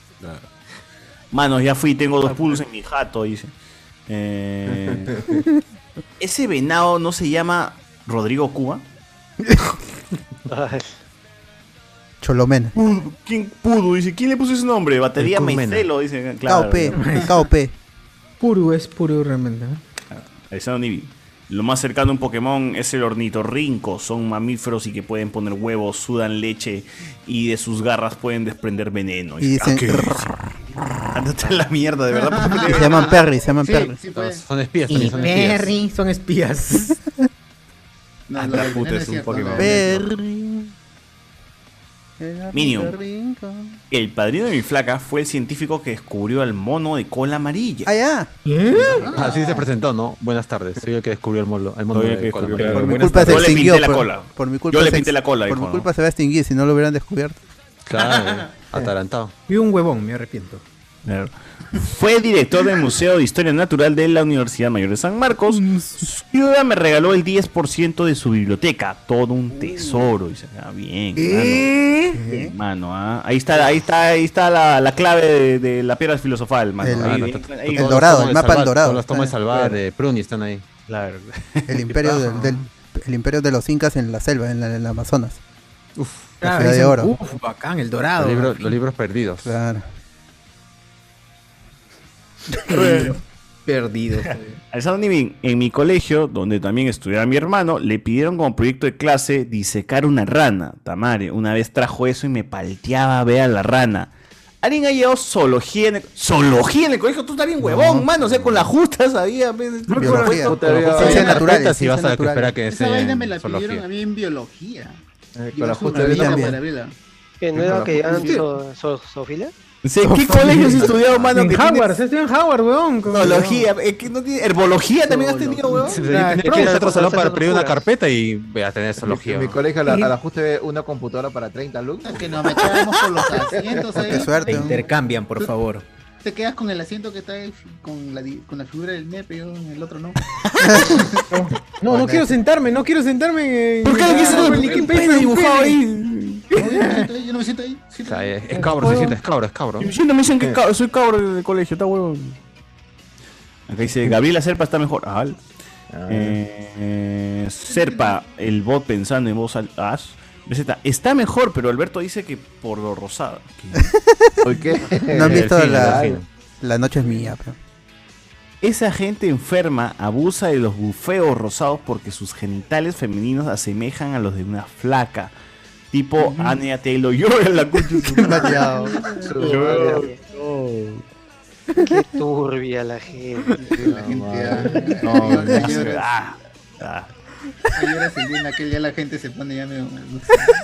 Manos, ya fui, tengo dos pulos en mi jato, dice. Eh, ¿Ese venado no se llama Rodrigo Cuba?
Cholomena.
Pudo, ¿Quién pudo? Dice, ¿quién le puso ese nombre? Batería
El Curmena.
Maicelo, dice. Claro.
KOP. KOP.
Puru es puru realmente.
Alessandro Nivi. Lo más cercano a un Pokémon es el ornitorrinco. Son mamíferos y que pueden poner huevos, sudan leche y de sus garras pueden desprender veneno.
Y dicen-
"Ah, qué raro". Ándate a la mierda, de verdad. ¿por qué
Y
te-
se llaman Perry, se llaman Perry.
pues.
Son espías
Y
también, son espías.
Perry son espías.
Ah, la puta, es un Pokémon.
Perry.
Minion. El padrino de mi flaca fue el científico que descubrió al mono de cola amarilla.
Ah, ya.
Así Ah, se presentó, ¿no? Buenas tardes. Soy el que descubrió el mundo. El mundo
Soy el que
de cola.
descubrió-
Por mi culpa se
Yo le
extinguió.
pinté la
por-
cola.
Por mi culpa
Yo le
se-
pinté la cola,
Por
dijo,
mi
¿no?
culpa se va a extinguir si no lo hubieran descubierto.
Claro, atarantado.
Fui un huevón, me arrepiento.
Claro. Fue director del Museo de Historia Natural de la Universidad Mayor de San Marcos. Su Viuda me regaló el 10% de su biblioteca. Todo un tesoro. Dice, ah, bien.
¿Qué?
Mano, ah. ahí está, ahí está, ahí está la, la clave de, de la piedra filosofal, mano.
El-
Ahí-
el-
ahí-
el
ahí-
dorado, Todas las el tomas de mapa del Salvat- dorado.
Todas las
Ah,
tomas de
Está-
salvar
claro.
de Pruni están ahí.
Claro.
El imperio, del, del- el imperio de los incas en la selva, en la, en la Amazonas. Uf, la
Claro,
ciudad de
dicen,
oro.
"Uf, bacán, el dorado".
Los libros,
Fin.
los libros perdidos.
Claro.
Perdido.
Alessandro Niven, en mi colegio, donde también estudiaba mi hermano, le pidieron como proyecto de clase disecar una rana. Tamare, una vez trajo eso y me palteaba a ver a la rana. ¿Alguien ha llevado zoología en el, zoología en el colegio? Tú estás bien huevón, mano. O sea, con la justa sabía. pe.
Biología.
Puta,
Con la
había-
justa
había
en
carpetas y
naturales,
vas a
ciencias
esperar
naturales.
que
Esa
enseñen
vaina me la
zoología.
pidieron a mí en biología.
Eh,
Yo
con la
soy una
justa de
loca
también.
para verla.
¿Que no
Sí,
era
para
que
jugar.
eran so- so- zoofilia?
Sí, ¿Qué colegio has estudiado, mano?
En este
que tiene
Howard, se estudia en Howard, huevón. con-
Zoología, eh, que no tiene- herbología también has tenido, huevón.
Sí, Tienes que ir a otro salón para pedir una carpeta y voy a tener zoología.
En mi colegio a la, a la justa ve una computadora para 30 alumnos.
Que nos mechábamos con los asientos ahí.
Te intercambian, por favor.
Te quedas con el asiento que está ahí, con la, di- con la figura del nepe, yo en el otro no.
No, no quiero sentarme, no quiero sentarme. en-
¿Por qué lo quisiste?
Ah,
Porque
Linkin
el pene
Park
dibujado
pene.
Yo no me siento ahí. siento-
O sea, es, es cabro, se siente, es cabro, es cabro.
Yo no me dicen que Eh. cab- soy cabro del colegio, está huevón. Acá dice, Gabriela Serpa está mejor. Ah, vale. Eh, eh, Serpa, el bot pensando en voz al as. BZ, está mejor, pero Alberto dice que por lo rosado.
¿Por qué?
No han visto la, la noche es mía. pero-
Esa gente enferma abusa de los bufeos rosados porque sus genitales femeninos asemejan a los de una flaca. Tipo Anya Taylor. Yo en la concha de su madre. Yo-
Qué turbia la gente.
Eh, La gente, ah,
Eh, No,
llora,
no sé.
llora.
Ah, ah.
Ahí ahora se viene aquel, ya la gente se pone ya medio.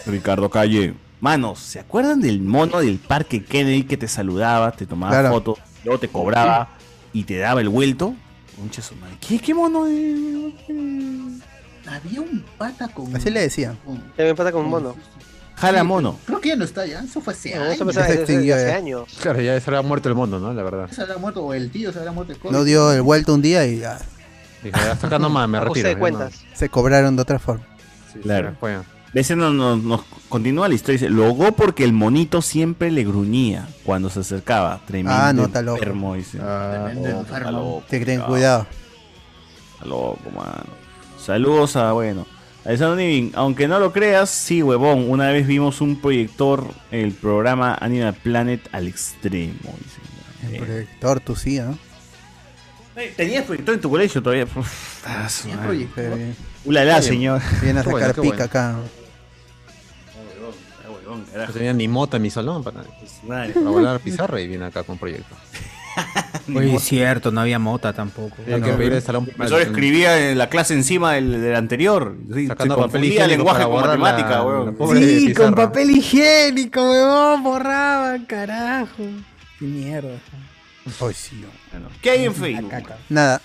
Ricardo Calle. Manos, ¿se acuerdan del mono del parque Kennedy que te saludaba, te tomaba
Claro.
fotos, luego te cobraba y te daba el vuelto? Concha su madre. ¿Qué, qué mono? de-
Había un pata con.
Así le decían.
Ya me pasa con un mono.
Jala mono.
Creo que ya no está ya, eso fue hace años.
Eso me sabe
se
Este
desde
extinguió,
hace
eh.
años.
Claro, ya se le ha muerto el mundo, ¿no? La verdad.
Se habrá muerto, o el tío se habrá muerto. de COVID.
No dio el vuelto un día y ah,
Dije, hasta acá nomás, me
Ajuste
retiro.
de
ya
cuentas.
se cobraron de otra forma.
Claro.
Bueno.
Ese nos, nos- nos continúa la historia. Dice, logó porque el monito siempre le gruñía cuando se acercaba. Tremendo
Ah, no, está loco.
enfermo, dice.
Tremendo
está
enfermo.
loco,
Te creen
cagado.
cuidado.
Está loco, mano. Saludos a, bueno. Alessandro Nivin, aunque no lo creas, sí, huevón. Una vez vimos un proyector, el programa Animal Planet al extremo. dice.
El proyector, tú sí, ¿no?
Eh, ¿Tenías proyector en tu colegio todavía?
Ah,
¿Tenías proyector?
Ulala, señor.
Viene a
Qué bueno,
sacar
qué
pica
bueno.
acá.
No tenía ni mota en mi salón para,
Madre.
para volar pizarra y viene acá con un proyecto.
Oye, es cierto, no había mota tampoco.
Tenía que pedir el salón.
El profesor escribía en la clase encima del, del anterior. Sí, se
Sacando papel
confundía el
higiénico
lenguaje
para
con
borrar la-
matemática,
la
huevón.
pobre
Sí,
pizarra.
con papel higiénico, huevón, borraban, carajo. Qué mierda.
Ay, sí. oh.
¿Qué hay en Facebook?
Nada.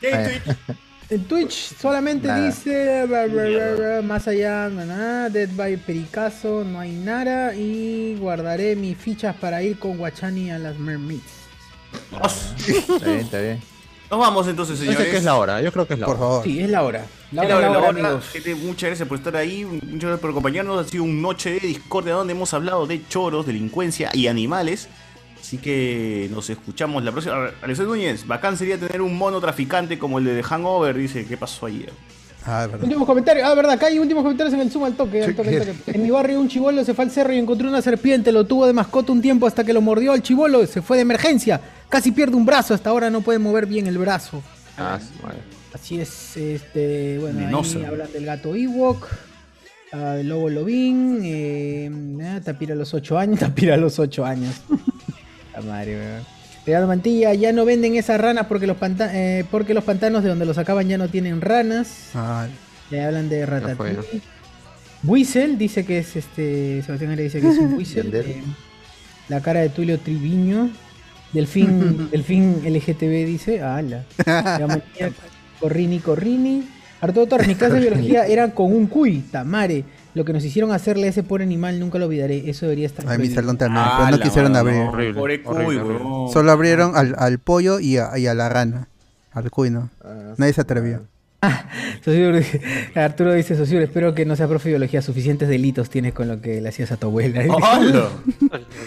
¿Qué hay en
Ah,
Twitter?
En Twitch solamente
Nada.
dice bla, bla, bla, bla, más allá, na, na, Dead by Pericazo, no hay nada y guardaré mis fichas para ir con Guachani a las Mermaids.
Está bien, está bien.
Nos vamos entonces,
Yo
señores.
sé que es la hora, yo creo que es la
Por
hora.
favor.
Sí, es la hora. La
Es
hora,
la hora,
la
la
hora,
hora.
amigos.
Gente, muchas gracias por estar ahí, muchas gracias por acompañarnos. Ha sido un noche de discordia donde hemos hablado de choros, delincuencia y animales. Así que nos escuchamos la próxima. A ver, Alexander Núñez, bacán sería tener un mono traficante como el de The Hangover. Dice, ¿qué pasó ayer?
Ah, es verdad.
Últimos comentarios, ah, verdad, acá hay últimos comentarios en el Zoom al toque, al toque, al toque. En mi barrio un chivolo se fue al cerro y encontró una serpiente, lo tuvo de mascota un tiempo hasta que lo mordió al chivolo, se fue de emergencia, casi pierde un brazo, hasta ahora no puede mover bien el brazo.
Ah, su madre.
Así es, este, bueno, ahí
Dinosaurio.
hablan del gato Ewok, ah, del lobo Lobín, eh, ah, Tapir a los 8 años, Tapir a los 8 años. La madre, weón. Leonardo Mantilla, ya no venden esas ranas porque los, panta- eh, porque los pantanos de donde los sacaban ya no tienen ranas.
Ah,
Le hablan de Ratatouille. Buisel dice que es este. Sebastián Aria dice que es un Buisel.
Yandel.
eh, la cara de Tulio Triviño. Delfín, Delfín LGTB dice. ¡Ala! Ya manía, Corrini, Corrini. Arturo Torres, mi clase de biología era con un cuy, tamare. Lo que nos hicieron hacerle a ese pobre animal nunca lo olvidaré. Eso debería estar.
Ay, mi
prohibido.
salón también, pero no quisieron abrir.
Pobre cuy, huevón.
Solo abrieron al, al pollo y a, y a la rana. Al cuy, ¿no?
Ah,
Nadie se atrevió.
Sosur- Arturo dice, Sosur, espero que no sea profe de biología. Suficientes delitos tienes con lo que le hacías a tu abuela.
¡Hala!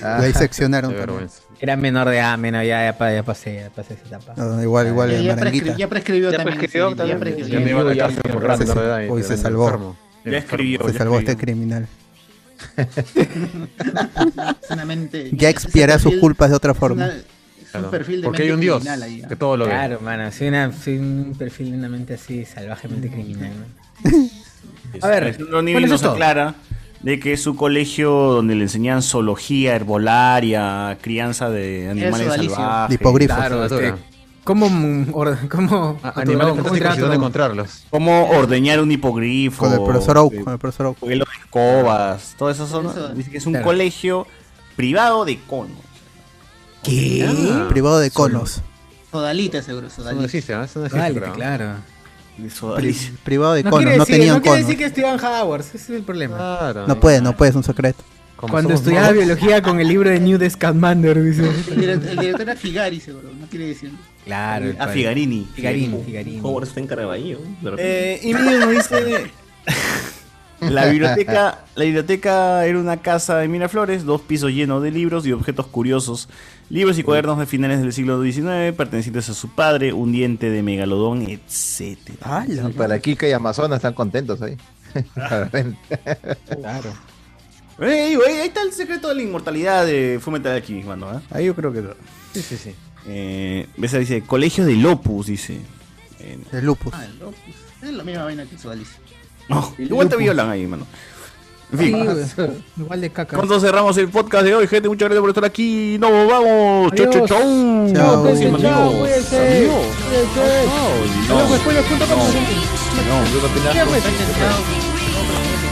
Ah.
Ahí seccionaron Qué también. vergüenza.
Era menor de edad, menos, ya, ya, pa- ya pasé, ya pasé esa etapa.
No, igual, igual,
Ya-
el
ya, prescri-
Maranguita.
ya prescribió
Ya
también.
prescribió
sí,
también.
ya prescribió.
Ya me iba a la cárcel por rato,
Sí, sí.
¿verdad? Hoy se salvó.
Ya escribió.
Se
ya
salvó
escribió.
este criminal.
Es una mente-
Ya
ese
expiará sus
perfil-
culpas de otra
es
forma.
una- es un perfil de
Porque
mente
hay un
dios
criminal ahí, ¿no?
que todo lo ve.
Claro, mano, soy, una- soy un perfil de una mente así salvajemente criminal. ¿no? A ver,
Alejandro Nivi
bueno, eso
nos
es todo.
aclara de que su colegio donde le enseñan zoología, herbolaria, crianza de animales
Alicia.
salvajes.
De hipogrifos.
Claro, este, ¿Cómo, mm, or- cómo
animales
cómo
fantásticos y
entrar a tu-
dónde encontrarlos. Cómo ordeñar un hipogrifo.
Con el profesor Oak, con el profesor Oak.
Juguelos de escobas. Todo eso son, dice que es un
Claro.
colegio privado de cono.
¿Qué?
Ah.
Privado de conos.
Sodalita, seguro. Sodalita.
Sodalite, claro.
Pri- privado de
No
conos,
quiere
no
decir-
tenían
no quiere
conos.
decir que estudiaban Hogwarts, ese es el problema.
Ah,
No puede, no puede, es un secreto.
Cuando estudiaba biología con el libro de New Scamander, dice.
El director, el director era Figari, seguro. No quiere decir.
Claro.
A Figarini.
Figarini, Figarini.
Hogwarts está en Caraballo. de repente.
Eh, y Miguel nos dice. La biblioteca, la biblioteca era una casa de Miraflores, dos pisos llenos de libros y objetos curiosos. Libros y cuadernos de finales del siglo XIX, pertenecientes a su padre, un diente de megalodón, etc.
Y
para Kika y Amazonas están contentos ahí.
claro.
Ey, güey, Eh, ahí está el secreto de la inmortalidad de Fullmetal Alchemist, mano. ¿eh? Ahí yo creo que.
Sí, sí, sí.
Eh, Besa dice: Colegio de Lopus, dice.
De Lupus.
Ah, el Lopus. Es la misma vaina que Sodalita.
No, igual te violan ahí, mano. En
Ah,
fin.
Sí, güey, igual de caca.
Con esto cerramos el podcast de hoy, gente. Muchas gracias por estar aquí. Nos vamos. Chau, chau,
Adiós.
chau.
Chao, gente,
amigos.
chao, cuídense.
Amigos.
Cuídense.
No,
Nos vemos en spoilers.com.
no,
Ya, pues, chao.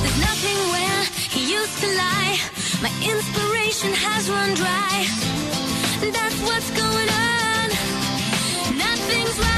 There's nothing where he used to lie. My inspiration has run dry. That's what's going on. Nothing's right.